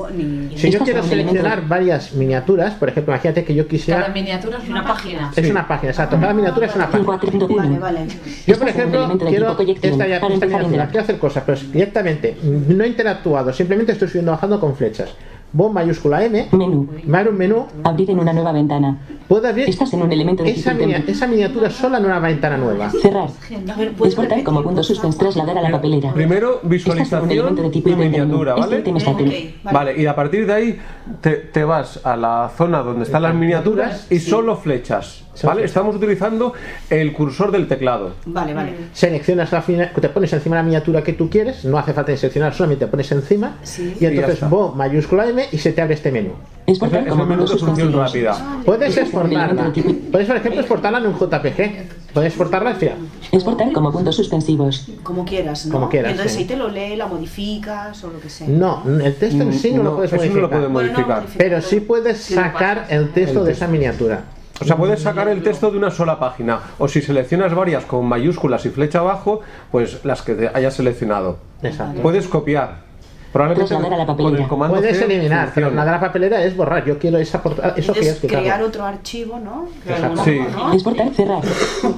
Speaker 3: yo quiero
Speaker 6: Estas son el elemento.
Speaker 3: seleccionar varias miniaturas, por ejemplo, imagínate que yo
Speaker 8: Cada
Speaker 3: quisiera.
Speaker 8: miniatura es una página.
Speaker 3: Es una página, exacto. Cada miniatura es una página.
Speaker 6: 4.
Speaker 9: Vale,
Speaker 6: 1.
Speaker 9: vale.
Speaker 3: Yo, por
Speaker 6: Estas son un
Speaker 3: ejemplo,
Speaker 6: elemento de
Speaker 3: quiero
Speaker 6: tipo proyectil.
Speaker 3: esta, ya-
Speaker 6: Para
Speaker 3: esta
Speaker 6: empezar a
Speaker 3: miniatura,
Speaker 6: entrar.
Speaker 3: quiero hacer cosas, pero directamente no he interactuado, simplemente estoy subiendo bajando con flechas. Voy mayúscula M,
Speaker 6: Menú.
Speaker 3: me abre un menú,
Speaker 6: Abrir en una nueva ventana.
Speaker 3: puedo abrir
Speaker 6: Estás en un elemento de
Speaker 3: esa,
Speaker 6: tipo
Speaker 3: minia-
Speaker 6: tempo.
Speaker 3: esa miniatura sola en una ventana nueva.
Speaker 6: Cerrar.
Speaker 9: A ver, ¿puedes
Speaker 6: Exportar como punto suspense trasladar a la papelera.
Speaker 4: Primero,
Speaker 6: Estas son un elemento
Speaker 4: visualización
Speaker 6: de tipo
Speaker 4: y
Speaker 6: ítem.
Speaker 4: miniatura,
Speaker 6: Este
Speaker 4: ¿vale?
Speaker 6: ítem está
Speaker 9: repetir?
Speaker 6: ten-
Speaker 9: Ok, vale.
Speaker 4: Vale, y a partir de ahí te, te vas a la zona donde están las miniaturas y solo flechas, ¿vale? Estamos utilizando el cursor del teclado.
Speaker 9: Vale, vale.
Speaker 3: seleccionas la fina- te pones encima la miniatura que tú quieres, no hace falta ni seleccionar, solamente te pones encima
Speaker 9: Sí.
Speaker 3: y
Speaker 4: Y ya
Speaker 3: entonces
Speaker 4: está.
Speaker 3: Bo mayúscula M y se te abre este menú.
Speaker 4: Es,
Speaker 6: Exportar
Speaker 4: es
Speaker 6: como
Speaker 4: un menú
Speaker 6: punto
Speaker 4: de función
Speaker 6: suspensivo.
Speaker 4: rápida.
Speaker 3: Puedes exportarla, puedes por ejemplo exportarla en un JPG, puedes exportarla mira,
Speaker 6: Exportar como puntos suspensivos.
Speaker 9: Como quieras, ¿no?
Speaker 3: Como quieras,
Speaker 9: Y entonces
Speaker 3: sí.
Speaker 9: ahí te lo lee, la modificas o lo que sea.
Speaker 3: No, el texto en sí no, lo puedes
Speaker 4: eso no lo
Speaker 3: modificar,
Speaker 4: puedes
Speaker 9: Bueno, no
Speaker 4: modificar.
Speaker 9: modifica.
Speaker 3: pero sí puedes sacar el texto de esa miniatura.
Speaker 4: O sea, puedes sacar el texto de una sola página. O si seleccionas varias con mayúsculas y flecha abajo, pues las que te hayas seleccionado.
Speaker 3: Exacto.
Speaker 4: Puedes copiar.
Speaker 6: Trasladar a la
Speaker 4: Probablemente
Speaker 6: papelera.
Speaker 4: con el comando
Speaker 3: Puedes
Speaker 4: C
Speaker 3: eliminar, pero la
Speaker 4: funciona.
Speaker 3: de la papelera es borrar. Yo quiero esa portada, eso
Speaker 9: Entonces,
Speaker 3: quieres
Speaker 9: crear
Speaker 3: quitarlo.
Speaker 9: otro archivo, ¿no? Que
Speaker 3: Exacto.
Speaker 9: alguna
Speaker 4: Sí.
Speaker 9: forma, ¿no?
Speaker 6: Exportar, cerrar.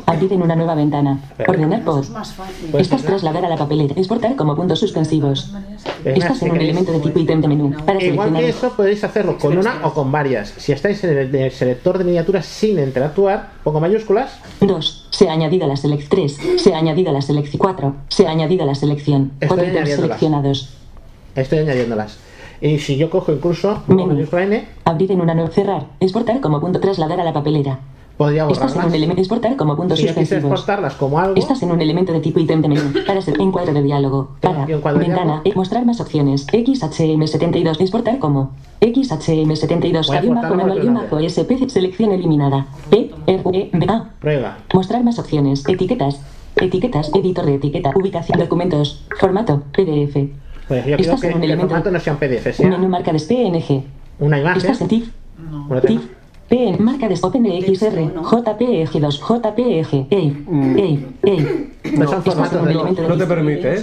Speaker 6: Abrir en una nueva ventana. Ordenar
Speaker 9: Eso
Speaker 6: por.
Speaker 9: es más fácil.
Speaker 3: Pues-
Speaker 6: Estas trasladar a la papelera. Exportar como puntos
Speaker 4: Eh,
Speaker 6: suspensivos.
Speaker 3: Es más,
Speaker 6: Estas
Speaker 3: si
Speaker 6: en un
Speaker 3: queréis-
Speaker 6: elemento de tipo ítem de menú. Para
Speaker 3: E Igual
Speaker 6: seleccionar.
Speaker 3: que eso podéis hacerlo con una o con varias. Si estáis en el, en el selector de miniaturas sin interactuar, pongo mayúsculas,
Speaker 6: 2. Se ha añadido la selección. 3. Se ha añadido la selección. 4. Se ha añadido la selección.
Speaker 3: Estoy
Speaker 6: 4 ítems
Speaker 3: añadiéndolas.
Speaker 6: seleccionados.
Speaker 3: Estoy añadiéndolas. Y si yo cojo incluso
Speaker 6: Menú.
Speaker 3: mayúscula N,
Speaker 6: Abrir en una nueva. Cerrar. Exportar como punto. Trasladar a la papelera.
Speaker 3: podría
Speaker 6: Estás en un
Speaker 3: borrarlas.
Speaker 6: elemento. Exportar como puntos
Speaker 3: Si yo quise
Speaker 6: suspensivos.
Speaker 3: exportarlas como algo,
Speaker 6: Estás en un elemento de tipo ítem de menú. Para ser encuadre de diálogo. Para.
Speaker 3: Y encuadre de
Speaker 6: Ventana. eh, mostrar más opciones. XHM72. Exportar como. XHM72.
Speaker 3: Voy a
Speaker 6: Guión bajo
Speaker 3: exportarlo
Speaker 6: manual
Speaker 3: por
Speaker 6: guión
Speaker 3: otro
Speaker 6: bajo SPC. Selección eliminada. P. R. E. B. A.
Speaker 3: prueba.
Speaker 6: Mostrar más opciones. Etiquetas. Etiquetas. Editor de etiqueta. Ubicación. Documentos. Formato. PDF.
Speaker 3: Pues yo quiero
Speaker 6: Estás
Speaker 3: que
Speaker 6: en un
Speaker 3: el
Speaker 6: elemento-
Speaker 3: formato no sea un PDF,
Speaker 6: Menú
Speaker 3: sea
Speaker 6: marca de PNG.
Speaker 3: una imagen.
Speaker 6: Estás en TIFF.
Speaker 3: una
Speaker 6: TIFF.
Speaker 3: tema.
Speaker 6: PN. Marca de E, OpenXR. JPEG2. JPEG. EI.
Speaker 4: Mm.
Speaker 6: EI. EI.
Speaker 3: No pues son
Speaker 6: Estás en
Speaker 3: formatos
Speaker 6: un
Speaker 3: de-
Speaker 6: elemento de
Speaker 4: No te
Speaker 6: tipo-
Speaker 4: permite, ¿eh?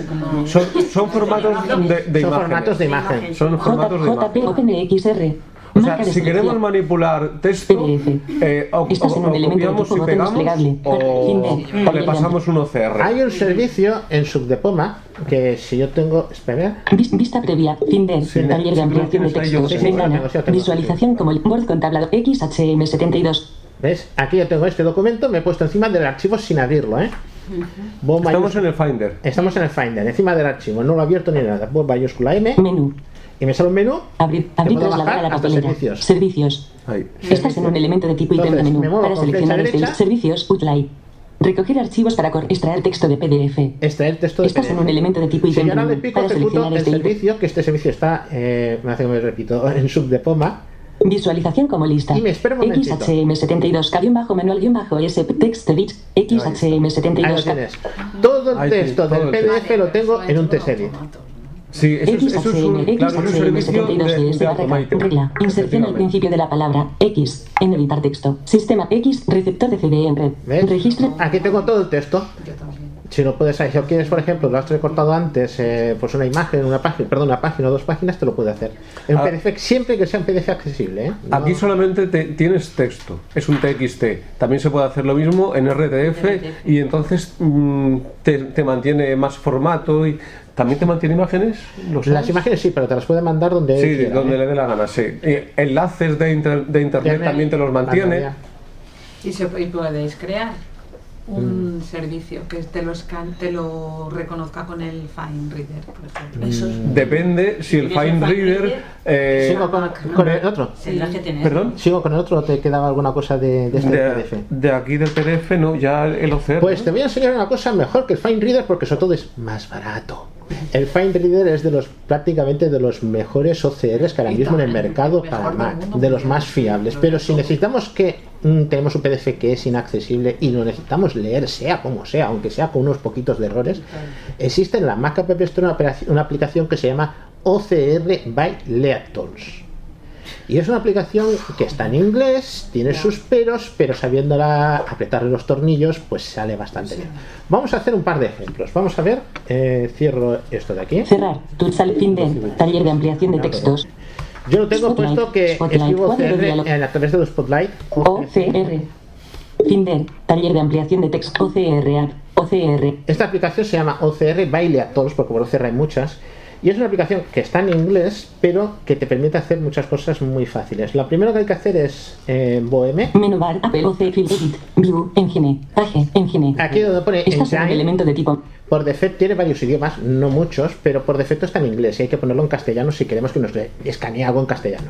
Speaker 4: Son, son formatos de, de
Speaker 3: Son
Speaker 4: imágenes.
Speaker 3: formatos de imagen.
Speaker 4: Son formatos de imagen.
Speaker 6: JP OpenXR.
Speaker 4: O
Speaker 6: E, Marca
Speaker 4: sea,
Speaker 6: de
Speaker 4: si queremos
Speaker 6: selección.
Speaker 4: manipular texto,
Speaker 6: PDF.
Speaker 4: eh, o,
Speaker 6: Estás en
Speaker 4: o-
Speaker 6: un
Speaker 4: o
Speaker 6: elemento de
Speaker 4: copiamos
Speaker 6: tipo
Speaker 4: y
Speaker 6: botón
Speaker 4: pegamos,
Speaker 6: desplegable.
Speaker 4: o,
Speaker 6: Perfil.
Speaker 4: o le pasamos un OCR.
Speaker 3: Hay un servicio en Subdepoma que si yo tengo. Espera,
Speaker 6: Vis- Vista previa, Finder,
Speaker 4: no,
Speaker 6: taller
Speaker 4: si
Speaker 6: de
Speaker 4: tú lo
Speaker 6: ampliación de
Speaker 4: tienes ahí, yo
Speaker 6: textos,
Speaker 4: lo
Speaker 3: tengo,
Speaker 6: ventana,
Speaker 3: yo lo tengo,
Speaker 6: visualización como el Word con tablado XHM72,
Speaker 3: ¿ves? Aquí yo tengo este documento, me he puesto encima del archivo sin abrirlo, ¿eh? Voy mayús-
Speaker 4: Estamos en el Finder.
Speaker 3: Estamos en el Finder, encima del archivo, no lo he abierto ni nada. Voy mayúscula M,
Speaker 6: menú,
Speaker 3: y me sale un menú.
Speaker 6: Abrir, abrir
Speaker 3: puedo
Speaker 6: tras
Speaker 3: bajar
Speaker 6: la barra de la
Speaker 3: hasta
Speaker 6: papelera.
Speaker 3: servicios.
Speaker 6: Servicios. Estás en un elemento de tipo item de
Speaker 3: Entonces,
Speaker 6: menú
Speaker 3: me muevo
Speaker 6: para
Speaker 3: con flecha
Speaker 6: seleccionar el
Speaker 3: derecha.
Speaker 6: fel- servicios Outline. Recoger archivos para cor- extraer texto de PDF.
Speaker 3: Extraer texto de
Speaker 6: Estás
Speaker 3: PDF.
Speaker 6: en un elemento de tipo
Speaker 3: Si yo
Speaker 6: item de
Speaker 3: ahora le
Speaker 6: menú
Speaker 3: pico,
Speaker 6: para
Speaker 3: ejecuto
Speaker 6: seleccionar
Speaker 3: el
Speaker 6: este ítem.
Speaker 3: servicio, que este servicio está, eh, me hace que me repito, en sub de poma.
Speaker 6: Visualización como lista.
Speaker 3: Y me espero un momentito.
Speaker 6: XHM72 bajo manual guión bajo S text edit
Speaker 3: Ahí lo Ah,
Speaker 6: XHM72
Speaker 3: tienes. Todo el
Speaker 6: Ahí tienes,
Speaker 3: texto
Speaker 6: todo
Speaker 3: del
Speaker 6: el
Speaker 3: PDF lo tengo en un TSEDIT.
Speaker 4: Sí,
Speaker 6: XHM, XHM72 de barra regla. Inserción al principio de la palabra X en editar texto. Sistema X receptor de CD en red. Registro.
Speaker 3: Aquí tengo todo el texto. Si lo puedes, si lo quieres, por ejemplo, lo has recortado antes, eh, pues una imagen, una página, perdón, una página o dos páginas, te lo puede hacer. En
Speaker 4: Ah.
Speaker 3: PDF, siempre que sea un PDF accesible. ¿eh? No-
Speaker 4: Aquí solamente te- tienes texto, es un TXT. También se puede hacer lo mismo en RTF, y entonces mm, te, te mantiene más formato y también te mantiene imágenes. ¿Lo
Speaker 3: las
Speaker 4: sabes?
Speaker 3: imágenes sí, pero te las puede mandar donde
Speaker 4: Sí,
Speaker 3: quiera,
Speaker 4: donde
Speaker 3: ¿eh?
Speaker 4: le dé la gana, sí. Y enlaces de, inter- de internet también
Speaker 3: Ah,
Speaker 4: te los mantiene.
Speaker 8: Y, se, y podéis crear un servicio que te lo, escan- te lo reconozca con el Fine Reader, por ejemplo.
Speaker 4: Depende si el
Speaker 8: ¿Tienes el
Speaker 4: Fine
Speaker 8: Fine
Speaker 4: Reader.
Speaker 8: Reader?
Speaker 4: eh,
Speaker 3: Sigo con, con el otro.
Speaker 10: Tendrás que tener.
Speaker 4: ¿Perdón?
Speaker 3: Sigo con el otro, ¿o te quedaba alguna cosa de, de este PDF.
Speaker 4: de, de aquí del PDF, no, ya el OCR.
Speaker 3: Pues te voy a enseñar una cosa mejor que el Fine Reader porque sobre todo es más barato. El Fine Reader es de los prácticamente de los mejores OCRs que ahora mismo en el mercado para Mac, de los más fiables. Pero si necesitamos que mm, tenemos un PDF que es inaccesible y lo necesitamos leer, sea como sea, aunque sea con unos poquitos de errores, existe en la Mac App Store una, operaci- una aplicación que se llama OCR by Leatons. Y es una aplicación que está en inglés, tiene sus peros, pero sabiéndola apretar los tornillos, pues sale bastante bien. Vamos a hacer un par de ejemplos. Vamos a ver, eh, cierro esto de aquí.
Speaker 6: Cerrar. Tutsal fin de taller de ampliación de textos.
Speaker 3: Yo lo tengo
Speaker 6: Spotlight,
Speaker 3: puesto que
Speaker 6: Spotlight,
Speaker 3: escribo
Speaker 6: cuadro de
Speaker 3: CR
Speaker 6: diálogo.
Speaker 3: en- a través de los Spotlight.
Speaker 6: OCR. Finder, taller de ampliación de texto OCR, app, OCR.
Speaker 3: Esta aplicación se llama OCR Baile a todos, porque por OCR hay muchas. Y es una aplicación que está en inglés, pero que te permite hacer muchas cosas muy fáciles. Lo primero que hay que hacer es eh, Boheme.
Speaker 6: Menú bar, Apple OC, Field Edit, View, Engine, Page, Engine.
Speaker 3: Aquí donde pone
Speaker 6: Estás en el
Speaker 3: Engine,
Speaker 6: elemento de tipo.
Speaker 3: Por defecto tiene varios idiomas, no muchos, pero por defecto está en inglés y hay que ponerlo en castellano si queremos que nos le- escanee algo en castellano.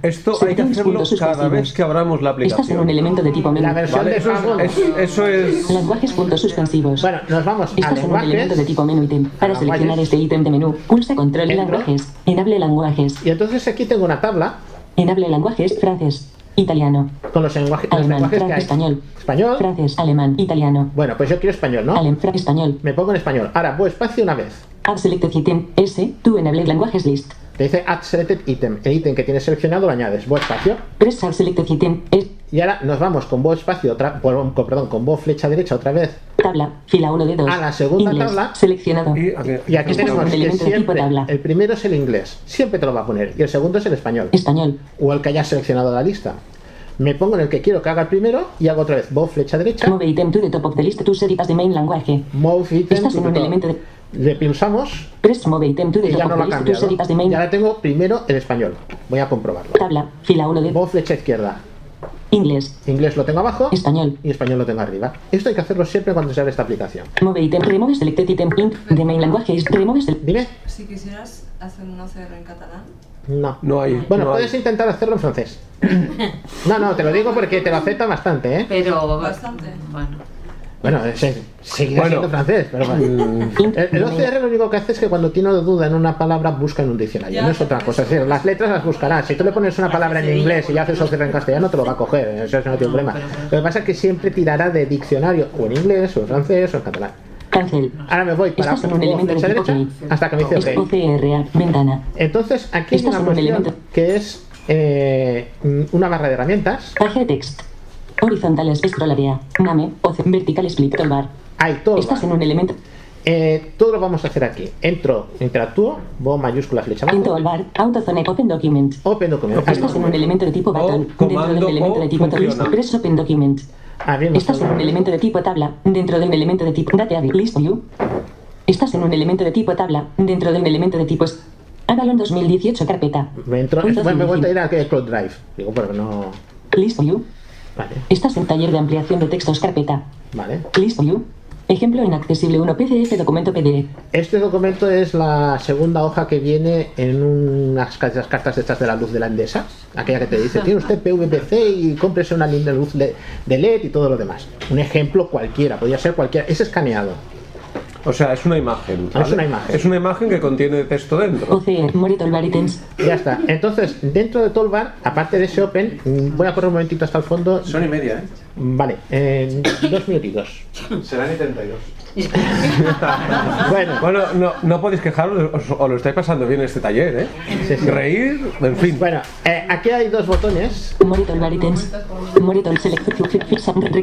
Speaker 4: Esto hay que hacerlo cada vez que abramos la aplicación.
Speaker 6: Estás en un elemento de tipo menú.
Speaker 4: La versión Vale, de eso es- pago. es- eso es-
Speaker 6: Lenguajes puntos suspensivos.
Speaker 3: Bueno, nos vamos
Speaker 6: Estás en un
Speaker 3: lenguajes.
Speaker 6: elemento de tipo menú ítem. Para
Speaker 3: A
Speaker 6: seleccionar
Speaker 3: lenguajes.
Speaker 6: este ítem de menú, pulsa control
Speaker 3: Entro.
Speaker 6: lenguajes. Enable lenguajes.
Speaker 3: Y entonces aquí tengo una tabla.
Speaker 6: Enable lenguajes francés, italiano.
Speaker 3: Con los, lenguajes
Speaker 6: alemán,
Speaker 3: lenguajes que
Speaker 6: fran-
Speaker 3: hay.
Speaker 6: español.
Speaker 3: Español.
Speaker 6: Francés, alemán, italiano.
Speaker 3: Bueno, pues yo quiero español, ¿no?
Speaker 6: Alem, fran- español.
Speaker 3: Me pongo en español. Ahora, voy espacio una vez.
Speaker 6: Add selected item S, tú enable languages list.
Speaker 3: Te dice add selected item. El ítem que tienes seleccionado lo añades. Voy espacio.
Speaker 6: Press add selected item S.
Speaker 3: Y ahora nos vamos con voz espacio otra, con- perdón, con voz flecha derecha otra vez.
Speaker 6: Tabla, fila 1 de 2.
Speaker 3: A la segunda
Speaker 6: Inglés,
Speaker 3: tabla.
Speaker 6: Seleccionado.
Speaker 3: Y aquí
Speaker 6: Estás en
Speaker 3: tenemos
Speaker 6: un
Speaker 3: que
Speaker 6: elemento de tipo
Speaker 3: siempre,
Speaker 6: tabla.
Speaker 3: el primero es el inglés, siempre te lo va a poner, y el segundo es el español.
Speaker 6: Español.
Speaker 3: O el que hayas seleccionado la lista. Me pongo en el que quiero que haga el primero y hago otra vez voz flecha derecha.
Speaker 6: Move item to the top of the list to set it as the main language.
Speaker 3: Move item
Speaker 6: Estás
Speaker 3: to
Speaker 6: en
Speaker 3: the
Speaker 6: un
Speaker 3: top.
Speaker 6: elemento de...
Speaker 3: Le pulsamos
Speaker 6: Press move item to the
Speaker 3: y ya
Speaker 6: top
Speaker 3: no
Speaker 6: of
Speaker 3: lo
Speaker 6: the
Speaker 3: ha
Speaker 6: list to
Speaker 3: cambiado.
Speaker 6: set it as the main
Speaker 3: Y ahora tengo primero el español. Voy a comprobarlo.
Speaker 6: Tabla, fila 1 de
Speaker 3: Voz flecha izquierda.
Speaker 6: Inglés.
Speaker 3: Inglés lo tengo abajo.
Speaker 6: Español.
Speaker 3: Y español lo tengo arriba. Esto hay que hacerlo siempre cuando se abre esta aplicación.
Speaker 6: Move item, remove selected item int the main language is remove sel-
Speaker 3: Dime.
Speaker 11: Si quisieras hacer un OCR en catalán.
Speaker 3: No.
Speaker 4: No hay.
Speaker 3: Bueno,
Speaker 4: no hay.
Speaker 3: puedes intentar hacerlo en francés. No, no, te lo digo porque te lo acepta bastante, ¿eh?
Speaker 8: Pero mm,
Speaker 11: Bastante. Mm.
Speaker 8: bueno.
Speaker 3: Bueno, se, seguirá
Speaker 4: Bueno. mm,
Speaker 3: siendo francés, pero bueno. El, el OCR lo único que hace es que cuando tiene una duda en una palabra busca en un diccionario,
Speaker 11: Ya,
Speaker 3: no es otra cosa. Es decir, las letras las buscará. Si tú le pones una palabra en inglés y le haces OCR en castellano, te lo va a coger. Eso no tiene problema. Lo que pasa es que siempre tirará de diccionario o en inglés, o en francés, o en catalán.
Speaker 6: Cancel.
Speaker 3: Ahora me voy para
Speaker 6: Estás en un elemento de
Speaker 3: flecha
Speaker 6: tipo
Speaker 3: derecha hasta que me
Speaker 6: Es
Speaker 3: dice OK.
Speaker 6: OCR, ventana.
Speaker 3: Entonces, aquí hay
Speaker 6: Estás
Speaker 3: una
Speaker 6: en un
Speaker 3: cuestión
Speaker 6: elemento.
Speaker 3: que es eh, una barra de herramientas.
Speaker 6: Page text. Horizontal scroll area. Name, OC, vertical split toolbar.
Speaker 3: Hay todo.
Speaker 6: Estás en un elemento.
Speaker 3: Eh, todo lo vamos a hacer aquí. Entro, interactúo, voy mayúscula, flecha abajo.
Speaker 6: En toolbar, autozone, open document.
Speaker 3: Open document.
Speaker 6: Estás en un elemento de tipo button. Dentro de un elemento de tipo
Speaker 3: funciona.
Speaker 6: list. Press open document. Estás en un elemento de tipo tabla, dentro de un elemento de tipo date add list view. Estás en un elemento de tipo tabla, dentro de un elemento de tipo s- Avalon 2018 carpeta.
Speaker 3: Me entro,
Speaker 6: Punto
Speaker 3: me he vuelto a
Speaker 6: cinco.
Speaker 3: ir a que Cloud Drive. Digo, pero no.
Speaker 6: List view.
Speaker 3: Vale,
Speaker 6: Estás en taller de ampliación de textos carpeta.
Speaker 3: vale.
Speaker 6: List view. Ejemplo inaccesible 1 PDF documento PDF.
Speaker 3: Este documento es la segunda hoja que viene en unas ca- esas cartas estas de la luz de la Endesa, aquella que te dice, tiene usted PVPC y cómprese una linda luz de de LED y todo lo demás. Un ejemplo cualquiera, podría ser cualquiera, es escaneado.
Speaker 4: O sea, es una imagen.
Speaker 3: Es una imagen.
Speaker 4: Es una imagen que contiene texto dentro.
Speaker 6: OCE, Moreto
Speaker 3: Ya está. Entonces, dentro de Tolbar, aparte de ese Open, mm, voy a correr un momentito hasta el fondo. Son
Speaker 4: y media, ¿eh?
Speaker 3: Vale, eh, dos minutitos.
Speaker 4: Serán 72. bueno, bueno no, no podéis quejaros, os, os lo estáis pasando bien este taller, ¿eh? Reír, en fin.
Speaker 3: Bueno, eh, aquí hay dos botones.
Speaker 6: Moreto Albaritens. Moreto Select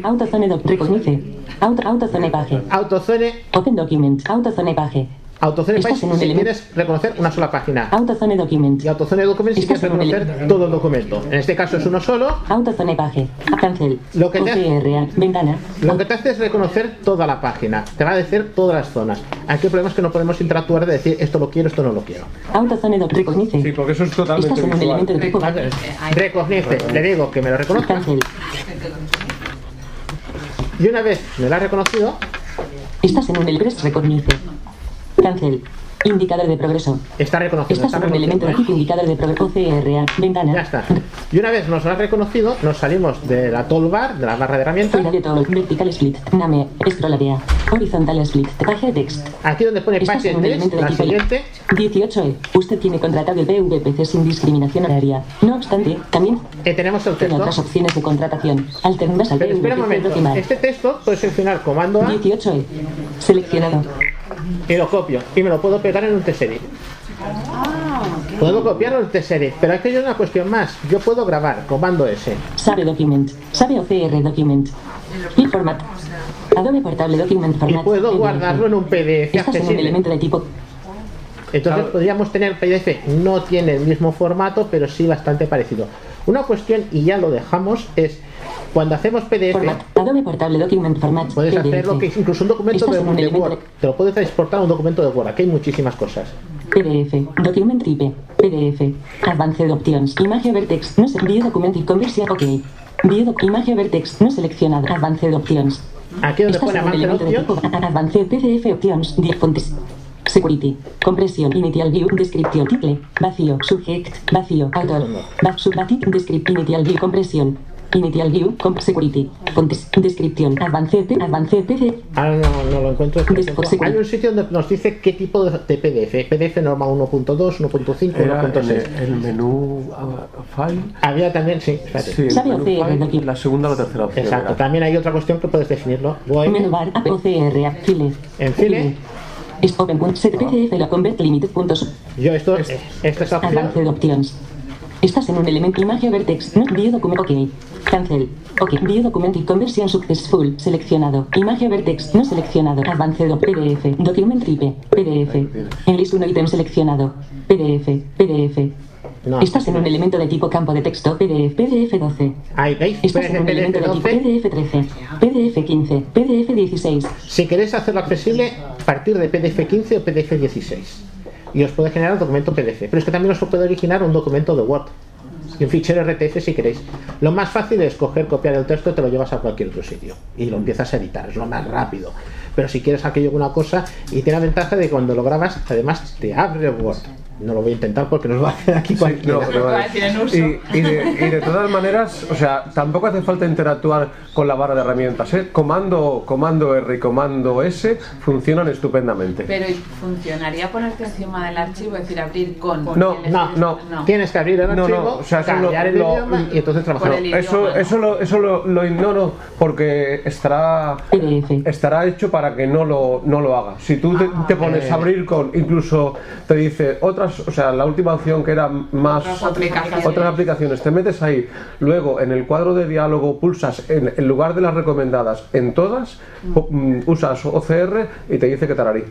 Speaker 6: Autozone doc Recognice. Auto, autozone page.
Speaker 3: Autozone.
Speaker 6: Open document. Autozone page.
Speaker 3: Autozone
Speaker 6: Estás
Speaker 3: Page
Speaker 6: en un
Speaker 3: si
Speaker 6: elemento.
Speaker 3: quieres reconocer una sola página.
Speaker 6: Autozone document.
Speaker 3: Y autozone document si
Speaker 6: Estás
Speaker 3: quieres
Speaker 6: en un
Speaker 3: reconocer
Speaker 6: elemento.
Speaker 3: todo el documento. En este caso es uno solo.
Speaker 6: Autozone page. Cancel.
Speaker 3: Lo que te hace-
Speaker 6: OCR. Ventana.
Speaker 3: Lo que te hace es reconocer toda la página. Te va a decir todas las zonas. Aquí el problema es que no podemos interactuar de decir esto lo quiero, esto no lo quiero.
Speaker 6: Autozone doc Recognice.
Speaker 4: Sí, porque eso es
Speaker 6: Estás en un elemento de tipo.
Speaker 3: Recognice, le digo que me lo reconozca.
Speaker 6: Cancel.
Speaker 3: Y una vez me lo ha reconocido,
Speaker 6: Estás en un Elbres Recognice. Cancel. Indicador de progreso.
Speaker 3: está reconocido.
Speaker 6: Estás en un elemento de tipo indicador de progreso. OCRA. Ventana.
Speaker 3: Ya está. Y una vez nos lo ha reconocido, nos salimos de la toolbar, de la barra de herramientas.
Speaker 6: Fuera de todo, vertical split, name, scroll area, horizontal split, página text.
Speaker 3: Aquí donde pone
Speaker 6: Estás
Speaker 3: page
Speaker 6: en un
Speaker 3: text,
Speaker 6: elemento de
Speaker 3: la
Speaker 6: tipo 18e. E. Usted tiene contratado el PVPC sin discriminación horaria. No obstante, también
Speaker 3: eh, tenemos el
Speaker 6: tiene otras opciones de contratación. Alternativas al
Speaker 3: Pero espera un
Speaker 6: PVPC
Speaker 3: momento.
Speaker 6: documental.
Speaker 3: Este texto puedo seleccionar comando A
Speaker 6: 18e. Seleccionado.
Speaker 3: y lo copio. Y me lo puedo pegar en un T-Series. Puedo copiarlo en T-Series. Pero aquí hay una cuestión más. Yo puedo grabar comando S.
Speaker 6: Sabe document. Sabe OCR document. Y format. Adobe Portable Document Format.
Speaker 3: Puedo guardarlo en un PDF
Speaker 6: Estás en un
Speaker 3: accesible.
Speaker 6: elemento de tipo
Speaker 3: Entonces podríamos tener PDF, no tiene el mismo formato, pero sí bastante parecido. Una cuestión, y ya lo dejamos, es cuando hacemos PDF,
Speaker 6: Adobe Portable Document Format.
Speaker 3: puedes hacer lo que es incluso un documento
Speaker 6: Estás
Speaker 3: de,
Speaker 6: en un
Speaker 3: de
Speaker 6: elemento
Speaker 3: Word. Te lo puedes exportar a un documento de Word, aquí hay muchísimas cosas.
Speaker 6: PDF, document type, PDF, advanced options, image vertex, no se view document y conversión, ok. View doc, image vertex, no seleccionado, advanced options.
Speaker 3: Aquí donde
Speaker 6: Estás
Speaker 3: pone
Speaker 6: en un
Speaker 3: Advanced
Speaker 6: elemento de tipo a- advanced PDF options, 10 fontes. Security, compresión, initial view, descripción, title, vacío, subject, vacío, autor, back, subbatic, descript, initial view, compresión, initial view, comp, security, fontes, descripción, advanced, advanced PDF,
Speaker 3: Ahora Ah, no, no lo encuentro. por ejemplo.
Speaker 6: Discord Security.
Speaker 3: Hay un sitio donde nos dice qué tipo de de PDF. PDF normal 1.2, 1.5,
Speaker 4: Era el,
Speaker 3: 1.6.
Speaker 4: el menú ah, file.
Speaker 3: Había también, sí. espérate.
Speaker 4: Sí, el menú file, la segunda o la tercera opción.
Speaker 3: Exacto,
Speaker 4: era.
Speaker 3: también hay otra cuestión que puedes definirlo. Voy-
Speaker 6: Menú bar app OCR app file.
Speaker 3: En file.
Speaker 6: Es open punto set PDF lo convert limited puntos.
Speaker 3: Yo esto, eh, esta es la opción.
Speaker 6: Advanced options. Estás en un elemento imagen vertex. No view document. Ok. Cancel. Ok. View document y conversión successful. Seleccionado. Imagen vertex. No seleccionado. Advanced op- PDF. Document type. PDF. Enlist un item seleccionado. PDF. PDF.
Speaker 3: No.
Speaker 6: Estás en un elemento de tipo campo de texto PDF, PDF 12.
Speaker 3: Ahí veis,
Speaker 6: Estás
Speaker 3: puedes
Speaker 6: en un
Speaker 3: hacer
Speaker 6: elemento de tipo
Speaker 3: PDF 12.
Speaker 6: PDF 13, PDF 15, PDF 16.
Speaker 3: Si queréis hacerlo accesible, partir de PDF 15 o PDF 16. Y os puede generar un documento PDF. Pero es que también os puede originar un documento de Word. Y un fichero RTF si queréis. Lo más fácil es coger, copiar el texto y te lo llevas a cualquier otro sitio. Y lo empiezas a editar, es lo más rápido. Pero si quieres aquello una cosa, y tiene la ventaja de que cuando lo grabas, además te abre Word. No lo voy a intentar porque nos va a hacer aquí cualquiera.
Speaker 4: No, pero vale. Y, y de, y de todas maneras, o sea, tampoco hace falta interactuar con la barra de herramientas. ¿eh? Comando, comando R y comando S funcionan estupendamente.
Speaker 8: Pero ¿funcionaría ponerte encima del archivo, es decir, abrir con?
Speaker 4: No, no, no.
Speaker 3: Tienes que abrir el
Speaker 4: No,
Speaker 3: archivo,
Speaker 4: no, o sea, eso
Speaker 3: cambiar
Speaker 4: lo-
Speaker 3: el
Speaker 4: lo-
Speaker 3: idioma y entonces trabajar.
Speaker 4: No, eso, eso, lo, eso lo, lo ignoro porque estará, estará hecho para que no lo, no lo haga. Si tú te, te pones
Speaker 3: eh.
Speaker 4: a abrir con, incluso te dice otras, o sea, la última opción que era más
Speaker 8: Otras aplicaciones.
Speaker 4: otras aplicaciones, te metes ahí, luego en el cuadro de diálogo pulsas en, en lugar de las recomendadas en todas, po- mm, usas OCR y te dice que tararí.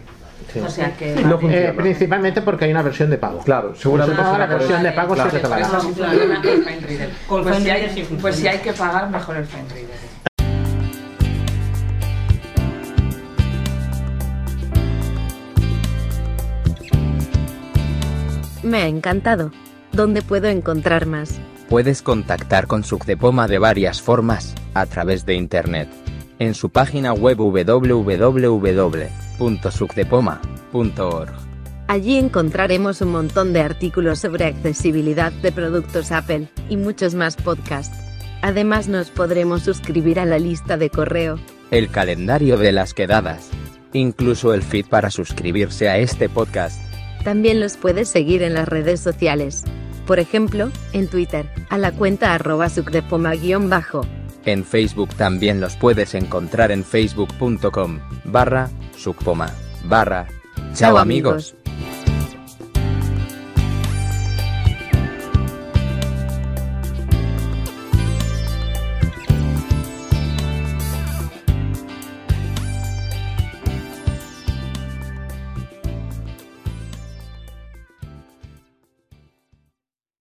Speaker 8: O sea que...
Speaker 4: No funciona.
Speaker 3: Eh, principalmente porque hay una versión de pago.
Speaker 4: Claro, seguramente
Speaker 3: Ah,
Speaker 4: será
Speaker 3: la
Speaker 4: por
Speaker 3: versión
Speaker 4: eso.
Speaker 3: de pago
Speaker 4: Claro.
Speaker 3: sí que te vale.
Speaker 8: Eso sí funciona con FineReader.
Speaker 9: Con
Speaker 8: Pues si
Speaker 9: FineReader sí
Speaker 8: hay-
Speaker 9: funciona.
Speaker 8: Pues si hay que pagar, mejor el FineReader.
Speaker 1: Me ha encantado. ¿Dónde puedo encontrar más?
Speaker 2: Puedes contactar con Sucdepoma de varias formas, a través de internet, en su página web www.sucdepoma.org.
Speaker 1: Allí encontraremos un montón de artículos sobre accesibilidad de productos Apple y muchos más podcasts. Además nos podremos suscribir a la lista de correo.
Speaker 2: el calendario de las quedadas, incluso el feed para suscribirse a este podcast.
Speaker 1: También los puedes seguir en las redes sociales. Por ejemplo, en Twitter, a la cuenta arroba sucdepoma-bajo.
Speaker 2: En Facebook también los puedes encontrar en facebook.com barra subpoma barra. Chao amigos.